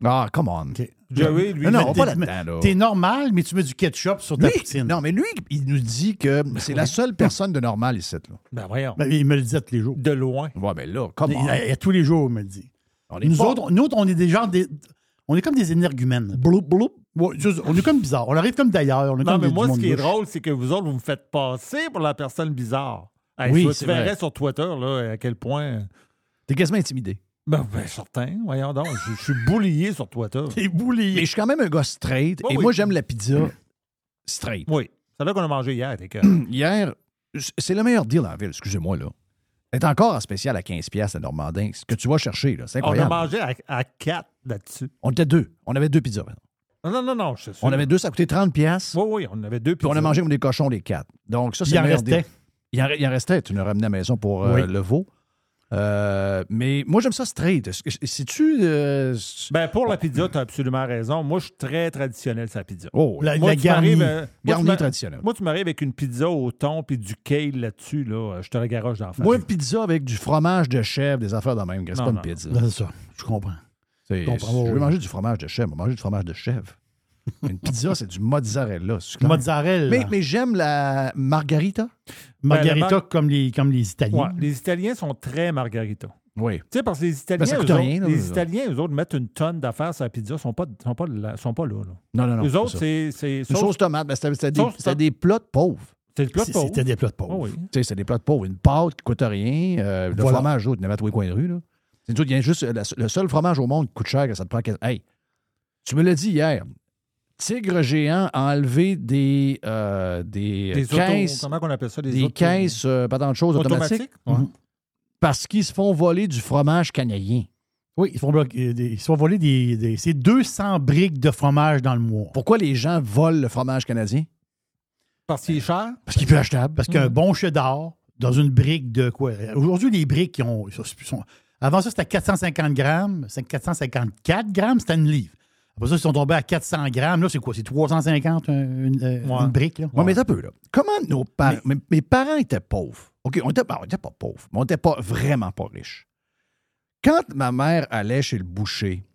Speaker 1: Ah, come on.
Speaker 7: Joey, lui,
Speaker 1: non, non, pas
Speaker 3: Mais t'es-
Speaker 1: là-dedans, là.
Speaker 3: T'es normal, mais tu mets du ketchup sur ta
Speaker 1: Lui,
Speaker 3: poutine.
Speaker 1: non, mais lui, il nous dit que c'est la seule personne de normal ici. Là.
Speaker 7: Ben voyons.
Speaker 3: Ben, il me le dit à tous les jours.
Speaker 7: De loin.
Speaker 1: Ouais, mais là, comment?
Speaker 3: Il- à- à tous les jours, il me le dit.
Speaker 1: On est
Speaker 3: Nous
Speaker 1: pas-
Speaker 3: autres, nous autres, on est des gens des. On est comme des énergumènes.
Speaker 1: Bloup, bloup.
Speaker 3: Ouais, juste- on est comme bizarre. On arrive comme d'ailleurs. On est
Speaker 7: Non,
Speaker 3: comme
Speaker 7: mais
Speaker 3: des- du
Speaker 7: moi, ce
Speaker 3: monde
Speaker 7: qui est
Speaker 3: louche.
Speaker 7: drôle, c'est que vous autres, vous me faites passer pour la personne bizarre. Hey,
Speaker 3: Oui,
Speaker 7: ça,
Speaker 3: c'est
Speaker 7: tu verrais
Speaker 3: vrai.
Speaker 7: sur Twitter là, à quel point.
Speaker 1: T'es quasiment intimidé.
Speaker 7: Ben, ben certain, voyons donc. Je, je suis boulié sur Twitter. <laughs>
Speaker 3: T'es boulié.
Speaker 1: Mais je suis quand même un gars straight.
Speaker 7: Oh Oui,
Speaker 1: et
Speaker 7: oui.
Speaker 1: moi, j'aime la pizza straight.
Speaker 7: Oui. C'est là qu'on a mangé hier, t'es cœur.
Speaker 1: <clears throat> Hier, c- c'est le meilleur deal en ville, excusez-moi, là. Elle est encore en spécial à 15 pièces à Normandin. Ce que tu vas chercher, là, c'est
Speaker 7: On a
Speaker 1: incroyable.
Speaker 7: mangé à, à quatre là-dessus.
Speaker 1: On était deux. On avait deux pizzas.
Speaker 7: Non, non, non, non, je suis sûr.
Speaker 1: On avait deux, ça coûtait 30 pièces.
Speaker 7: Oui, oui, on avait deux
Speaker 1: Puis on a
Speaker 7: pizzas.
Speaker 1: mangé comme des cochons, les quatre. Donc, ça, c'est
Speaker 3: Il en
Speaker 1: le meilleur deal.
Speaker 3: restait.
Speaker 1: Il en, re- il en restait. Tu nous ramenais à la maison pour euh,
Speaker 3: Oui.
Speaker 1: le veau. Euh, mais moi, j'aime ça straight. Est-ce que- Si-tu. euh, s-
Speaker 7: Ben, pour la pizza, t'as absolument raison. Moi, je suis très traditionnel sur la pizza.
Speaker 1: oh,
Speaker 3: La,
Speaker 7: Moi,
Speaker 3: la
Speaker 7: tu m'arrives,
Speaker 3: garnie.
Speaker 7: euh, moi, tu
Speaker 1: Garni
Speaker 7: m'arrives-
Speaker 1: traditionnel.
Speaker 7: Moi, tu m'arrives avec une pizza au thon puis du kale là-dessus, là, euh, je te la garoche d'en face.
Speaker 1: moi, une pizza avec du fromage de chèvre, des affaires de même. C'est
Speaker 7: Non,
Speaker 1: pas une
Speaker 7: non,
Speaker 1: pizza.
Speaker 3: Là, Ben, C'est ça. Je comprends.
Speaker 1: C'est-
Speaker 3: comprends,
Speaker 1: si je
Speaker 3: oui.
Speaker 1: veux manger du fromage de chèvre. Manger du fromage de
Speaker 3: <laughs>
Speaker 1: chèvre. Une pizza, c'est du mozzarella. c'est clair.
Speaker 3: Mozzarella.
Speaker 1: Mais, mais j'aime la margarita.
Speaker 3: Margarita
Speaker 7: Ben, la mar-
Speaker 3: comme, les, comme les
Speaker 7: Ouais,
Speaker 3: Italiens.
Speaker 7: les Italiens sont très margarita.
Speaker 1: Oui.
Speaker 7: Tu sais, parce que les
Speaker 1: Ben,
Speaker 7: Italiens,
Speaker 1: ça
Speaker 7: eux
Speaker 1: coûte
Speaker 7: autres,
Speaker 1: rien, là,
Speaker 7: les
Speaker 1: eux autres.
Speaker 7: Italiens, eux autres, mettent une tonne d'affaires sur la pizza. Ils sont pas, sont pas, là- sont pas là. là.
Speaker 1: Non, non, non.
Speaker 7: eux
Speaker 1: c'est
Speaker 7: autres,
Speaker 1: ça.
Speaker 7: c'est c'est
Speaker 1: Une
Speaker 7: sauce-
Speaker 1: sauce tomate, ben, c'était c'était des,
Speaker 7: sauce
Speaker 1: c'était
Speaker 7: tomate.
Speaker 1: des plats de pauvres.
Speaker 7: c'est le plat de
Speaker 3: C'est-
Speaker 7: pauvre.
Speaker 3: C'était des plats de pauvres.
Speaker 7: Ah oui.
Speaker 1: Tu sais, c'est des plats de pauvres. Une pâte qui coûte rien. euh, le
Speaker 3: Voilà.
Speaker 1: fromage, autres, il y en avait à tous les coins de rue. Là. C'est nous autres, il y a juste euh, la- le seul fromage au monde qui coûte cher que ça te prend. que- Hey, tu me l'as dit hier. Tigre géant a enlevé des, euh, des,
Speaker 7: Des
Speaker 1: euh,
Speaker 7: autos-
Speaker 1: caisses,
Speaker 7: comment qu'on appelle ça? Des,
Speaker 1: des
Speaker 7: autos-
Speaker 1: caisses euh, pas tant de choses automatiques
Speaker 7: automatiques. Ouais.
Speaker 1: parce qu'ils se font voler du fromage canadien.
Speaker 3: Oui, ils se font, bloquer- des- ils se font voler des, des- c'est 200 briques de fromage dans le mois.
Speaker 1: Pourquoi les gens volent le fromage canadien?
Speaker 7: Parce
Speaker 1: Euh,
Speaker 7: qu'il est cher.
Speaker 1: Parce qu'il est plus achetable.
Speaker 3: Parce
Speaker 7: Hmm.
Speaker 3: qu'un bon cheddar dans une brique de quoi? Aujourd'hui, les briques, qui ont, sont- sont- avant ça, c'était 450 grammes, c'est 454 grammes, c'était une livre. Après ça, ils sont tombés à 400 grammes. Là, c'est quoi? C'est 350 un- une, euh,
Speaker 7: Ouais.
Speaker 3: une brique, là?
Speaker 1: Ouais, mais un peu, là. Comment nos parents. mes- Mes parents étaient pauvres. OK, on était, ben, on était pas pauvres, mais on n'était pas vraiment pas riches. Quand ma mère allait chez le boucher,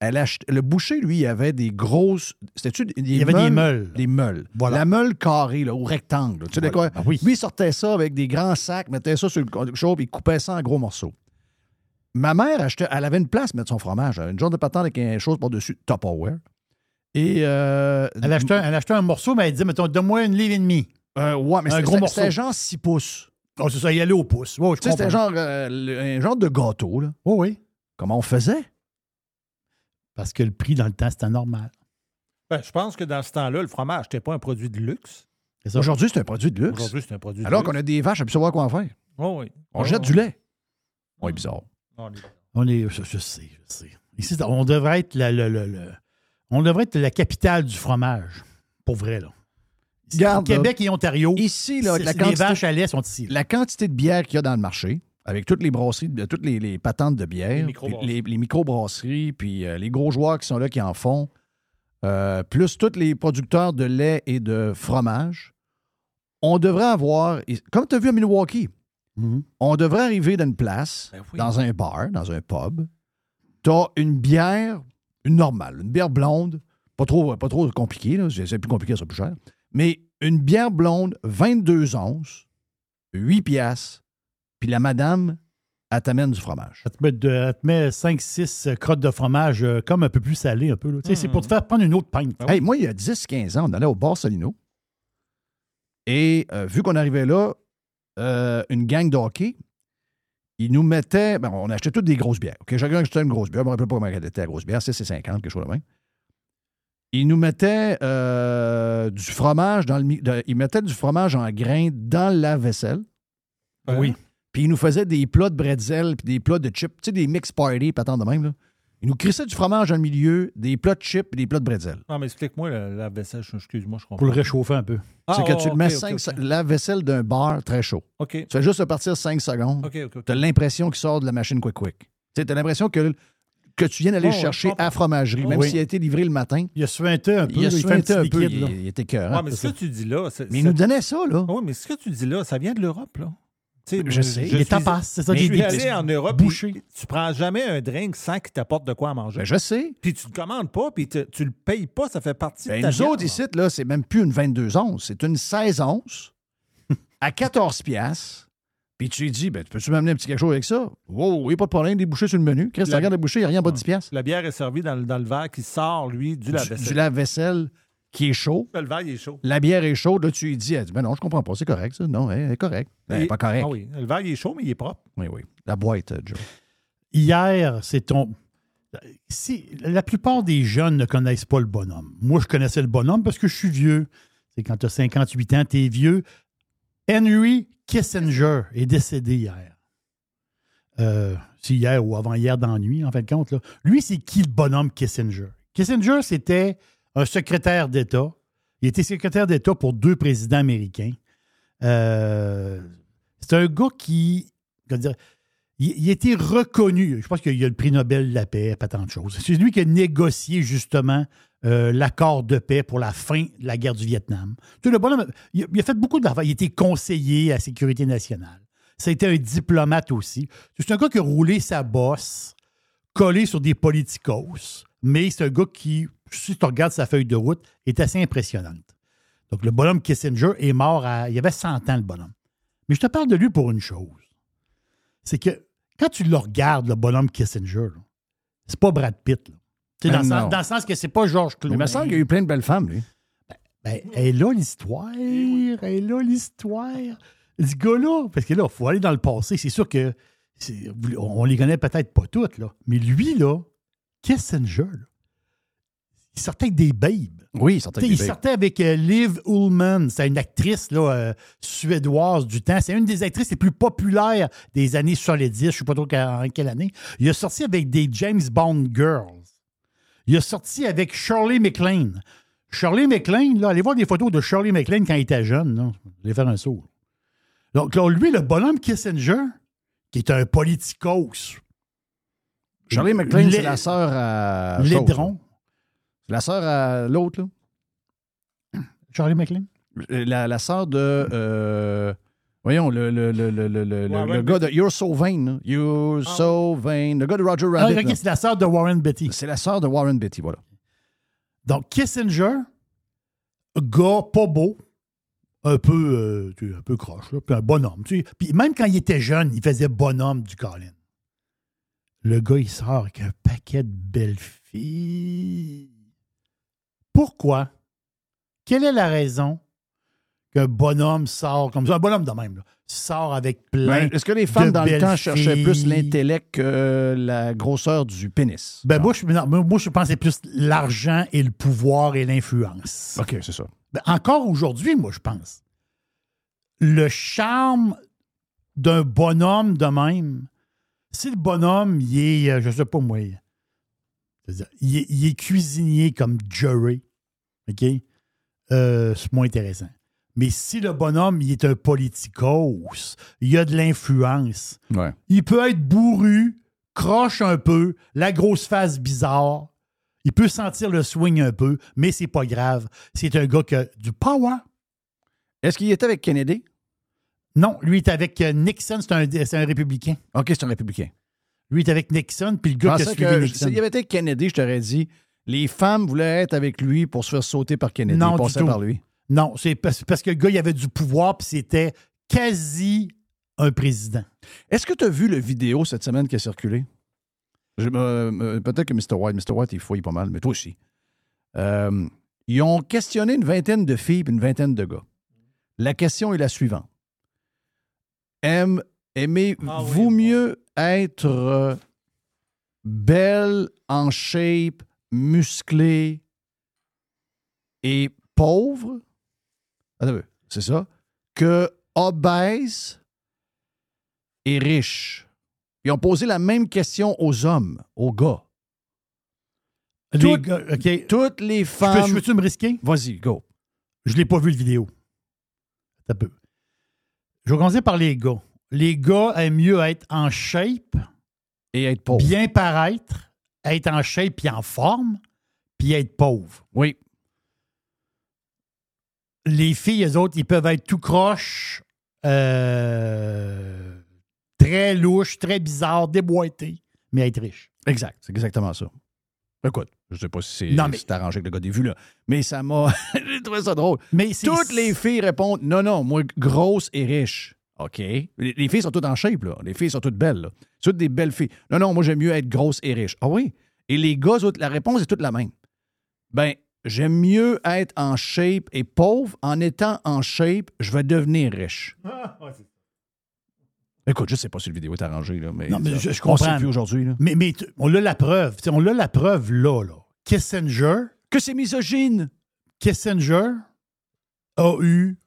Speaker 1: elle achetait. Le boucher, lui, il avait des grosses. C'était-tu des
Speaker 3: Il y avait des meules.
Speaker 1: Des meules.
Speaker 3: Voilà.
Speaker 1: La meule carrée, là, ou rectangle. là. Tu sais, de quoi?
Speaker 3: Ah oui.
Speaker 1: Lui, il sortait ça avec des grands sacs, mettait ça sur le chauffe, il coupait ça en gros morceaux. Ma mère achetait, elle avait une place pour mettre son fromage, une genre de patente avec quelque chose par-dessus, Tupperware. Et. euh,
Speaker 3: Elle achetait, un, elle achetait un morceau, mais elle disait, mettons, donne-moi une livre et demie.
Speaker 1: euh, ouais, mais
Speaker 3: Un
Speaker 1: c'était-
Speaker 3: gros
Speaker 1: c'était
Speaker 3: morceau.
Speaker 1: c'était genre 6 pouces.
Speaker 3: Oh, c'est ça, il allait au pouce. Ouais, je
Speaker 1: Tu sais, c'était
Speaker 3: comprends.
Speaker 1: genre euh, le- un genre de gâteau, là.
Speaker 3: Oh, oui,
Speaker 1: Comment on faisait?
Speaker 3: parce que le prix dans le temps, c'était normal.
Speaker 7: Ben, je pense que dans ce temps-là, le fromage, n'était pas un produit de luxe.
Speaker 3: C'est ça?
Speaker 1: Aujourd'hui, c'est un produit de luxe.
Speaker 7: Aujourd'hui, c'est un produit de
Speaker 1: Alors
Speaker 7: luxe.
Speaker 1: qu'on a des vaches, on peut savoir quoi en faire.
Speaker 7: Oh, oui.
Speaker 1: On jette du lait. Ouais, bizarre.
Speaker 3: On est. Je, je sais, je sais. Ici, on devrait être la, le- le- le- on devrait être la capitale du fromage. Pour vrai, là. Ici,
Speaker 1: Garde,
Speaker 3: Québec et Ontario.
Speaker 1: Ici, là, la
Speaker 3: c'est- c'est- les
Speaker 1: quantité-
Speaker 3: vaches à lait sont ici. là.
Speaker 1: La quantité de bière qu'il y a dans le marché, avec toutes les brasseries, de- toutes les, les patentes de
Speaker 7: Les
Speaker 1: bière, puis
Speaker 7: microbrasseries.
Speaker 1: les, les microbrasseries, puis euh, les gros joueurs qui sont là qui en font, euh, plus tous les producteurs de lait et de fromage, on devrait avoir, et- comme tu as vu à Milwaukee,
Speaker 3: Mhm.
Speaker 1: on devrait arriver dans une place,
Speaker 7: Ben oui.
Speaker 1: dans un bar, dans un pub. T'as une bière, une normale, une bière blonde, pas trop, pas trop compliquée, là, c'est c'est plus compliqué, ça plus cher. Mais une bière blonde 22 onces, 8 piastres, puis la madame, elle t'amène du fromage.
Speaker 3: Elle te met, de- elle te met 5-6 crottes de fromage euh, comme un peu plus salées, un peu. là. Tu sais, C'est pour te faire prendre une autre pinte.
Speaker 1: Ah Hey, moi, il y a 10-15 ans, on allait au bar Solino. Et euh, vu qu'on arrivait là, euh, une gang de hockey, ils nous mettaient. ben, on achetait toutes des grosses bières. Ok, Chacun achetait une grosse bière. Je ne me rappelle pas comment elle était, la grosse bière. 6 et 50, quelque chose de même. Ils nous mettaient euh, du fromage dans le. mi- de- ils mettaient du fromage en grains dans la vaisselle.
Speaker 3: Oui.
Speaker 1: Puis ils nous faisaient des plats de bretzel, puis des plats de chips, tu sais, des mix party, pas tant de même. Là. Ils nous crissaient du fromage dans le milieu, des plats de chips, puis des plats de bretzel.
Speaker 7: Non, mais explique-moi la, la vaisselle. je- Excuse-moi, je comprends.
Speaker 3: Pour le réchauffer un peu.
Speaker 7: Ah,
Speaker 1: c'est que
Speaker 7: oh,
Speaker 1: tu
Speaker 7: ok,
Speaker 1: mets
Speaker 7: ok,
Speaker 1: cinq
Speaker 7: ok.
Speaker 1: se- la vaisselle d'un bar très chaud.
Speaker 7: OK.
Speaker 1: Tu fais juste le partir 5 secondes.
Speaker 7: OK, OK, OK.
Speaker 1: Tu as l'impression qu'il sort de la machine quick quick. Tu as l'impression que, que tu viens d'aller
Speaker 3: Oh,
Speaker 1: le chercher à fromagerie,
Speaker 3: Oh,
Speaker 1: même
Speaker 3: oui.
Speaker 1: s'il a été livré le matin.
Speaker 3: Il a suinté un peu.
Speaker 1: Il a
Speaker 3: là, fait
Speaker 1: suinté
Speaker 3: petit
Speaker 1: un peu,
Speaker 3: liquide, là.
Speaker 1: il, il était écœurant.
Speaker 7: Ouais, Ah, mais ce que tu dis là. c'est-
Speaker 1: Mais il
Speaker 7: ça-
Speaker 1: nous donnait ça, là.
Speaker 7: Ah Oui, mais ce que tu dis là, ça vient de l'Europe, là. Tu sais, moi,
Speaker 1: Je sais.
Speaker 3: Les
Speaker 7: suis-
Speaker 3: tapas, c'est ça,
Speaker 7: Je
Speaker 3: des-
Speaker 7: suis
Speaker 3: des-
Speaker 7: allé en Europe.
Speaker 3: bouchées.
Speaker 7: puis Tu prends jamais un drink sans qu'il t'apporte de quoi à manger.
Speaker 1: Ben, je sais.
Speaker 7: Puis tu le commandes pas, puis te- tu le payes pas, ça fait partie
Speaker 1: Ben,
Speaker 7: de ta
Speaker 1: nous
Speaker 7: viande.
Speaker 1: autres, ici, là, c'est même plus une 22 onces, c'est une 16 onces à 14 piastres. Puis tu lui dis, ben, peux-tu m'amener un petit quelque chose avec ça? Oh, Wow, oui, pas de problème, des bouchées sur le menu. Chris,
Speaker 7: La-
Speaker 1: regarde la bouchée, il n'y a rien en bas de 10 piastres.
Speaker 7: La bière est servie dans, le- dans le verre qui sort, lui, du
Speaker 1: Du-
Speaker 7: lave-vaisselle.
Speaker 1: Du lave-vaisselle qui est chaud.
Speaker 7: Le verre, il est chaud.
Speaker 1: La bière est chaude, là, tu lui dis, elle dit, ben non, je comprends pas, c'est correct, ça. Non, elle elle est correcte. Elle est
Speaker 7: Et-
Speaker 1: pas correcte.
Speaker 7: Ah
Speaker 1: oui.
Speaker 7: oui, le verre, il est chaud, mais il est propre.
Speaker 1: oui, La boîte, euh, Joe.
Speaker 3: Hier, c'est ton. Si, la plupart des jeunes ne connaissent pas le bonhomme. Moi, je connaissais le bonhomme parce que je suis vieux. C'est quand tu as 58 ans, tu es vieux. Henry Kissinger est décédé hier. Euh, c'est hier ou avant-hier dans la nuit, en fin de compte. là. Lui, c'est qui le bonhomme Kissinger? Kissinger, c'était un secrétaire d'État. Il était secrétaire d'État pour deux présidents américains. Euh, c'est un gars qui. comment dire, il, il était reconnu. Je pense qu'il y a le prix Nobel de la paix, pas tant de choses. C'est lui qui a négocié justement euh, l'accord de paix pour la fin de la guerre du Vietnam. Tu sais, le bonhomme, il, a- il a fait beaucoup d'affaires. Il était conseiller à la sécurité nationale. Ça a été un diplomate aussi. C'est un gars qui a roulé sa bosse, collé sur des politicos, mais c'est un gars qui, si tu regardes sa feuille de route, est assez impressionnante. Donc, le bonhomme Kissinger est mort à. Il y avait 100 ans, le bonhomme. Mais je te parle de lui pour une chose c'est que quand tu le regardes, le bonhomme Kissinger, là, c'est pas Brad Pitt. là. Tu sais,
Speaker 1: Ben
Speaker 3: Dans, le sens-
Speaker 1: non.
Speaker 3: dans le sens que c'est pas Georges
Speaker 1: Mais
Speaker 3: Clooney.
Speaker 1: il me semble qu'il y a eu plein de belles femmes, lui.
Speaker 3: Ben, elle a l'histoire. Elle a l'histoire. Ce gars-là, parce que là, il faut aller dans le passé. C'est sûr que c'est- on les connaît peut-être pas toutes, là. Mais lui, là, Kissinger, là, il sortait avec des babes.
Speaker 1: Oui, il sortait
Speaker 3: Tu sais,
Speaker 1: avec
Speaker 3: il
Speaker 1: des
Speaker 3: sortait avec euh, Liv Ullman. C'est une actrice là, euh, suédoise du temps. C'est une des actrices les plus populaires des années 70. Je ne sais pas trop qu'en- en quelle année. Il a sorti avec des James Bond Girls. Il a sorti avec Shirley MacLaine. Shirley MacLaine, là, allez voir des photos de Shirley MacLaine quand il était jeune. Là. Je vais faire un saut. Donc, là, lui, le bonhomme Kissinger, qui est un politicos,
Speaker 1: Charlie McLean,
Speaker 3: Lé-
Speaker 1: c'est la sœur à. chose, là.
Speaker 3: Lédron.
Speaker 1: C'est la sœur à l'autre, là.
Speaker 3: Shirley MacLaine?
Speaker 1: Euh, La, la sœur de. euh, voyons, le, le, le, le, le, le-
Speaker 7: Ouais,
Speaker 1: le
Speaker 7: ouais,
Speaker 1: gars de You're So Vain. là. You're
Speaker 7: Ah
Speaker 1: So Vain. Le gars de Roger
Speaker 3: Ah,
Speaker 1: Rabbit.
Speaker 3: ok,
Speaker 1: là.
Speaker 3: c'est la sœur de Warren Beatty.
Speaker 1: c'est la sœur de Warren Beatty, voilà.
Speaker 3: Donc, Kissinger, gars pas beau, un peu, euh, tu sais, un peu croche, là, puis un bonhomme. tu sais. Puis même quand il était jeune, il faisait bonhomme du Colin. Le gars, il sort avec un paquet de belles filles. Pourquoi? Quelle est la raison qu'un bonhomme sort comme ça? Un bonhomme de même, là, sort avec plein.
Speaker 1: Ben, Est-ce que les femmes,
Speaker 3: de
Speaker 1: dans le
Speaker 3: belles
Speaker 1: temps, cherchaient
Speaker 3: filles?
Speaker 1: plus l'intellect que la grosseur du pénis?
Speaker 3: Ben, moi, je, non, moi, je pense que c'est plus l'argent et le pouvoir et l'influence.
Speaker 1: OK, c'est ça.
Speaker 3: Ben, encore aujourd'hui, moi, je pense. Le charme d'un bonhomme de même, si le bonhomme, il est, euh, je sais pas moi, il- c'est-à-dire, il est, il est cuisinier comme Jerry, OK? Euh, c'est moins intéressant. Mais si le bonhomme, il est un politicos, il a de l'influence,
Speaker 1: Ouais.
Speaker 3: il peut être bourru, croche un peu, la grosse face bizarre. Il peut sentir le swing un peu, mais c'est pas grave. C'est un gars qui a du power.
Speaker 1: Est-ce qu'il était avec Kennedy?
Speaker 3: Non, lui est avec euh, Nixon, c'est un, c'est un républicain.
Speaker 1: OK, c'est un républicain.
Speaker 3: Lui est avec Nixon, puis le
Speaker 1: Je
Speaker 3: gars qui a
Speaker 1: pensais
Speaker 3: suivi
Speaker 1: que
Speaker 3: Nixon.
Speaker 1: s'il avait été Kennedy, je t'aurais dit les femmes voulaient être avec lui pour se faire sauter par Kennedy.
Speaker 3: Non,
Speaker 1: Ils
Speaker 3: du
Speaker 1: passaient
Speaker 3: tout.
Speaker 1: par lui.
Speaker 3: Non, c'est parce, parce que le gars, il avait du pouvoir, puis c'était quasi un président.
Speaker 1: Est-ce que tu as vu le vidéo cette semaine qui a circulé? Je- euh, euh, Peut-être que Mr. White, Mr. White, il fouille pas mal, mais toi aussi. Euh, ils ont questionné une vingtaine de filles et une vingtaine de gars. La question est la suivante. Aime- Aimez-vous mieux être euh, belle, en shape, musclée et pauvre? Attends un peu, c'est ça? Que obèse et riche. Ils ont posé la même question aux hommes, aux gars. Toutes- Toutes les femmes.
Speaker 3: Euh, Je peux- je peux-tu me risquer?
Speaker 1: Vas-y, go.
Speaker 3: Je ne l'ai pas vu le vidéo. Ça peut. Je vais commencer par les gars. Les gars aiment mieux être en shape.
Speaker 1: Et être pauvre.
Speaker 3: Bien paraître, être en shape puis en forme, puis être pauvre.
Speaker 1: Oui.
Speaker 3: Les filles, eux autres, ils peuvent être tout croche, euh, très louche, très bizarre, déboîté, mais être riche.
Speaker 1: Exact, c'est exactement ça. Écoute, je sais pas si c'est
Speaker 3: Non, mais-
Speaker 1: si t'as arrangé avec le gars des vues, là, mais ça m'a. <laughs> J'ai trouvé ça drôle.
Speaker 3: Mais
Speaker 1: Toutes les filles répondent non, non, moi, grosse et riche. OK. Les, les filles sont toutes en shape, là. Les filles sont toutes belles, là. C'est toutes des belles filles. Non, non, moi, j'aime mieux être grosse et riche. Ah oui. Et les gars, autres, la réponse est toute la même. Ben, j'aime mieux être en shape et pauvre. En étant en shape, je vais devenir riche. Écoute, je sais pas si le vidéo est arrangé, là, mais.
Speaker 3: Non, mais je, je
Speaker 1: on
Speaker 3: comprends.
Speaker 1: sait plus aujourd'hui, là.
Speaker 3: Mais, mais t- on a la preuve. Tu sais, on a la preuve là, là. Kissinger.
Speaker 1: Que c'est misogyne.
Speaker 3: Kissinger a eu,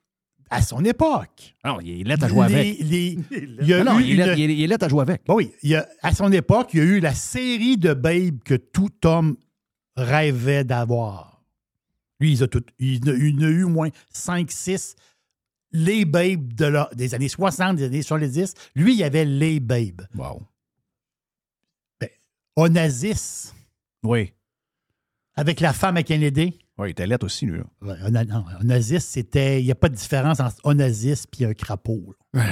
Speaker 3: à son époque.
Speaker 1: Non, Ah, il est laid à jouer
Speaker 3: les-
Speaker 1: avec.
Speaker 3: les-
Speaker 1: laid. Non, non, il est laid- il est- il est laid à jouer avec.
Speaker 3: Bah Oui, il y a- à son époque, il y a eu la série de babes que tout homme rêvait d'avoir. Lui, il, a tout- il en a- il en a eu au moins 5, 6. Les babes de la- des années 60, des années 70. Lui, il y avait les babes. Ben,
Speaker 1: Wow.
Speaker 3: Onassis,
Speaker 1: Oui.
Speaker 3: avec la femme à Kennedy.
Speaker 1: Oui, il était laid aussi, lui. là.
Speaker 3: Ouais, Ona- non, Onassis, c'était. Il n'y a pas de différence entre Onassis et un crapaud.
Speaker 1: <laughs>
Speaker 3: là.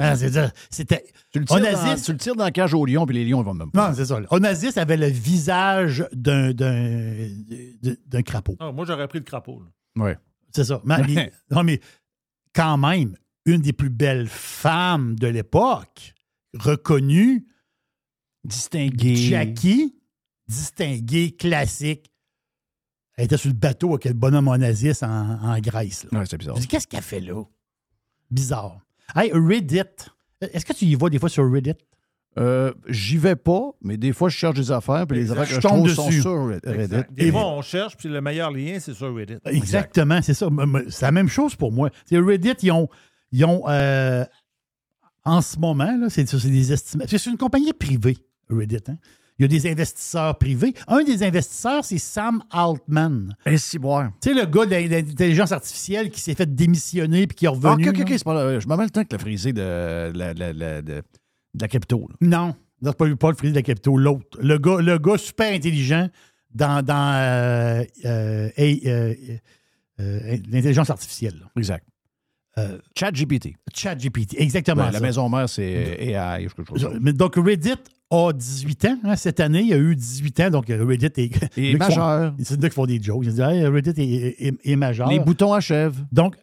Speaker 3: Ah, c'est-à-dire, C'était.
Speaker 1: Tu le, tires
Speaker 3: Onassis-
Speaker 1: dans, tu le tires dans la cage aux lions, puis les lions, ils vont même pas.
Speaker 3: Non, c'est ça. là. Onassis avait le visage d'un, d'un, d'un crapaud.
Speaker 7: Non, moi, j'aurais pris le crapaud. là.
Speaker 1: Oui.
Speaker 3: C'est ça. Mais, mais- <laughs> non, mais quand même, une des plus belles femmes de l'époque, reconnue,
Speaker 1: Distingué.
Speaker 3: Jackie, distinguée, classique. Elle était sur le bateau avec le bonhomme Onassis en, en Grèce. là.
Speaker 1: Ouais, c'est bizarre.
Speaker 3: Je dis, Qu'est-ce qu'elle fait là? Bizarre. Hey, Reddit. Est-ce que tu y vas des fois sur Reddit?
Speaker 1: Euh, J'y vais pas, mais des fois, je cherche des affaires, puis les
Speaker 3: Exact.
Speaker 1: affaires que je,
Speaker 3: Je tombe
Speaker 1: trouve
Speaker 3: dessus.
Speaker 1: sont sur Reddit.
Speaker 7: Exact. Des fois, on cherche, puis le meilleur lien, c'est sur Reddit.
Speaker 3: Exactement, c'est ça. M- m- C'est la même chose pour moi. C'est Reddit, ils ont. Ils ont euh, en ce moment, là, c'est c'est des estimations. C'est une compagnie privée, Reddit. hein. Il y a des investisseurs privés. Un des investisseurs, c'est Sam Altman.
Speaker 1: Et si boire.
Speaker 3: Tu sais, le gars de l'in- de l'intelligence artificielle qui s'est fait démissionner puis qui est revenu.
Speaker 1: Ah, ok, ok,
Speaker 3: là.
Speaker 1: ok, c'est pas là. Je m'en mets le temps que la frisée de, de la- de la- de la- de- de la crypto. là.
Speaker 3: Non, non, c'est pas, lui, pas le Freddy de la Capito, l'autre. Le gars, le gars super intelligent dans, dans, euh, euh, hey, euh, euh, l'intelligence artificielle. là.
Speaker 1: Exact. Chat GPT.
Speaker 3: ChatGPT, exactement.
Speaker 1: la
Speaker 3: ça.
Speaker 1: maison mère, c'est AI. je- je- je- je-
Speaker 3: Mais donc, Reddit a 18 ans. hein, cette année, il y a eu 18 ans. Donc, Reddit est.
Speaker 1: Il est
Speaker 3: Ceux qui font-
Speaker 1: majeur.
Speaker 3: C'est là qu'ils font des jokes. Ils disent, Hey, Reddit est, est- est majeur.
Speaker 1: Les boutons achèvent.
Speaker 3: Donc,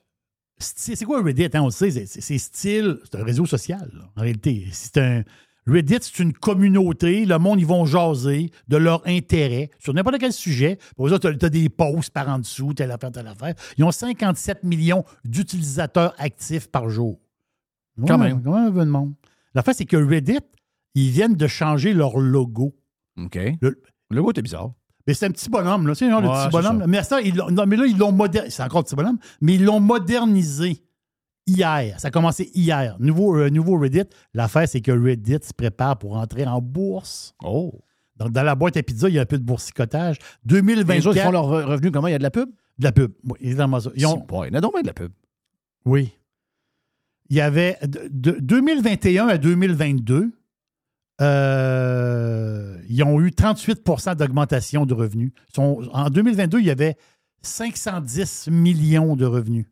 Speaker 3: c'est c'est quoi Reddit? hein? On le sait, c'est- c'est c'est style, c'est un réseau social, là, en réalité. C'est un. Reddit, c'est une communauté. Le monde, ils vont jaser de leur intérêt sur n'importe quel sujet. Pour eux, tu as, des posts par en dessous, telle affaire, telle affaire. Ils ont 57 millions d'utilisateurs actifs par jour.
Speaker 1: Quand même.
Speaker 3: Comment veut le monde? L'affaire, c'est que Reddit, ils viennent de changer leur logo.
Speaker 1: OK.
Speaker 3: Le-
Speaker 1: Le goût est bizarre.
Speaker 3: mais c'est un petit bonhomme, là. Tu sais, genre, le
Speaker 1: Ouais,
Speaker 3: petit
Speaker 1: c'est
Speaker 3: bonhomme.
Speaker 1: ça.
Speaker 3: là. Mais, à ça, ils l'ont- non, mais là, ils l'ont modernisé. C'est encore un petit bonhomme, mais ils l'ont modernisé hier. Ça a commencé hier. Nouveau, euh, nouveau Reddit. L'affaire, c'est que Reddit se prépare pour entrer en bourse.
Speaker 1: Oh.
Speaker 3: Donc, dans la boîte à pizza, il y a un peu de boursicotage.
Speaker 1: Les
Speaker 3: 2024.
Speaker 1: autres, ils font leur re- revenu comment? Il y a de la pub?
Speaker 3: De la pub. Oui, évidemment ça. Ils ont-
Speaker 1: Si, boy, Il y en a donc bien de la pub.
Speaker 3: Oui. Il y avait de, de 2021 à 2022, euh, ils ont eu 38 d'augmentation de revenus. Ils sont- en 2022, il y avait 510 millions de revenus.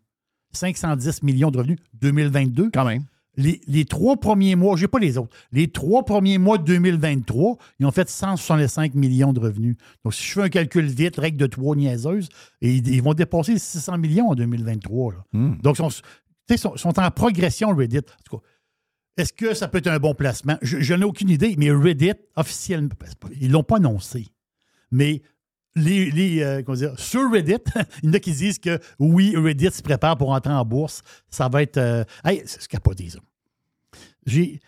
Speaker 3: 510 millions de revenus 2022.
Speaker 1: Quand même.
Speaker 3: Les, les trois premiers mois, j'ai pas les autres, les trois premiers mois de 2023, ils ont fait 165 millions de revenus. Donc, si je fais un calcul vite, règle de trois niaiseuse, et ils, ils vont dépasser les 600 millions en 2023. là.
Speaker 1: Hmm.
Speaker 3: Donc, ils sont, tu sais, sont, sont en progression, Reddit. En tout cas, est-ce que ça peut être un bon placement? Je, je n'ai aucune idée, mais Reddit, officiellement, c'est pas- ils ne l'ont pas annoncé. Mais les, les, euh, comment dire, sur Reddit, <laughs> il y en a qui disent que oui, Reddit se prépare pour entrer en bourse. Ça va être. euh, hey, c'est ce qu'a pas dit, ça. J'ai.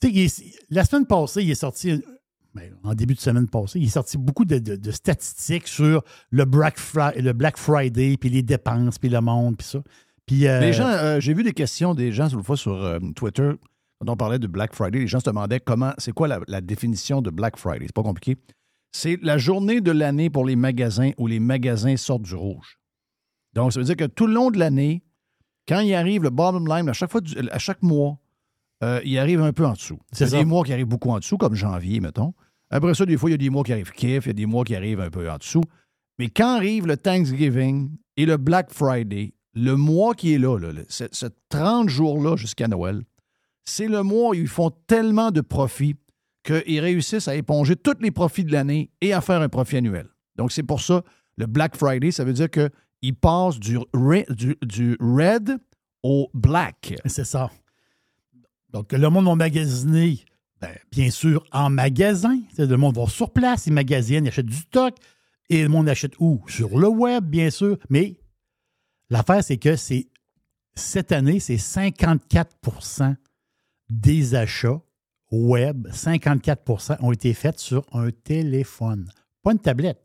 Speaker 3: tu sais, il est- la semaine passée, il est sorti. ben, en début de semaine passée, il est sorti beaucoup de, de- de statistiques sur le Black, Fri- le Black Friday, puis les dépenses, puis le monde, puis ça. Puis, euh,
Speaker 1: Les gens, euh, j'ai vu des questions des gens une fois sur euh, Twitter. Quand on parlait de Black Friday, les gens se demandaient comment, c'est quoi la, la définition de Black Friday. C'est pas compliqué. C'est la journée de l'année pour les magasins où les magasins sortent du rouge. Donc, ça veut dire que tout le long de l'année, quand il arrive le bottom line, à chaque, fois du- à chaque mois, euh, il arrive un peu en dessous.
Speaker 3: C'est
Speaker 1: C'est
Speaker 3: ça.
Speaker 1: des mois qui arrivent beaucoup en dessous, comme janvier, mettons. Après ça, des fois, il y a des mois qui arrivent kiff, il y a des mois qui arrivent un peu en dessous. Mais quand arrive le Thanksgiving et le Black Friday, le mois qui est là, là, le- ce, ce 30 jours-là jusqu'à Noël, c'est le mois où ils font tellement de profits qu'ils réussissent à éponger tous les profits de l'année et à faire un profit annuel. Donc, c'est pour ça, le Black Friday, ça veut dire qu'ils passent du, re- du- du red au black.
Speaker 3: C'est ça. Donc, le monde va magasiner, ben, bien sûr, en magasin. C'est-à-dire, Le monde va sur place, ils magasinent, ils achètent du stock. Et le monde achète où? Sur le web, bien sûr. Mais l'affaire, c'est que c'est cette année, c'est 54 des achats web, 54 ont été faits sur un téléphone. Pas une tablette,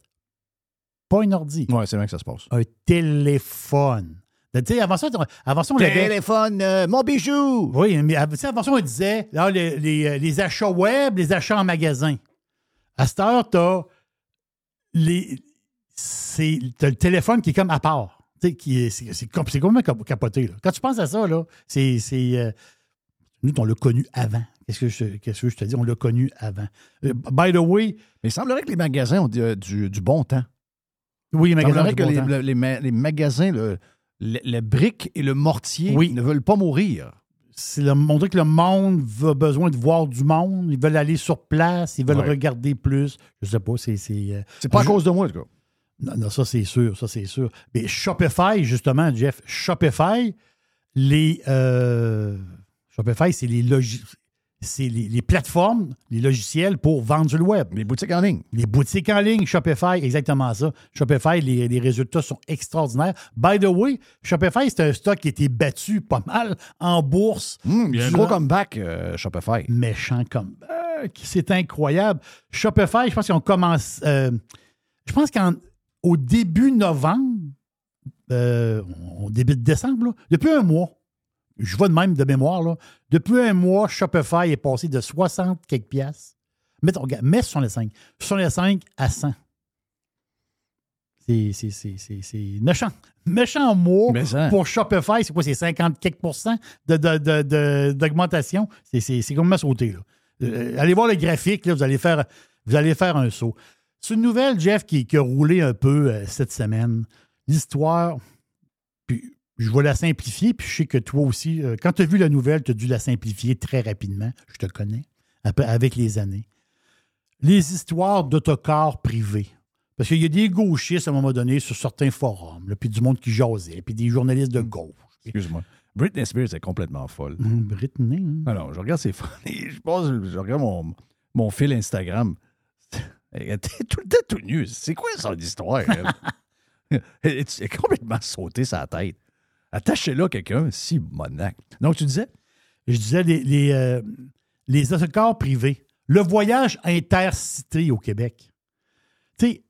Speaker 3: pas un ordi.
Speaker 1: Oui, c'est bien que ça se passe.
Speaker 3: Un téléphone. Tu sais, avant ça, avant ça, on l'avait...
Speaker 1: Téléphone, euh, mon bijou!
Speaker 3: Oui, mais av- tu sais, avant ça, on disait là, les, les, euh, les achats web, les achats en magasin. À cette heure, tu as, le téléphone qui est comme à part. Tu sais, qui est- C'est c'est com- c'est complètement cap- capoté. là. Quand tu penses à ça, là, c'est. c'est, euh, nous, on l'a connu avant. Qu'est-ce que, je, qu'est-ce que je te dis? On l'a connu avant. Euh, by the way.
Speaker 1: Mais il semblerait que les magasins ont du, euh, du- du bon temps.
Speaker 3: Oui, les
Speaker 1: Il
Speaker 3: magasins. ont
Speaker 1: semblerait
Speaker 3: du
Speaker 1: que
Speaker 3: bon
Speaker 1: les,
Speaker 3: temps.
Speaker 1: le- les ma- les magasins, le, le- la brique et le mortier
Speaker 3: Oui.
Speaker 1: ne veulent pas mourir.
Speaker 3: c'est le, on dirait que le monde a besoin de voir du monde. Ils veulent aller sur place. Ils veulent
Speaker 1: Ouais.
Speaker 3: regarder plus. Je sais pas. C'est, c'est, euh,
Speaker 1: C'est pas à
Speaker 3: je-
Speaker 1: cause de moi, en tout cas.
Speaker 3: Non, non, ça c'est sûr, ça c'est sûr. Mais Shopify, justement, Jeff, Shopify, les euh, Shopify, c'est les logi- c'est les, les plateformes, les logiciels pour vendre sur le web.
Speaker 1: Les boutiques en ligne.
Speaker 3: Les boutiques en ligne, Shopify, exactement ça. Shopify, les, les résultats sont extraordinaires. By the way, Shopify, c'est un stock qui a été battu pas mal en bourse.
Speaker 1: Hum, il y a un
Speaker 3: durant-
Speaker 1: gros comeback, euh, Shopify.
Speaker 3: méchant comme. Euh, c'est incroyable. Shopify, je pense qu'ils ont commencé. euh, je pense qu'au début novembre, euh, au début de décembre, là, depuis un mois, je vois de même de mémoire, là, depuis un mois, Shopify est passé de 60 quelques piastres. Mettons, regarde, mets 65. 65 à 100. C'est- C'est c'est- c'est- c'est méchant. Méchant mois
Speaker 1: Mais ça.
Speaker 3: pour Shopify. C'est quoi? C'est 50 quelques pourcents de- de- de- de- d'augmentation. C'est- C'est c'est complètement sauté. Là. Euh, allez voir le graphique. Là, vous, allez faire, vous allez faire un saut. C'est une nouvelle, Jeff, qui, qui a roulé un peu euh, cette semaine. L'histoire, puis je vais la simplifier, puis je sais que toi aussi, euh, quand tu as vu la nouvelle, tu as dû la simplifier très rapidement. Je te connais, après- avec les années. Les histoires d'autocar privés. Parce qu'il y a des gauchistes à un moment donné sur certains forums, là, puis du monde qui jasait, puis des journalistes de gauche.
Speaker 1: Excuse-moi. Britney Spears est complètement folle.
Speaker 3: Hum, Britney. hein?
Speaker 1: Alors, je regarde ses photos. <laughs> Je passe, je regarde mon, mon fil Instagram. <laughs> Elle était tout le temps tout nue. C'est quoi son histoire?
Speaker 3: <laughs>
Speaker 1: Elle, Elle est- elle est complètement sautée sa tête. Attachez-la à quelqu'un, si monac. Donc, tu disais,
Speaker 3: Je disais les, les, euh, les autocars privés. Le voyage intercité au Québec. Tu sais,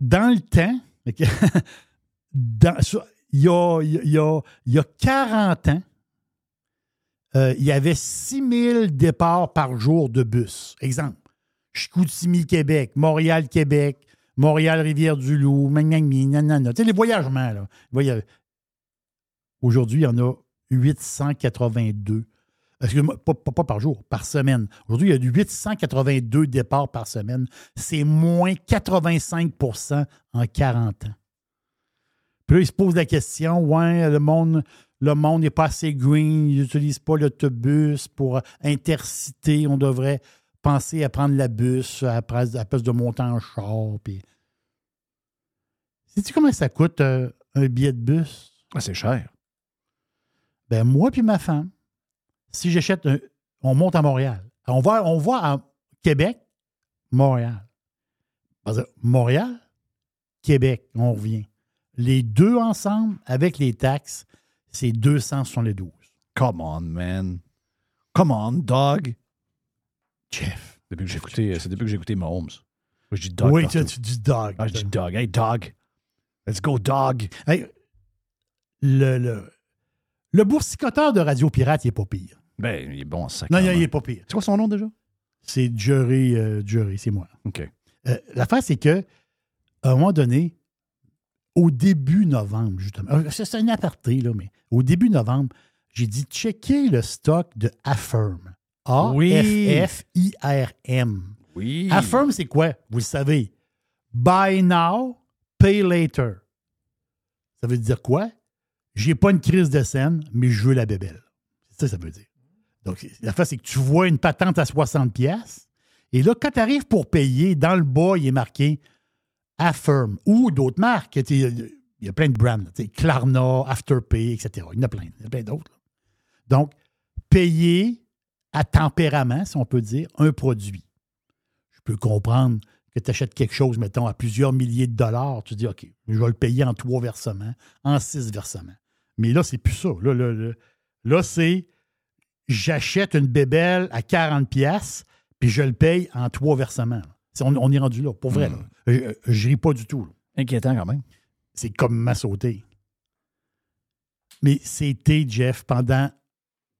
Speaker 3: dans le temps, ok, <laughs> dans- sur- il y a, il y a- il y a- il y a 40 ans, euh, il y avait 6000 départs par jour de bus. Exemple, Chicoutimi-Québec, Montréal-Québec, Montréal-Rivière-du-Loup, Magnangmi, nanana. Tu sais, les voyagements, là. Voyage- Aujourd'hui, il y en a 882. Excuse-moi, pas, pas- pas par jour, par semaine. Aujourd'hui, il y a du 882 départs par semaine. C'est moins 85 en 40 ans. Puis là, ils se posent la question, ouais, le monde le monde n'est pas assez green, ils n'utilisent pas l'autobus pour interciter, on devrait penser à prendre la bus à place, à place de monter en char. Puis... Sais-tu combien ça coûte euh, un billet de bus?
Speaker 1: Ah, c'est cher.
Speaker 3: Ben, moi puis ma femme, si j'achète un. On monte à Montréal. On va, on va à Québec, Montréal. Parce que Montréal, Québec, on revient. Les deux ensemble, avec les taxes, c'est 272.
Speaker 1: Come on, man. Come on, dog.
Speaker 3: Jeff.
Speaker 1: Depuis que j'ai écouté, c'est depuis que j'ai écouté Mahomes. Moi, je dis dog.
Speaker 3: Oui,
Speaker 1: partout.
Speaker 3: tu, tu dis dog.
Speaker 1: Ah, je dis dog. Hey, dog. Let's go, dog.
Speaker 3: Hey, le, le, le boursicoteur de Radio Pirate, il n'est pas pire.
Speaker 1: Ben, il est bon, ça.
Speaker 3: Non, il n'est pas pire.
Speaker 1: C'est quoi son nom déjà?
Speaker 3: C'est Jury, euh, Jury, c'est moi.
Speaker 1: OK.
Speaker 3: Euh, L'affaire, c'est que, à un moment donné, au début novembre, justement, euh, c'est c'est un aparté, là, mais au début novembre, j'ai dit checker le stock de Affirm. A-F-F-I-R-M.
Speaker 1: Oui.
Speaker 3: Affirm, c'est quoi? Vous le savez. Buy now, pay later. Ça veut dire quoi? J'ai pas une crise de scène, mais je veux la bébelle. C'est ça que ça veut dire. Donc, la face, c'est que tu vois une patente à 60 pièces et là, quand tu arrives pour payer, dans le bas, il est marqué Affirm ou d'autres marques. Tu sais, Il y a plein de brands, là, tu sais, Klarna, Afterpay, etc. Il y en a plein, il y en a plein d'autres. là. Donc, payer à tempérament, si on peut dire, un produit. Je peux comprendre que tu achètes quelque chose, mettons, à plusieurs milliers de dollars. Tu dis, OK, je vais le payer en trois versements, en six versements. Mais là, c'est plus ça. Là, là, là, là, c'est j'achète une bébelle à 40 pièces puis je le paye en trois versements. C'est- On, on est rendu là, pour vrai. là. Euh, euh, Je ris pas du tout. là.
Speaker 1: Hmm. Inquiétant quand même.
Speaker 3: C'est comme ma sauter. Mais c'était, Jeff, pendant...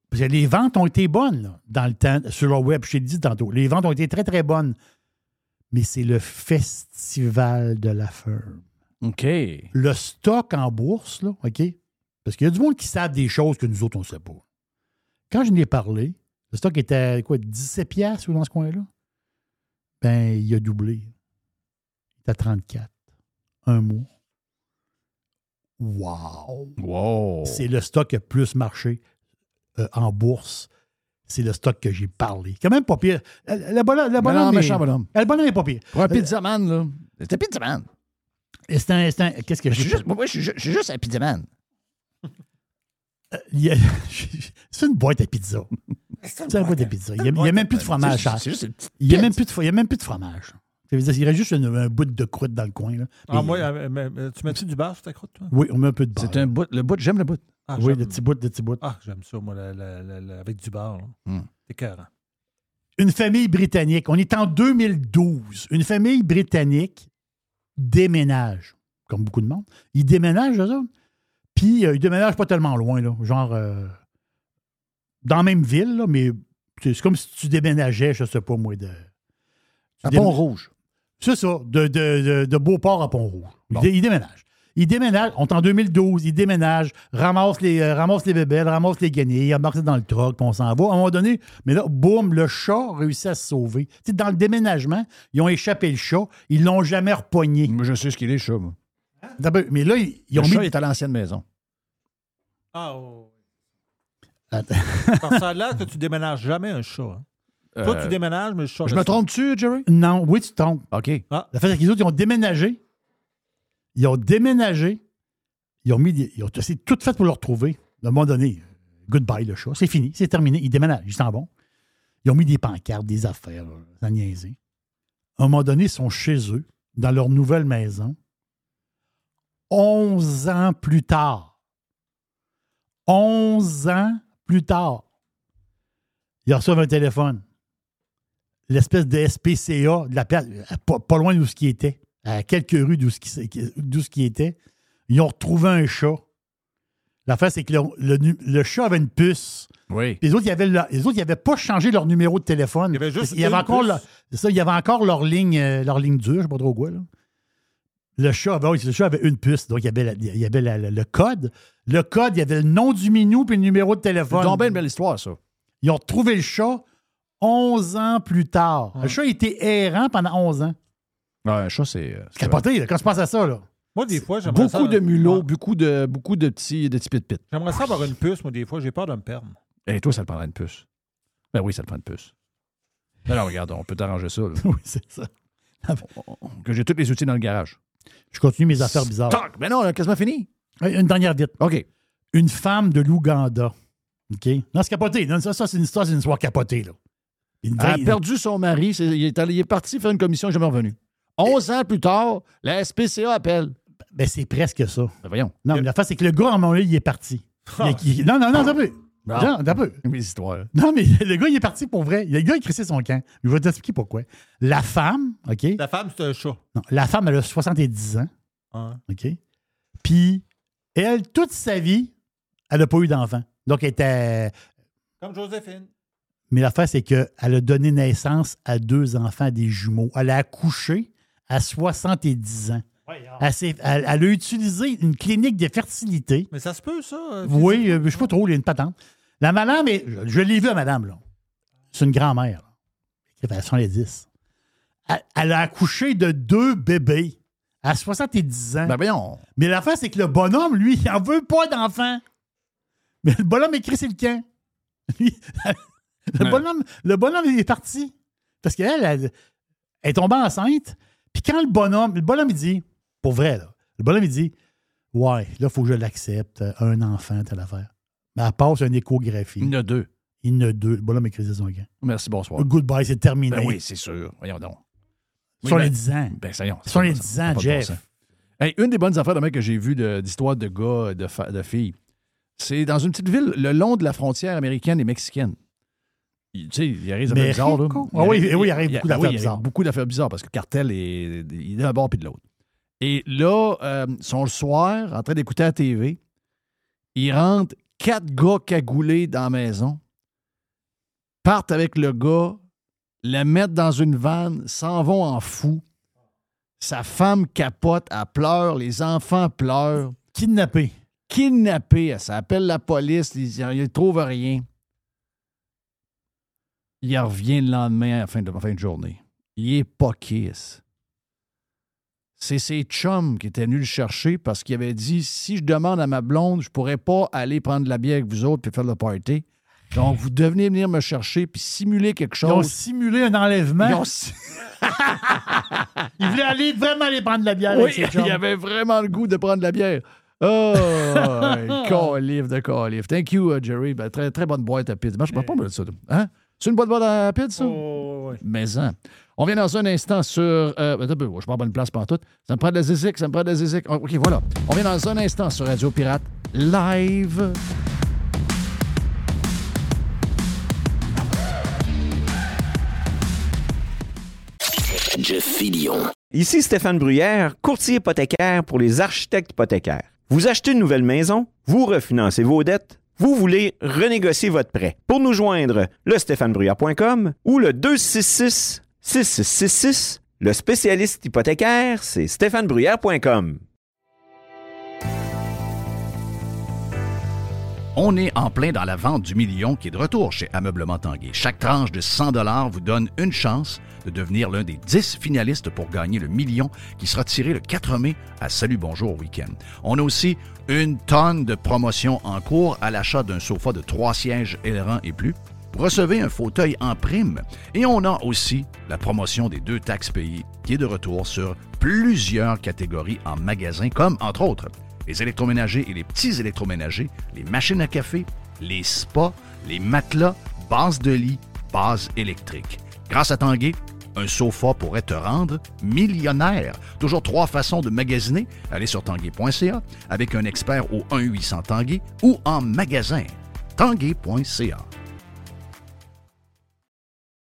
Speaker 3: parce que les ventes ont été bonnes là, dans le temps, sur leur web, je t'ai dit tantôt. Les ventes ont été très, très bonnes. Mais c'est le festival de la ferme.
Speaker 1: OK.
Speaker 3: Le stock en bourse, là, OK? Parce qu'il y a du monde qui savent des choses que nous autres, on ne sait pas. Quand je n'ai parlé, le stock était à quoi, 17 piastres ou dans ce coin-là? Ben, il a doublé. Il est à 34. Un mois. Wow!
Speaker 1: Wow.
Speaker 3: C'est le stock qui a plus marché euh, en bourse. C'est le stock que j'ai parlé. Quand même pas pire. Le, le bonhomme, le bonhomme
Speaker 1: non,
Speaker 3: est-
Speaker 1: méchant bonhomme.
Speaker 3: Le bonhomme est pas pire. Euh,
Speaker 1: Pour un pizzaman, là. C'était pizzaman.
Speaker 3: Et C'est un, c'est un- Qu'est-ce que
Speaker 1: Je suis juste, moi, moi, je suis ju- je suis juste un pizzaman.
Speaker 3: euh, Il y a- <laughs> C'est une boîte à pizza. C'est une boîte à pizza. Il n'y a, il y a même plus de fromage.
Speaker 1: C'est-
Speaker 3: ça.
Speaker 1: c'est juste une petite
Speaker 3: Il n'y a, même plus de fro- il y a même plus de fromage. Ça veut dire, il reste juste une- un bout de croûte dans le coin. là.
Speaker 7: Ah,
Speaker 3: Et-
Speaker 7: moi, euh, mais- mais tu mets-tu du beurre sur ta croûte, toi?
Speaker 3: oui, on met un peu de beurre.
Speaker 1: C'est un bout. Le bout, j'aime le bout.
Speaker 7: Ah,
Speaker 3: Oui,
Speaker 7: j'aime-
Speaker 3: le petit bout, le petit bout.
Speaker 7: Ah, j'aime ça, moi, la- la- la- la- avec du beurre. là.
Speaker 1: Hum.
Speaker 7: C'est écœurant.
Speaker 3: Une famille britannique, on est en 2012. Une famille britannique déménage, comme beaucoup de monde. Ils déménagent, eux autres. Puis euh, ils déménagent pas tellement loin, là. Genre euh, dans la même ville, là, mais c'est c'est comme si tu déménageais, je sais pas moi, de. tu
Speaker 1: À
Speaker 3: dém-
Speaker 1: Pont-Rouge.
Speaker 3: C'est ça, de, de- de- de Beauport à Pont-Rouge. Ils dé- Ils déménagent. Ils déménagent, on est en 2012, ils déménagent, ramassent les, euh, ramassent les bébelles, ramassent les guenilles, embarquent ça dans le truck, puis on s'en va. À un moment donné, mais là, boum, le chat réussit à se sauver. Tu sais, dans le déménagement, ils ont échappé le chat, ils l'ont jamais repogné.
Speaker 1: Moi, je sais ce qu'il est, le chat, moi.
Speaker 3: D'abord, Mais là, ils, ils
Speaker 1: Le
Speaker 3: ont
Speaker 1: chat
Speaker 3: mis...
Speaker 1: est à l'ancienne maison.
Speaker 7: Ah, oh. <laughs>
Speaker 3: Attends.
Speaker 7: Par ça a l'air que tu déménages jamais un chat. hein. Toi, tu déménages, mais le chat.
Speaker 1: Euh, Je me
Speaker 7: reste-
Speaker 1: trompe-tu, Jerry?
Speaker 3: Non, oui, tu tombes.
Speaker 1: OK.
Speaker 3: La fait, c'est qu'ils autres, ils ont déménagé. Ils ont déménagé. Ils ont mis. des- Ils ont essayé tout fait pour le retrouver. À un moment donné, goodbye le chat. C'est fini, c'est terminé. Ils déménagent, ils s'en vont. Ils ont mis des pancartes, des affaires, là, ça niaisait. À un moment donné, ils sont chez eux, dans leur nouvelle maison. 11 ans plus tard. 11 ans plus tard. Ils reçoivent un téléphone l'espèce de SPCA de la place, euh, pas, pas loin d'où ce qui était, à quelques rues d'où ce qui, d'où ce qui était, ils ont retrouvé un chat. L'affaire, c'est que le, le nu- le chat avait une puce.
Speaker 1: Oui.
Speaker 3: Puis Les autres, ils avaient, leur- les autres, ils avaient pas changé leur numéro de téléphone.
Speaker 7: Il y avait juste
Speaker 3: Ils avaient
Speaker 7: une
Speaker 3: encore
Speaker 7: puce.
Speaker 3: leur, c'est ça, il y avait encore leur ligne, euh, leur ligne dure, je sais pas trop quoi. là. Le chat, avait, oui, le chat avait une puce, donc il y avait, la- il y avait la- la- le code. Le code, il y avait le nom du minou puis le numéro de
Speaker 1: C'est
Speaker 3: téléphone.
Speaker 1: donc bien une belle histoire, ça.
Speaker 3: Ils ont retrouvé le chat 11 ans plus tard. Le chat a été errant pendant 11 ans.
Speaker 1: Ouais, un chat, c'est. euh,
Speaker 3: C'est capoté, là, quand tu penses à ça, là.
Speaker 7: Moi, des fois, j'aimerais ça-
Speaker 1: Beaucoup de mulots, beaucoup de, beaucoup de petits, de petits pit-pit.
Speaker 7: J'aimerais ça avoir une puce, moi, des fois. J'ai peur de me perdre.
Speaker 1: Et toi, ça te prendrait une puce. Ben oui, ça te prend une puce. Ben Non, non, regarde, on peut t'arranger ça.
Speaker 3: oui, c'est ça.
Speaker 1: que j'ai tous les outils dans le garage.
Speaker 3: Je continue mes affaires bizarres.
Speaker 1: Toc! Ah, Mais non, on a quasiment fini.
Speaker 3: Hey, Euh, Une dernière vite.
Speaker 1: OK.
Speaker 3: Une femme de l'Ouganda. OK? Non, c'est capoté. Non, ça, ça, c'est une histoire, c'est une histoire capotée, là. Une
Speaker 17: Ah,
Speaker 1: Elle a
Speaker 3: vraie-
Speaker 1: perdu son mari. c'est- il, est allé- il est parti faire une commission, il est jamais revenu. 11 ans plus tard, la SPCA appelle.
Speaker 3: Ben, c'est presque ça.
Speaker 1: voyons. Ah.
Speaker 3: Non, mais la face, c'est que le gars, à un moment donné, il est parti. Il est- il- Non, non, non, t'as peu. Non, t'as peu.
Speaker 1: Mes histoires.
Speaker 3: Non, mais <laughs> le gars, il est parti pour vrai. Le gars, il crissait son camp. Je vais t'expliquer pourquoi. La femme, OK?
Speaker 7: La femme, c'est un chat.
Speaker 3: Non, la femme, elle a 70 ans.
Speaker 7: Hein?
Speaker 3: OK? Puis, elle, toute sa vie, elle n'a pas eu d'enfant. Donc, elle était.
Speaker 7: Comme Joséphine.
Speaker 3: Mais l'affaire, c'est qu'elle a donné naissance à deux enfants, des jumeaux. Elle a accouché à 70 ans.
Speaker 7: ah.
Speaker 3: Elle, s'est- elle- elle a utilisé une clinique de fertilité.
Speaker 7: Mais ça se peut, ça? euh,
Speaker 3: Oui, euh, je ne sais pas trop, il y a une patente. La madame, est- je, je l'ai vue, la madame, là. C'est une grand-mère. là. Elle fait 70. Elle, elle a accouché de deux bébés à 70 ans.
Speaker 1: Ben voyons.
Speaker 3: Mais l'affaire, c'est que le bonhomme, lui, il n'en veut pas d'enfant. Mais le bonhomme écrit c'est le camp. Lui, <laughs> le, bonhomme, le bonhomme, il est parti. Parce qu'elle, elle, elle est tombée enceinte. Puis quand le bonhomme, le bonhomme, il dit, pour vrai, là, le bonhomme, il dit, ouais, là, il faut que je l'accepte. Un enfant, telle affaire. Mais elle passe une échographie.
Speaker 1: Il y en a deux.
Speaker 3: Il y en a deux. Le bonhomme écrit son camp.
Speaker 1: Merci, bonsoir.
Speaker 3: Goodbye, c'est terminé.
Speaker 1: Ben oui, c'est sûr. Voyons donc. Oui,
Speaker 3: Sur
Speaker 1: ben-
Speaker 3: les 10 ans.
Speaker 1: Ben, ça y est. on-
Speaker 3: Sur les
Speaker 1: ça-
Speaker 3: 10
Speaker 1: ça
Speaker 3: ans,
Speaker 1: a pas de
Speaker 3: Jeff.
Speaker 1: bon sens. Hey, une des bonnes affaires de mec que j'ai vues de- d'histoire de, gars, de, fa- de filles, c'est dans une petite ville le long de la frontière américaine et mexicaine. Il- Tu sais, il arrive des affaires bizarres. là.
Speaker 3: Mexico. Ah oui,
Speaker 1: arrive-
Speaker 3: eh oui, il arrive
Speaker 1: ah
Speaker 3: beaucoup
Speaker 1: oui,
Speaker 3: d'affaires
Speaker 1: il
Speaker 3: bizarres.
Speaker 1: beaucoup d'affaires bizarres parce que Cartel est, il est d'un bord puis de l'autre. Et là, euh, ils sont le soir, en train d'écouter la TV. Ils rentrent quatre gars cagoulés dans la maison, partent avec le gars, le mettent dans une vanne, s'en vont en fou. Sa femme capote, elle pleure, les enfants pleurent.
Speaker 3: Kidnappé.
Speaker 1: Kidnappé, ça appelle la police, ils ne trouvent rien. Il revient le lendemain à la fin de, fin de journée. Il est pas kiss. C'est ses chums qui étaient venus le chercher parce qu'il avait dit si je demande à ma blonde, je pourrais pas aller prendre de la bière avec vous autres puis faire le party. Donc, vous devenez venir me chercher puis simuler quelque
Speaker 3: Ils ont
Speaker 1: chose.
Speaker 3: simulé un
Speaker 1: <laughs>
Speaker 3: enlèvement.
Speaker 1: Ils ont si-
Speaker 3: Il voulait aller vraiment aller prendre de la bière
Speaker 1: Ah. Oui,
Speaker 3: avec ses chums.
Speaker 1: <laughs> il avait vraiment le goût de prendre de la bière. <laughs> Oh, un calife de calife. Thank you, uh, Jerry. Ben, très, très bonne boîte à pizza. Moi, je ne pas mal de ça. toi. Hein? C'est une bonne boîte à pizza, ça? Mais hein. On vient dans un instant sur. euh, attends un peu, je ne prends pas une place pantoute. Ça me prend de la zizik, ça me prend de la zizik. Oh, OK, voilà. On vient dans un instant sur Radio Pirate Live.
Speaker 15: Jeff Fillion.
Speaker 17: Ici Stéphane Bruyère, courtier hypothécaire pour les architectes hypothécaires. Vous achetez une nouvelle maison, vous refinancez vos dettes, vous voulez renégocier votre prêt. Pour nous joindre, le stéphanebruyère.com ou le 266-6666. Le spécialiste hypothécaire, c'est stéphanebruyère.com.
Speaker 10: On est en plein dans la vente du million qui est de retour chez Ameublement Tanguay. Chaque tranche de 100 vous donne une chance de devenir l'un des 10 finalistes pour gagner le million qui sera tiré le 4 mai à Salut Bonjour Week-end. On a aussi une tonne de promotions en cours à l'achat d'un sofa de 3 sièges ailerons et plus. Vous recevez un fauteuil en prime et on a aussi la promotion des deux taxes payées qui est de retour sur plusieurs catégories en magasin comme entre autres les électroménagers et les petits électroménagers, les machines à café, les spas, les matelas, bases de lit, bases électriques. Grâce à Tanguay, un sofa pourrait te rendre millionnaire. Toujours trois façons de magasiner. Allez sur tanguay.ca avec un expert au 1-800 Tanguay ou en magasin. Tanguay.ca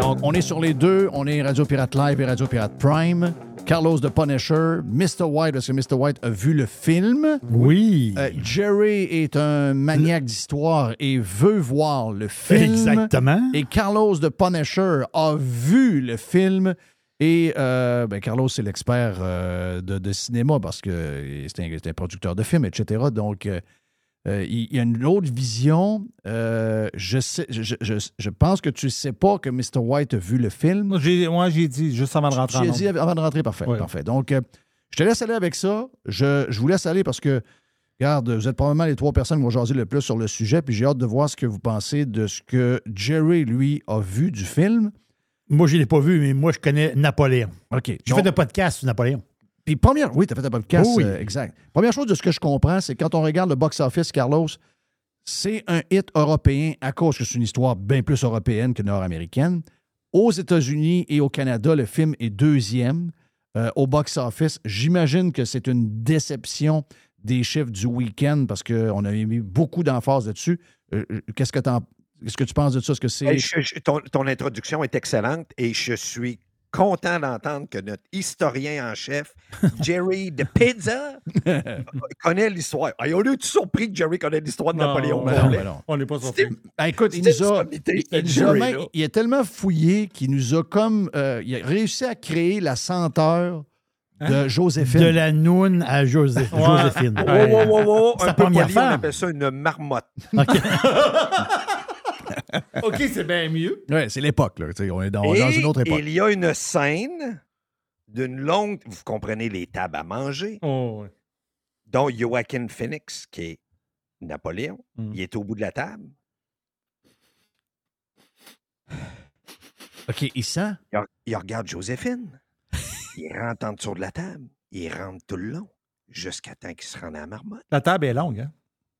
Speaker 1: Donc, on est sur les deux. On est Radio Pirate Live et Radio Pirate Prime. Carlos de Punisher, Mr. White, parce que Mr. White a vu le film.
Speaker 3: Oui.
Speaker 1: Euh, Jerry est un maniaque d'histoire et veut voir le film.
Speaker 3: Exactement.
Speaker 1: Et Carlos de Punisher a vu le film. Et euh, ben, Carlos, c'est l'expert euh, de, de cinéma parce que c'est un, c'est un producteur de films, etc. Donc, euh, euh, il il y a une autre vision. Euh, je, sais- je, je- je- je pense que tu ne sais pas que Mr. White a vu le film.
Speaker 7: Moi, j'ai moi, j'ai dit juste avant de rentrer en
Speaker 1: J'ai
Speaker 7: onde.
Speaker 1: dit avant de rentrer, parfait.
Speaker 7: Ouais.
Speaker 1: parfait. Donc, euh, je te laisse aller avec ça. Je, je vous laisse aller parce que, regarde, vous êtes probablement les trois personnes qui vont jaser le plus sur le sujet. Puis j'ai hâte de voir ce que vous pensez de ce que Jerry, lui, a vu du film.
Speaker 3: Moi, je ne l'ai pas vu, mais moi, je connais Napoléon.
Speaker 1: OK.
Speaker 3: J'ai
Speaker 1: Donc-
Speaker 3: fait un podcast sur Napoléon.
Speaker 1: Puis première, oui, tu as fait un podcast,
Speaker 3: Oui.
Speaker 1: euh, exact. Première chose de ce que je comprends, c'est quand on regarde le box-office, Carlos, c'est un hit européen à cause que c'est une histoire bien plus européenne que nord-américaine. Aux États-Unis et au Canada, le film est deuxième euh, au box-office. J'imagine que c'est une déception des chiffres du week-end parce qu'on a mis beaucoup d'emphase là-dessus. Euh, euh, Qu'est-ce que t'en- qu'est-ce que tu penses de ça? Est-ce que c'est...
Speaker 18: Hey, je- je- ton, ton introduction est excellente et je suis content d'entendre que notre historien en chef, Jerry de Pizza, connaît l'histoire. Hey, on est surpris que Jerry connaît l'histoire de
Speaker 7: Non,
Speaker 18: Napoléon.
Speaker 7: ben non,
Speaker 18: complet?
Speaker 7: ben non. On n'est pas
Speaker 18: C'était-
Speaker 7: surpris.
Speaker 1: Ben, écoute, il
Speaker 18: c'était
Speaker 1: nous a,
Speaker 18: une sommité,
Speaker 1: il-
Speaker 18: ce
Speaker 1: il nous a
Speaker 18: Jerry,
Speaker 1: même-
Speaker 18: là.
Speaker 1: il est tellement fouillé qu'il nous a comme, euh, il a réussi à créer la senteur de
Speaker 3: Hein?
Speaker 1: Joséphine.
Speaker 3: De la noune à José-
Speaker 1: Ouais.
Speaker 3: Joséphine.
Speaker 18: Wow, wow, wow, wow,
Speaker 3: C'est
Speaker 18: un
Speaker 3: sa
Speaker 18: peu
Speaker 3: première
Speaker 18: poli, on
Speaker 3: femme.
Speaker 18: appelle ça une marmotte.
Speaker 7: <laughs> OK, c'est bien mieux.
Speaker 1: Ouais, c'est l'époque, là. tu sais, On est dans,
Speaker 18: Et
Speaker 1: dans une autre époque.
Speaker 18: il y a une scène d'une longue... Vous comprenez les tables à manger, dont Joaquin Phoenix, qui est Napoléon. Il est au bout de la table.
Speaker 1: OK, il sent.
Speaker 18: Il, re- il regarde Joséphine. il rentre en dessous de la table. Il rentre tout le long jusqu'à temps qu'il se rende à la marmotte.
Speaker 7: La table est longue, hein?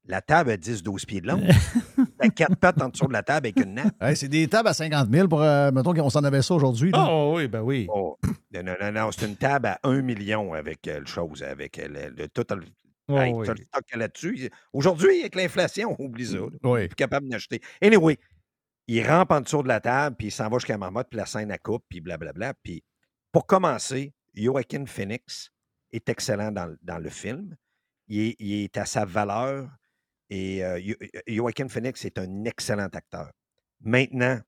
Speaker 18: La table a 10-12 pieds de
Speaker 1: <laughs>
Speaker 18: long. T'as quatre pattes en dessous de la table avec une nappe.
Speaker 1: Ouais, c'est des tables à 50 000 pour, euh, mettons qu'on s'en avait ça aujourd'hui. là.
Speaker 18: oui, ben oui. non, non, non, non, c'est une table à 1 million avec euh, le chose, avec euh, le, le- tout le-
Speaker 7: Oh,
Speaker 18: hey,
Speaker 7: oui.
Speaker 18: t'as le stock là-dessus. Aujourd'hui, avec l'inflation, <laughs> on oublie ça. là.
Speaker 1: Oui.
Speaker 18: Plus capable d'acheter. Anyway, il rampe en dessous de la table, puis il s'en va jusqu'à la marmotte, puis la scène à coupe, puis blablabla. Puis pour commencer, Joaquin Phoenix est excellent dans, le- dans le film. Il est, il est à sa valeur et euh, Jo- Joaquin Phoenix est un excellent acteur. Maintenant,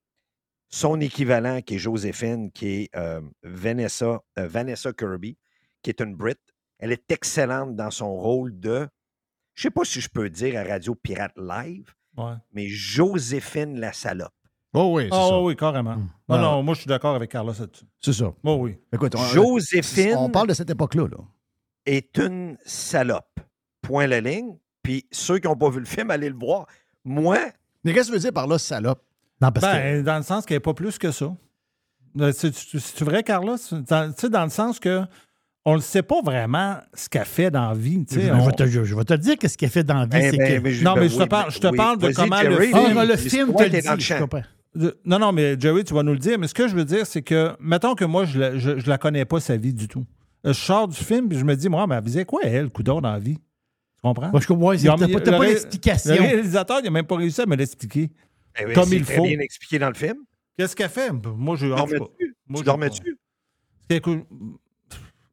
Speaker 18: son équivalent qui est Joséphine, qui est euh, Vanessa, euh, Vanessa Kirby, qui est une Brite. Elle est excellente dans son rôle de, je sais pas si je peux dire à Radio Pirate Live,
Speaker 7: Ouais.
Speaker 18: mais Joséphine la salope.
Speaker 1: Oh oui, c'est
Speaker 7: Ah
Speaker 1: ça. Hmm.
Speaker 7: oui, carrément.
Speaker 1: Ouais.
Speaker 7: Non, non, moi, je suis d'accord avec Carlos là-dessus.
Speaker 1: C'est ça.
Speaker 7: Oh oui.
Speaker 1: Écoute, on,
Speaker 18: Joséphine-
Speaker 1: on parle de cette époque-là. là.
Speaker 18: Est une salope. Point la ligne. Puis ceux qui n'ont pas vu le film, allez le voir. Moi,
Speaker 1: Mais qu'est-ce que tu veux dire par là, salope?
Speaker 3: Non, parce
Speaker 7: Ben, Dans le sens qu'elle n'est pas plus que ça. Euh, C'est c'est- c'est vrai, Carlos? Dans, tu sais, dans le sens que on ne sait pas vraiment ce qu'elle fait dans la vie. tu
Speaker 3: que.
Speaker 7: sais.
Speaker 3: Je,
Speaker 7: On-
Speaker 3: vais te, je- je vais te dire que ce qu'elle fait dans la vie,
Speaker 7: Eh
Speaker 3: c'est
Speaker 7: ben,
Speaker 3: que.
Speaker 7: mais je- Non, ben mais je te oui, parle- je te oui. parle de Vas-y, comment le Jerry, film-
Speaker 3: Ah, le
Speaker 7: l'histoire
Speaker 3: film te le
Speaker 7: était dans le
Speaker 3: dit, je
Speaker 7: champ.
Speaker 3: comprends.
Speaker 7: De- Non, non, mais Jerry, tu vas nous le dire. Mais ce que je veux dire, c'est que, mettons que moi, je la, je, je la connais pas, sa vie du tout. Euh, Je sors du film puis je me dis, moi, mais elle faisait quoi, elle, coudon dans la vie? Tu comprends?
Speaker 3: Moi, je comprends.
Speaker 7: Il a-
Speaker 3: T'as pas-
Speaker 7: le
Speaker 3: t'as pas
Speaker 7: ré-
Speaker 3: l'explication.
Speaker 7: Le réalisateur, il n'a même pas réussi à me l'expliquer.
Speaker 18: eh ben,
Speaker 7: Comme
Speaker 18: c'est
Speaker 7: il
Speaker 18: très
Speaker 7: faut.
Speaker 18: bien expliqué dans le film.
Speaker 7: Qu'est-ce qu'elle fait? Moi, je. en tout cas,
Speaker 18: Dormais-tu?
Speaker 7: moi,
Speaker 18: Tu
Speaker 7: je-
Speaker 18: dormais-tu?
Speaker 7: C'est que-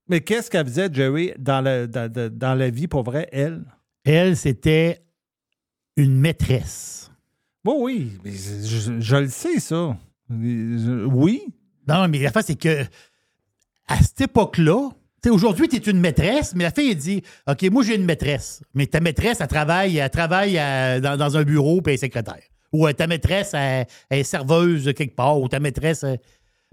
Speaker 7: Mais qu'est-ce qu'elle faisait, Jerry, dans la, dans, dans- dans la vie pour vrai, elle?
Speaker 3: Elle, c'était une maîtresse.
Speaker 7: Bon, oui, mais je, je- je le sais, ça. Je- Oui.
Speaker 3: Non, mais la face, c'est que à cette époque-là, tu sais, aujourd'hui, tu es une maîtresse, mais la fille, elle dit OK, moi, j'ai une maîtresse. Mais ta maîtresse, elle travaille, elle travaille euh, dans, dans un bureau, puis elle est secrétaire. Ou euh, ta maîtresse, elle, elle est serveuse quelque part, ou ta maîtresse. euh,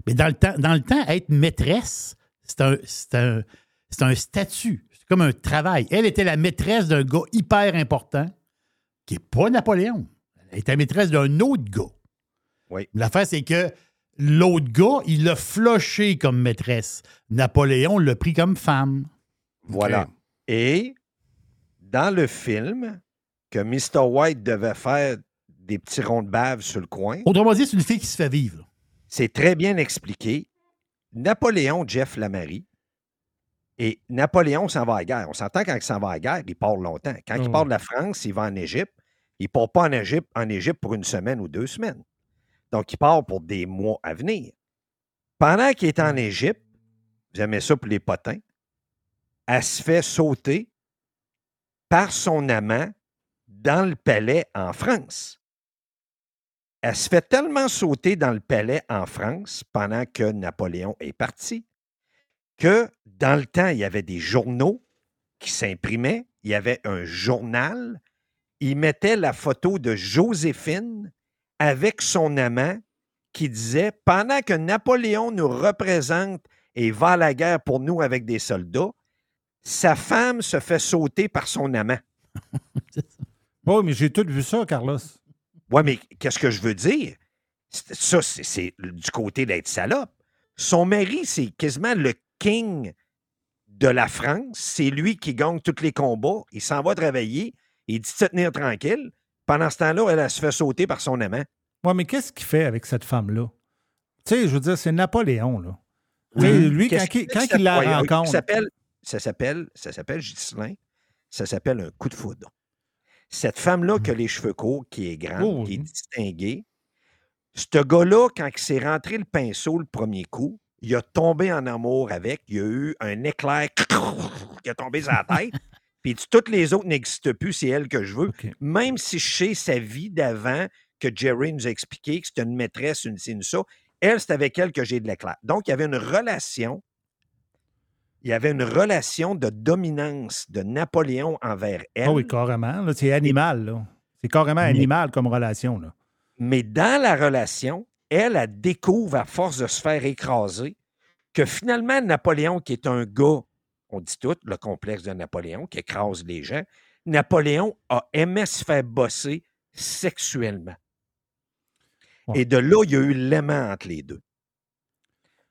Speaker 3: Mais dans le temps, dans le temps être maîtresse, c'est un, c'est un, c'est un statut. C'est comme un travail. Elle était la maîtresse d'un gars hyper important, qui n'est pas Napoléon. Elle était la maîtresse d'un autre gars.
Speaker 18: Oui.
Speaker 3: L'affaire, c'est que l'autre gars, il l'a floché comme maîtresse. Napoléon l'a pris comme femme.
Speaker 18: Voilà. Et dans le film, que Mr. White devait faire des petits ronds de bave sur le coin,
Speaker 3: Autrement dit, c'est une fille qui se fait vivre. là.
Speaker 18: c'est très bien expliqué. Napoléon, Jeff Lamary, et Napoléon s'en va à la guerre. On s'entend quand il s'en va à la guerre, il part longtemps. Quand
Speaker 3: Oh,
Speaker 18: il
Speaker 7: Ah
Speaker 18: part
Speaker 7: ouais.
Speaker 18: de la France, il va en Égypte. Il ne part pas en Égypte, en Égypte pour une semaine ou deux semaines. Donc, il part pour des mois à venir. Pendant qu'il est en Égypte, vous aimez ça pour les potins, elle se fait sauter par son amant dans le palais en France. Elle se fait tellement sauter dans le palais en France pendant que Napoléon est parti que dans le temps, il y avait des journaux qui s'imprimaient, il y avait un journal, il mettait la photo de Joséphine avec son amant qui disait Pendant que Napoléon nous représente et va à la guerre pour nous avec des soldats, sa femme se fait sauter par son
Speaker 7: <laughs>
Speaker 18: amant.
Speaker 7: Oui, mais j'ai tout vu ça, Carlos.
Speaker 18: Oui, mais qu'est-ce que je veux dire? C'est- Ça, c'est- c'est du côté d'être salope. Son mari, c'est quasiment le king de la France. C'est lui qui gagne tous les combats. Il s'en va travailler. Il dit de se tenir tranquille. Pendant ce temps-là, elle, elle se fait sauter par son amant.
Speaker 7: Oui, mais qu'est-ce qu'il fait avec cette femme-là? Tu sais, je veux dire, c'est Napoléon, là.
Speaker 18: Oui.
Speaker 7: Tu sais, lui,
Speaker 18: Qu'est-ce
Speaker 7: quand,
Speaker 18: que
Speaker 7: il- quand
Speaker 18: c'est que
Speaker 7: il la
Speaker 18: cette voyance?
Speaker 7: rencontre.
Speaker 18: Ça s'appelle, ça s'appelle, ça s'appelle Ghislain, ça s'appelle un coup de foudre. Cette femme-là qui a les cheveux courts, qui est grande,
Speaker 7: Hum. Oh,
Speaker 18: qui est distinguée, ce gars-là, quand il s'est rentré le pinceau le premier coup, il a tombé en amour avec, il y a eu un éclair qui a tombé
Speaker 7: <laughs>
Speaker 18: sur la tête, puis il dit, toutes les autres n'existent plus, c'est elle que je veux. Même si je sais sa vie d'avant, que Jerry nous a expliqué, que c'était une maîtresse, une ci, une ça, elle, c'est avec elle que j'ai de l'éclair. Donc, il y avait une relation il y avait une relation de dominance de Napoléon envers elle.
Speaker 7: Ah oui, carrément. là, c'est animal, là. C'est carrément animal comme relation, là.
Speaker 18: Mais dans la relation, elle, elle découvre à force de se faire écraser que finalement, Napoléon, qui est un gars, on dit tout, le complexe de Napoléon, qui écrase les gens, Napoléon a aimé se faire bosser sexuellement. Et de là, il y a eu l'aimant entre les deux.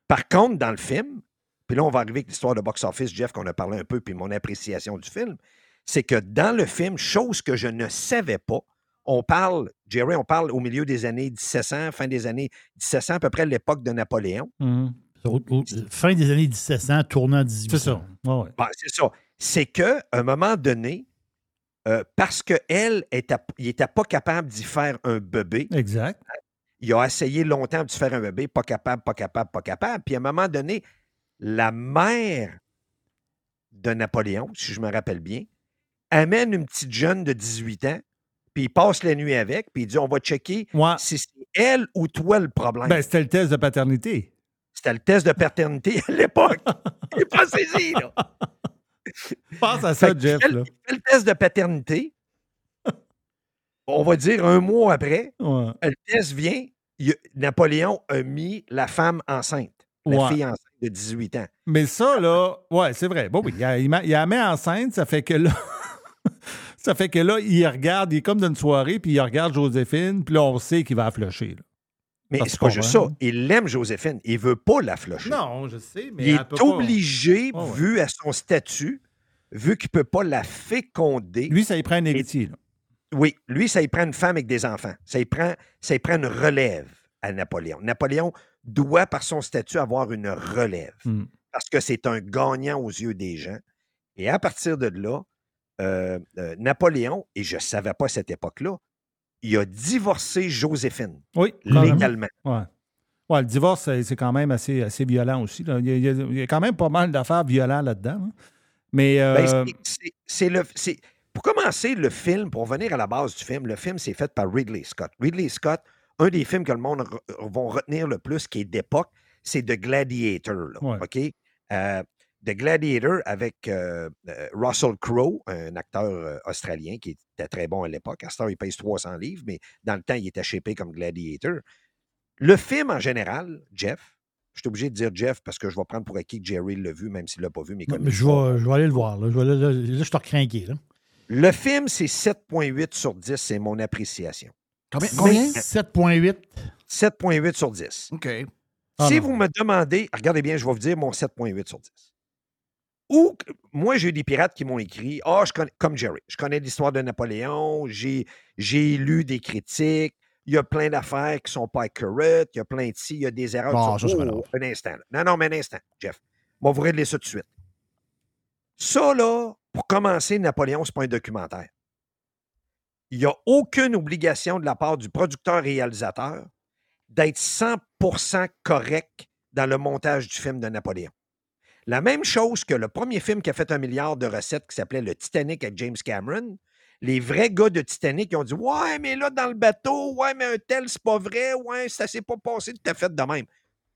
Speaker 18: Par contre, dans le film, puis là, on va arriver avec l'histoire de box-office, Jeff, qu'on a parlé un peu, puis mon appréciation du film, c'est que dans le film, chose que je ne savais pas, on parle, Jerry, on parle au milieu des années 1700, fin des années 1700, à peu près l'époque de Napoléon.
Speaker 3: Mhm. Au- au- Fin des années 1700, tournant 1800. C'est ça.
Speaker 18: Bon, Bah, c'est ça. C'est qu'à un moment donné, euh, parce qu'elle n'était pas capable d'y faire un bébé. euh,
Speaker 7: Exact.
Speaker 18: Il a essayé longtemps de se faire un bébé, pas capable, pas capable, pas capable. Puis à un moment donné, la mère de Napoléon, si je me rappelle bien, amène une petite jeune de 18 ans, puis il passe la nuit avec, puis il dit on va checker si c'est elle ou toi le problème.
Speaker 7: Ben, c'était le test de paternité.
Speaker 18: C'était le test de paternité à l'époque. Il n'est pas saisi, là.
Speaker 7: Pense à ça,
Speaker 18: Fait que
Speaker 7: Jeff,
Speaker 18: il fait,
Speaker 7: là.
Speaker 18: il fait le test de paternité. On va dire un mois après, le test vient. il- Napoléon a mis la femme enceinte, la
Speaker 7: Ouais.
Speaker 18: fille enceinte de 18 ans.
Speaker 7: Mais ça, là, ouais, c'est vrai. Bon, oui, il, a- il ma- il la met enceinte, ça fait que là. <laughs> ça fait que là, il regarde, il est comme dans une soirée, puis il regarde Joséphine, puis là, on sait qu'il va afflocher.
Speaker 18: Mais c'est pas juste ça. Il l'aime, Joséphine. Il veut pas la flusher.
Speaker 7: Non, je sais, mais.
Speaker 18: il
Speaker 7: elle peut
Speaker 18: est
Speaker 7: pas-
Speaker 18: obligé,
Speaker 7: Ouais, ouais.
Speaker 18: vu à son statut, vu qu'il ne peut pas la féconder.
Speaker 7: Lui, ça y prend un héritier. là.
Speaker 18: Oui, lui, ça y prend une femme avec des enfants. Ça y prend, ça y prend une relève à Napoléon. Napoléon doit, par son statut, avoir une relève.
Speaker 7: Mm.
Speaker 18: Parce que c'est un gagnant aux yeux des gens. Et à partir de là, euh, euh, Napoléon, et je ne savais pas à cette époque-là, il a divorcé Joséphine.
Speaker 7: Oui, carrément.
Speaker 18: légalement.
Speaker 7: Ouais. Ouais, le divorce, c'est c'est quand même assez, assez violent aussi. là. Il, y a, il y a- il y a quand même pas mal d'affaires violentes là-dedans. hein. Mais.
Speaker 18: Ben,
Speaker 7: euh,
Speaker 18: c'est- c'est- c'est le. c'est- Pour commencer, le film, pour revenir à la base du film, le film, c'est fait par Ridley Scott. Ridley Scott, un des films que le monde re- vont retenir le plus, qui est d'époque, c'est The Gladiator. là,
Speaker 7: Ouais.
Speaker 18: OK? Euh, The Gladiator avec euh, euh, Russell Crowe, un acteur euh, australien qui était très bon à l'époque. À ce temps, il pèse 300 livres, mais dans le temps, il était shapé comme Gladiator. Le film en général, Jeff, je suis obligé de dire Jeff parce que je vais prendre pour acquis que Jerry l'a vu, même s'il ne l'a pas vu, mais comme
Speaker 3: Mais Je vais, je vais aller le voir. Là, je, vais aller- là, là, je suis recrinqué. Là.
Speaker 18: Le film, c'est 7.8 sur 10, c'est mon appréciation.
Speaker 3: Combien? 7.8.
Speaker 18: 7.8 sur 10.
Speaker 10: OK.
Speaker 18: si vous me demandez, regardez bien, je vais vous dire mon 7.8 sur 10. Ou, que- moi, j'ai eu des pirates qui m'ont écrit, ah, je connais, comme Jerry, je connais l'histoire de Napoléon, j'ai j'ai lu des critiques, il y a plein d'affaires qui sont pas correctes, il y a plein de ci, il y a des erreurs.
Speaker 10: Bon,
Speaker 18: Tu
Speaker 10: ça,
Speaker 18: dis,
Speaker 10: c'est pas
Speaker 18: Oh, un instant. là. Non, non, mais un instant, Jeff. On va vous régler ça tout de suite. Ça, là, pour commencer, Napoléon, c'est pas un documentaire. Il n'y a aucune obligation de la part du producteur-réalisateur d'être 100% correct dans le montage du film de Napoléon. La même chose que le premier film qui a fait un milliard de recettes qui s'appelait Le Titanic avec James Cameron. Les vrais gars de Titanic, ils ont dit Ouais, mais là, dans le bateau, ouais, mais un tel, c'est pas vrai, ouais, ça s'est pas passé tout à fait de même.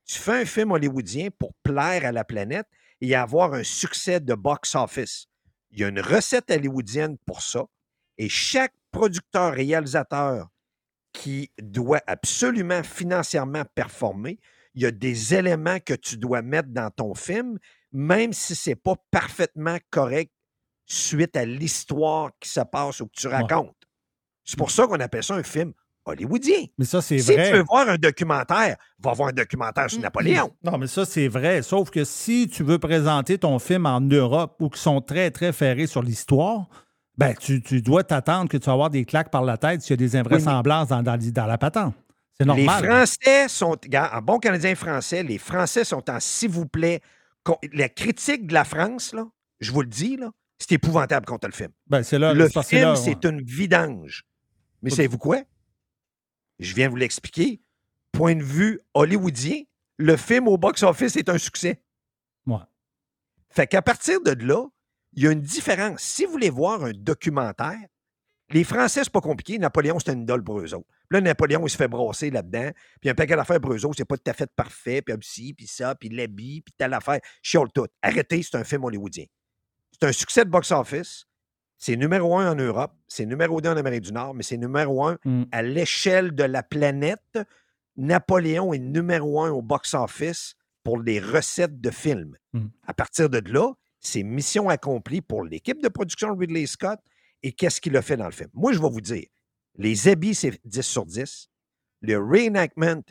Speaker 18: Tu fais un film hollywoodien pour plaire à la planète et avoir un succès de box-office. Il y a une recette hollywoodienne pour ça. Et chaque producteur, réalisateur qui doit absolument financièrement performer, il y a des éléments que tu dois mettre dans ton film, même si ce n'est pas parfaitement correct suite à l'histoire qui se passe ou que tu racontes. C'est pour ça qu'on appelle ça un film hollywoodien.
Speaker 7: Mais ça, c'est
Speaker 18: si
Speaker 7: vrai.
Speaker 18: tu veux voir un documentaire, va voir un documentaire sur Napoléon.
Speaker 7: Non, mais ça, c'est vrai. Sauf que si tu veux présenter ton film en Europe ou qui sont très, très ferrés sur l'histoire, ben, tu, tu dois t'attendre que tu vas avoir des claques par la tête s'il y a des invraisemblances dans, dans, dans la patente. C'est normal.
Speaker 18: Les Français sont, regarde, en bon Canadien français, les Français sont en s'il vous plaît. con- La critique de la France, là, je vous le dis, là, c'est épouvantable contre le film.
Speaker 7: Ben, c'est là,
Speaker 18: le
Speaker 7: c'est parce que
Speaker 18: film,
Speaker 7: là, ouais.
Speaker 18: c'est une vidange. Mais savez-vous quoi? Je viens vous l'expliquer. Point de vue hollywoodien, le film au box-office est un succès.
Speaker 7: Ouais.
Speaker 18: Fait qu'à partir de là, il y a une différence. Si vous voulez voir un documentaire, les Français, c'est pas compliqué. Napoléon, c'est une idole pour eux autres. Puis Là, Napoléon, il se fait brasser là-dedans. Puis il y a un paquet d'affaires pour eux autres. C'est pas tout à fait parfait. Puis ci, puis ça, puis l'habit, puis telle affaire. Chiole tout. Arrêtez, c'est un film hollywoodien. C'est un succès de box-office. C'est numéro un en Europe. C'est numéro deux en Amérique du Nord. Mais c'est numéro un à l'échelle de la planète. Napoléon est numéro un au box-office pour les recettes de films. À partir de là, c'est mission accomplie pour l'équipe de production de Ridley Scott et qu'est-ce qu'il a fait dans le film. Moi, je vais vous dire, les habits, c'est 10 sur 10. Le reenactment,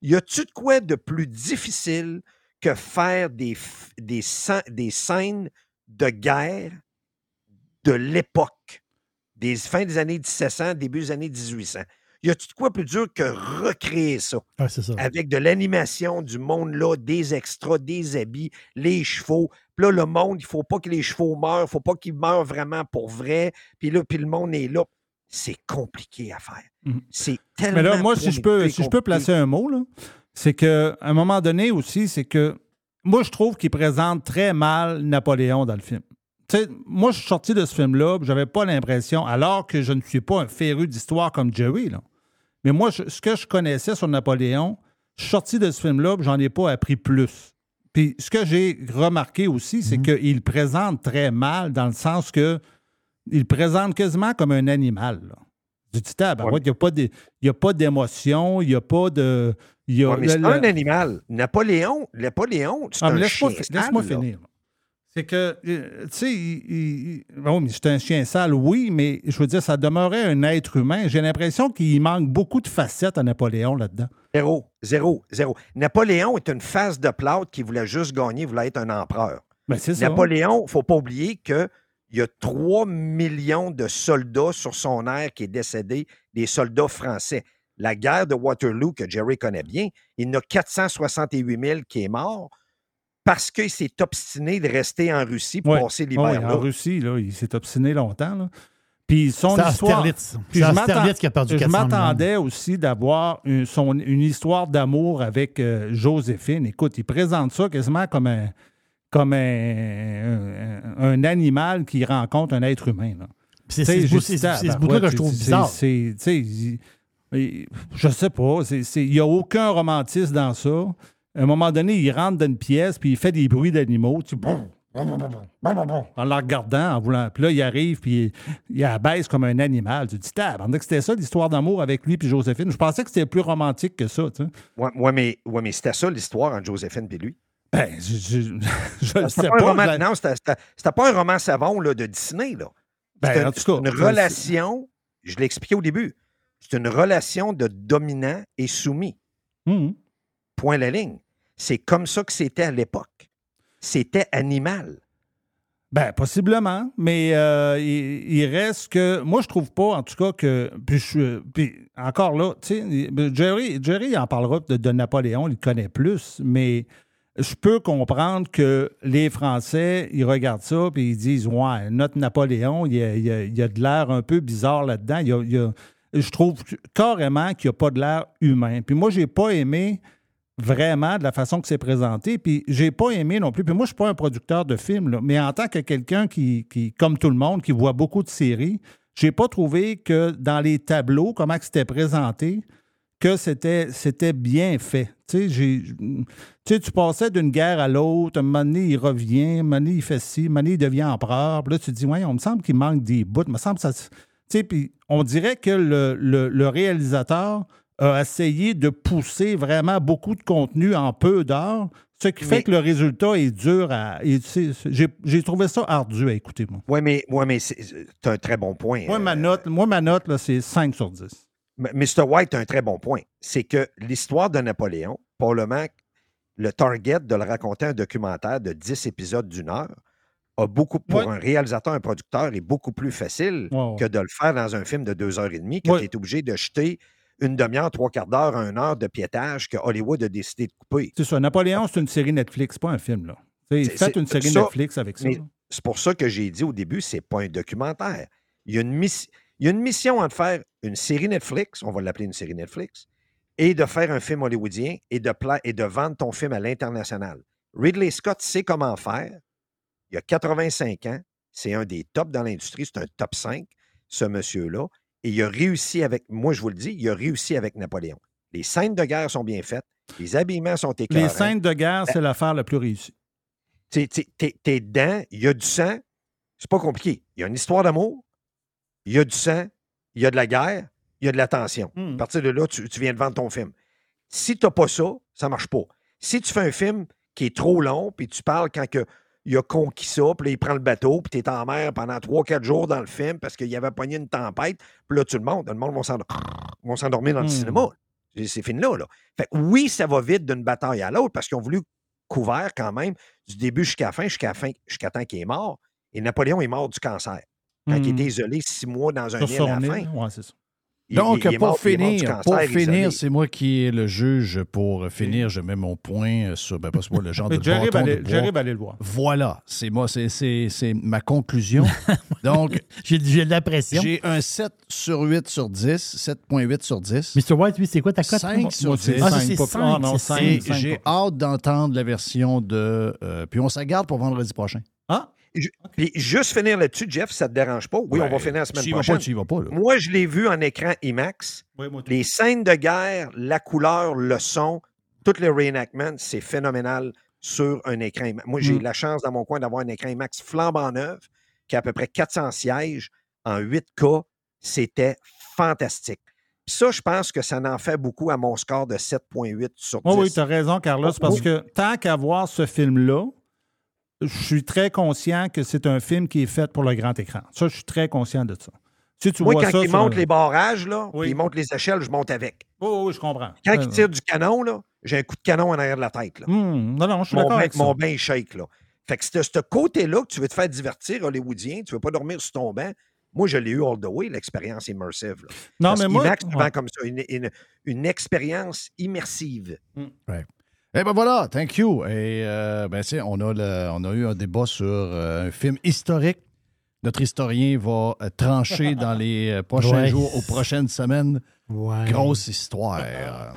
Speaker 18: y a-tu de quoi de plus difficile que faire des, f- des, scè- des scènes de guerre de l'époque, des fins des années 1700, début des années 1800? Y a-tu de quoi plus dur que recréer ça?
Speaker 3: Ouais, c'est ça.
Speaker 18: avec de l'animation du monde là, des extras, des habits, les chevaux. Puis là, le monde, il faut pas que les chevaux meurent, faut pas qu'ils meurent vraiment pour vrai. Puis là, puis le monde est là. C'est compliqué à faire. C'est tellement.
Speaker 7: Mhm. Mais là, moi, si je peux,
Speaker 18: compliqué,
Speaker 7: si je peux
Speaker 18: compliqué.
Speaker 7: placer un mot, là, c'est qu'à un moment donné aussi, c'est que moi, je trouve qu'il présente très mal Napoléon dans le film. Tu sais, moi, je suis sorti de ce film-là, puis j'avais pas l'impression, alors que je ne suis pas un féru d'histoire comme Jerry, là. Mais moi, je- ce que je connaissais sur Napoléon, je suis sorti de ce film-là, puis j'en ai pas appris plus. Puis ce que j'ai remarqué aussi,
Speaker 18: Mhm.
Speaker 7: c'est qu'il présente très mal dans le sens que il le présente quasiment comme un animal. là. Du petit tabarouette, il n'y a pas des- il y a pas d'émotion, il n'y a pas de. il y a-
Speaker 18: Ouais, mais
Speaker 7: Euh, le-
Speaker 18: c'est
Speaker 7: le-
Speaker 18: un animal. Napoléon, Napoléon, c'est
Speaker 7: Ah, mais
Speaker 18: un
Speaker 7: laisse-moi
Speaker 18: chien
Speaker 7: fi- laisse-moi
Speaker 18: sale, là.
Speaker 7: finir. C'est que, euh, tu sais, il- il- il- bon, mais c'est un chien sale, oui, mais je veux dire, ça demeurait un être humain. J'ai l'impression qu'il manque beaucoup de facettes à Napoléon là-dedans.
Speaker 18: Zéro, zéro, zéro. Napoléon est une face de plâtre qui voulait juste gagner, voulait être un empereur.
Speaker 7: Ben, c'est ça.
Speaker 18: Napoléon, il ne faut pas oublier qu'il y a 3 millions de soldats sur son air qui est décédé, des soldats français. La guerre de Waterloo, que Jerry connaît bien, il y en a 468 000 qui est mort parce qu'il s'est obstiné de rester en Russie pour
Speaker 7: Ouais. Ah
Speaker 18: passer
Speaker 7: Ouais,
Speaker 18: l'hiver. là.
Speaker 7: en Russie, là, il s'est obstiné longtemps. là. Puis son
Speaker 3: C'est
Speaker 7: histoire.
Speaker 3: Austerlitz.
Speaker 7: Puis
Speaker 3: C'est
Speaker 7: je m'attends-
Speaker 3: Austerlitz qui a perdu
Speaker 7: Je
Speaker 3: 400 millions.
Speaker 7: m'attendais aussi d'avoir une, son- une histoire d'amour avec euh, Joséphine. Écoute, il présente ça quasiment comme un, comme un, un- un animal qui rencontre un être humain. là. Tu sais,
Speaker 3: C'est- c'est ce bout-
Speaker 7: j'ai dit,
Speaker 3: c'est- c'est ce
Speaker 7: ah,
Speaker 3: bout-là
Speaker 7: ouais,
Speaker 3: que je trouve
Speaker 7: c'est-
Speaker 3: bizarre.
Speaker 7: c'est- tu sais, il- il- je sais pas. c'est- c'est- Il n'y a aucun romantisme dans ça. À un moment donné, il rentre dans une pièce puis il fait des bruits d'animaux. Tu en la regardant, en voulant. Puis là, il arrive, puis il, il abaisse comme un animal. Tu te dis, pendant que c'était ça, l'histoire d'amour avec lui puis Joséphine. Je pensais que c'était plus romantique que ça, tu sais.
Speaker 18: Ouais, ouais, mais, ouais, mais c'était ça l'histoire entre Joséphine et lui.
Speaker 7: Ben, je, je, je le sais
Speaker 18: C'était
Speaker 7: pas.
Speaker 18: pas, un roman-
Speaker 7: je la-
Speaker 18: non, c'était- c'était- c'était pas un roman savon là, de Disney. Là.
Speaker 7: Ben,
Speaker 18: C'était
Speaker 7: en tout cas,
Speaker 18: une
Speaker 7: je-
Speaker 18: relation, je l'ai expliqué au début, c'est une relation de dominant et soumis.
Speaker 7: Mhm.
Speaker 18: Point la ligne. C'est comme ça que c'était à l'époque. C'était animal.
Speaker 7: Ben, possiblement, mais euh, il, il reste que. Moi, je trouve pas, en tout cas, que. Puis, je suis- puis encore là, tu sais, ben, Jerry, Jerry il en parlera de, de Napoléon, il le connaît plus, mais je peux comprendre que les Français, ils regardent ça, puis ils disent Ouais, notre Napoléon, il y a, il y a- il y a de l'air un peu bizarre là-dedans. Il y a- il y a- je trouve carrément qu'il n'y a pas de l'air humain. Puis moi, j'ai pas aimé vraiment de la façon que c'est présenté. Puis j'ai pas aimé non plus. Puis moi, je suis pas un producteur de films, là, mais en tant que quelqu'un qui, qui, comme tout le monde, qui voit beaucoup de séries, j'ai pas trouvé que dans les tableaux, comment que c'était présenté, que c'était, c'était bien fait. Tu sais, j'ai- tu sais, tu passais d'une guerre à l'autre, un moment donné, il revient, un moment donné, il fait ci, un moment donné, il devient empereur. Puis là, tu te dis, ouais, on me semble qu'il manque des bouts, me semble que ça. se- Tu sais, puis on dirait que le, le- le réalisateur a essayé de pousser vraiment beaucoup de contenu en peu d'heures, ce qui fait
Speaker 18: Mais-
Speaker 7: que le résultat est dur à. et tu sais, j'ai, j'ai trouvé ça ardu hein, à écouter, moi.
Speaker 18: Oui, mais, ouais, mais c'est c'est un très bon point. euh,
Speaker 7: Moi, ma note, moi, ma note là, c'est 5 sur 10.
Speaker 18: M- Mr. White a un très bon point. C'est que l'histoire de Napoléon, probablement le target de le raconter un documentaire de 10 épisodes d'une heure, a beaucoup, pour
Speaker 7: Ouais.
Speaker 18: un réalisateur, un producteur, est beaucoup plus facile
Speaker 7: Ouais, ouais.
Speaker 18: que de le faire dans un film de deux heures et demie, que
Speaker 7: Ouais.
Speaker 18: tu es obligé de jeter une demi-heure, trois quarts d'heure, une heure de piétage que Hollywood a décidé de couper.
Speaker 7: C'est ça. Napoléon, c'est une série Netflix, pas un film. Là. Tu sais,
Speaker 18: C'est-
Speaker 7: Faites
Speaker 18: c'est-
Speaker 7: une série
Speaker 18: ça,
Speaker 7: Netflix avec ça.
Speaker 18: mais
Speaker 7: là.
Speaker 18: C'est pour ça que j'ai dit au début, c'est pas un documentaire. Il y a une, miss- il y a une mission à faire une série Netflix, on va l'appeler une série Netflix, et de faire un film hollywoodien et de, pla- et de vendre ton film à l'international. Ridley Scott sait comment faire. Il a 85 ans. C'est un des tops dans l'industrie. C'est un top 5, ce monsieur-là. Et il a réussi avec, moi je vous le dis, il a réussi avec Napoléon. Les scènes de guerre sont bien faites. Les habillements sont éclairants.
Speaker 7: Les scènes de guerre,
Speaker 18: Ben,
Speaker 7: c'est l'affaire la plus réussie.
Speaker 18: T'es, t'es- t'es- t'es dedans, il y a du sang, c'est pas compliqué. Il y a une histoire d'amour, il y a du sang, il y a de la guerre, il y a de la tension. À partir de là, tu, tu viens de vendre ton film. Si t'as pas ça, ça marche pas. Si tu fais un film qui est trop long, puis tu parles quand que, il a conquis ça, puis là, il prend le bateau, puis t'es en mer pendant 3-4 jours dans le film parce qu'il avait pogné une tempête, puis là, tu le montes, le monde va s'endor- vont s'endormir dans le
Speaker 7: Mm.
Speaker 18: cinéma. Ah, C'est- C'est fini là. là. Fait que oui, ça va vite d'une bataille à l'autre parce qu'ils ont voulu couvert quand même du début jusqu'à la fin, jusqu'à la fin, jusqu'à temps qu'il est mort. Et Napoléon est mort du cancer. Quand il
Speaker 7: Hmm.
Speaker 18: est isolé six mois dans un
Speaker 7: Sur
Speaker 18: île à la
Speaker 7: son
Speaker 18: fin.
Speaker 7: île, ouais, c'est ça.
Speaker 18: il-
Speaker 1: Donc,
Speaker 18: il- il est
Speaker 1: pour
Speaker 18: mort- il est mort du
Speaker 1: finir,
Speaker 18: cancer
Speaker 1: pour
Speaker 18: isolé.
Speaker 1: finir, c'est moi qui est le juge. Pour finir, je mets mon point sur, ben, pas sur moi, le
Speaker 18: <laughs>
Speaker 1: genre de
Speaker 7: J'arrive à
Speaker 1: bâton de
Speaker 7: aller-
Speaker 1: bois.
Speaker 7: j'arrive à aller le voir.
Speaker 1: Voilà, c'est moi, c'est- c'est c'est ma
Speaker 3: <laughs>
Speaker 1: conclusion. Donc,
Speaker 3: j'ai de la pression.
Speaker 1: J'ai un 7 sur 8 sur 10, 7.8 sur 10.
Speaker 3: Mr. White, lui, c'est quoi ta cote?
Speaker 1: 5 sur
Speaker 3: Moi,
Speaker 1: 10.
Speaker 3: c'est Ah, c'est 5,
Speaker 1: Ah, non,
Speaker 3: c'est
Speaker 1: 5,
Speaker 3: cinq.
Speaker 1: J'ai hâte d'entendre la version de. euh, puis on s'en garde pour vendredi prochain.
Speaker 18: Je- Puis juste finir là-dessus, Jeff, ça te dérange pas? Oui,
Speaker 1: Ouais,
Speaker 18: on va finir la semaine
Speaker 1: tu y vas
Speaker 18: prochaine.
Speaker 1: pas, tu y vas pas, là.
Speaker 18: Moi, je l'ai vu en écran IMAX. les scènes de guerre, la couleur, le son, tout le reenactment, c'est phénoménal sur un écran IMAX. Moi, j'ai
Speaker 7: Mm.
Speaker 18: la chance dans mon coin d'avoir un écran IMAX flambant neuf qui a à peu près 400 sièges en 8K. C'était fantastique. Puis ça, je pense que ça en fait beaucoup à mon score de 7.8 sur 10.
Speaker 7: Oui, oui, tu as raison, Carlos, parce que tant qu'à voir ce film-là, je suis très conscient que c'est un film qui est fait pour le grand écran. Ça, je suis très conscient de ça. Si tu
Speaker 18: Moi,
Speaker 7: vois
Speaker 18: quand
Speaker 7: ça
Speaker 18: ils
Speaker 7: sur un-
Speaker 18: montent les barrages, là, puis ils montent les échelles, je monte avec.
Speaker 7: Oh, oui, je comprends.
Speaker 18: Quand
Speaker 7: Ouais,
Speaker 18: ils tirent du canon, là, j'ai un coup de canon en arrière de la tête. là.
Speaker 7: Hum, non, non, je suis
Speaker 18: mon
Speaker 7: d'accord
Speaker 18: bain,
Speaker 7: avec ça.
Speaker 18: mon bain shake, là. Fait que c'est ce côté-là que tu veux te faire divertir, hollywoodien, tu veux pas dormir sur ton banc. Moi, je l'ai eu all the way, l'expérience immersive. là.
Speaker 7: Non,
Speaker 18: Parce
Speaker 7: mais moi-
Speaker 18: qu'IMAX, souvent
Speaker 7: ouais.
Speaker 18: comme ça, une, une- une expérience immersive.
Speaker 7: Hum.
Speaker 1: Ouais. Eh ben voilà, thank you. Et euh, ben, c'est- on, a le- on a eu un débat sur euh, un film historique. Notre historien va euh, trancher dans les euh, prochains
Speaker 3: Ouais.
Speaker 1: jours aux prochaines semaines.
Speaker 3: Ouais.
Speaker 1: Grosse histoire.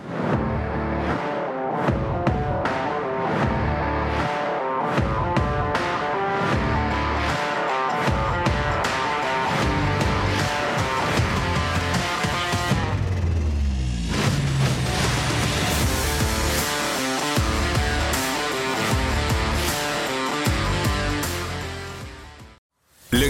Speaker 8: Le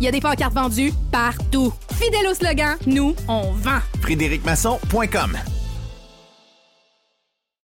Speaker 12: Y a des pancartes vendues partout. Fidèle au slogan, nous, on vend.
Speaker 8: Frédéricmasson.com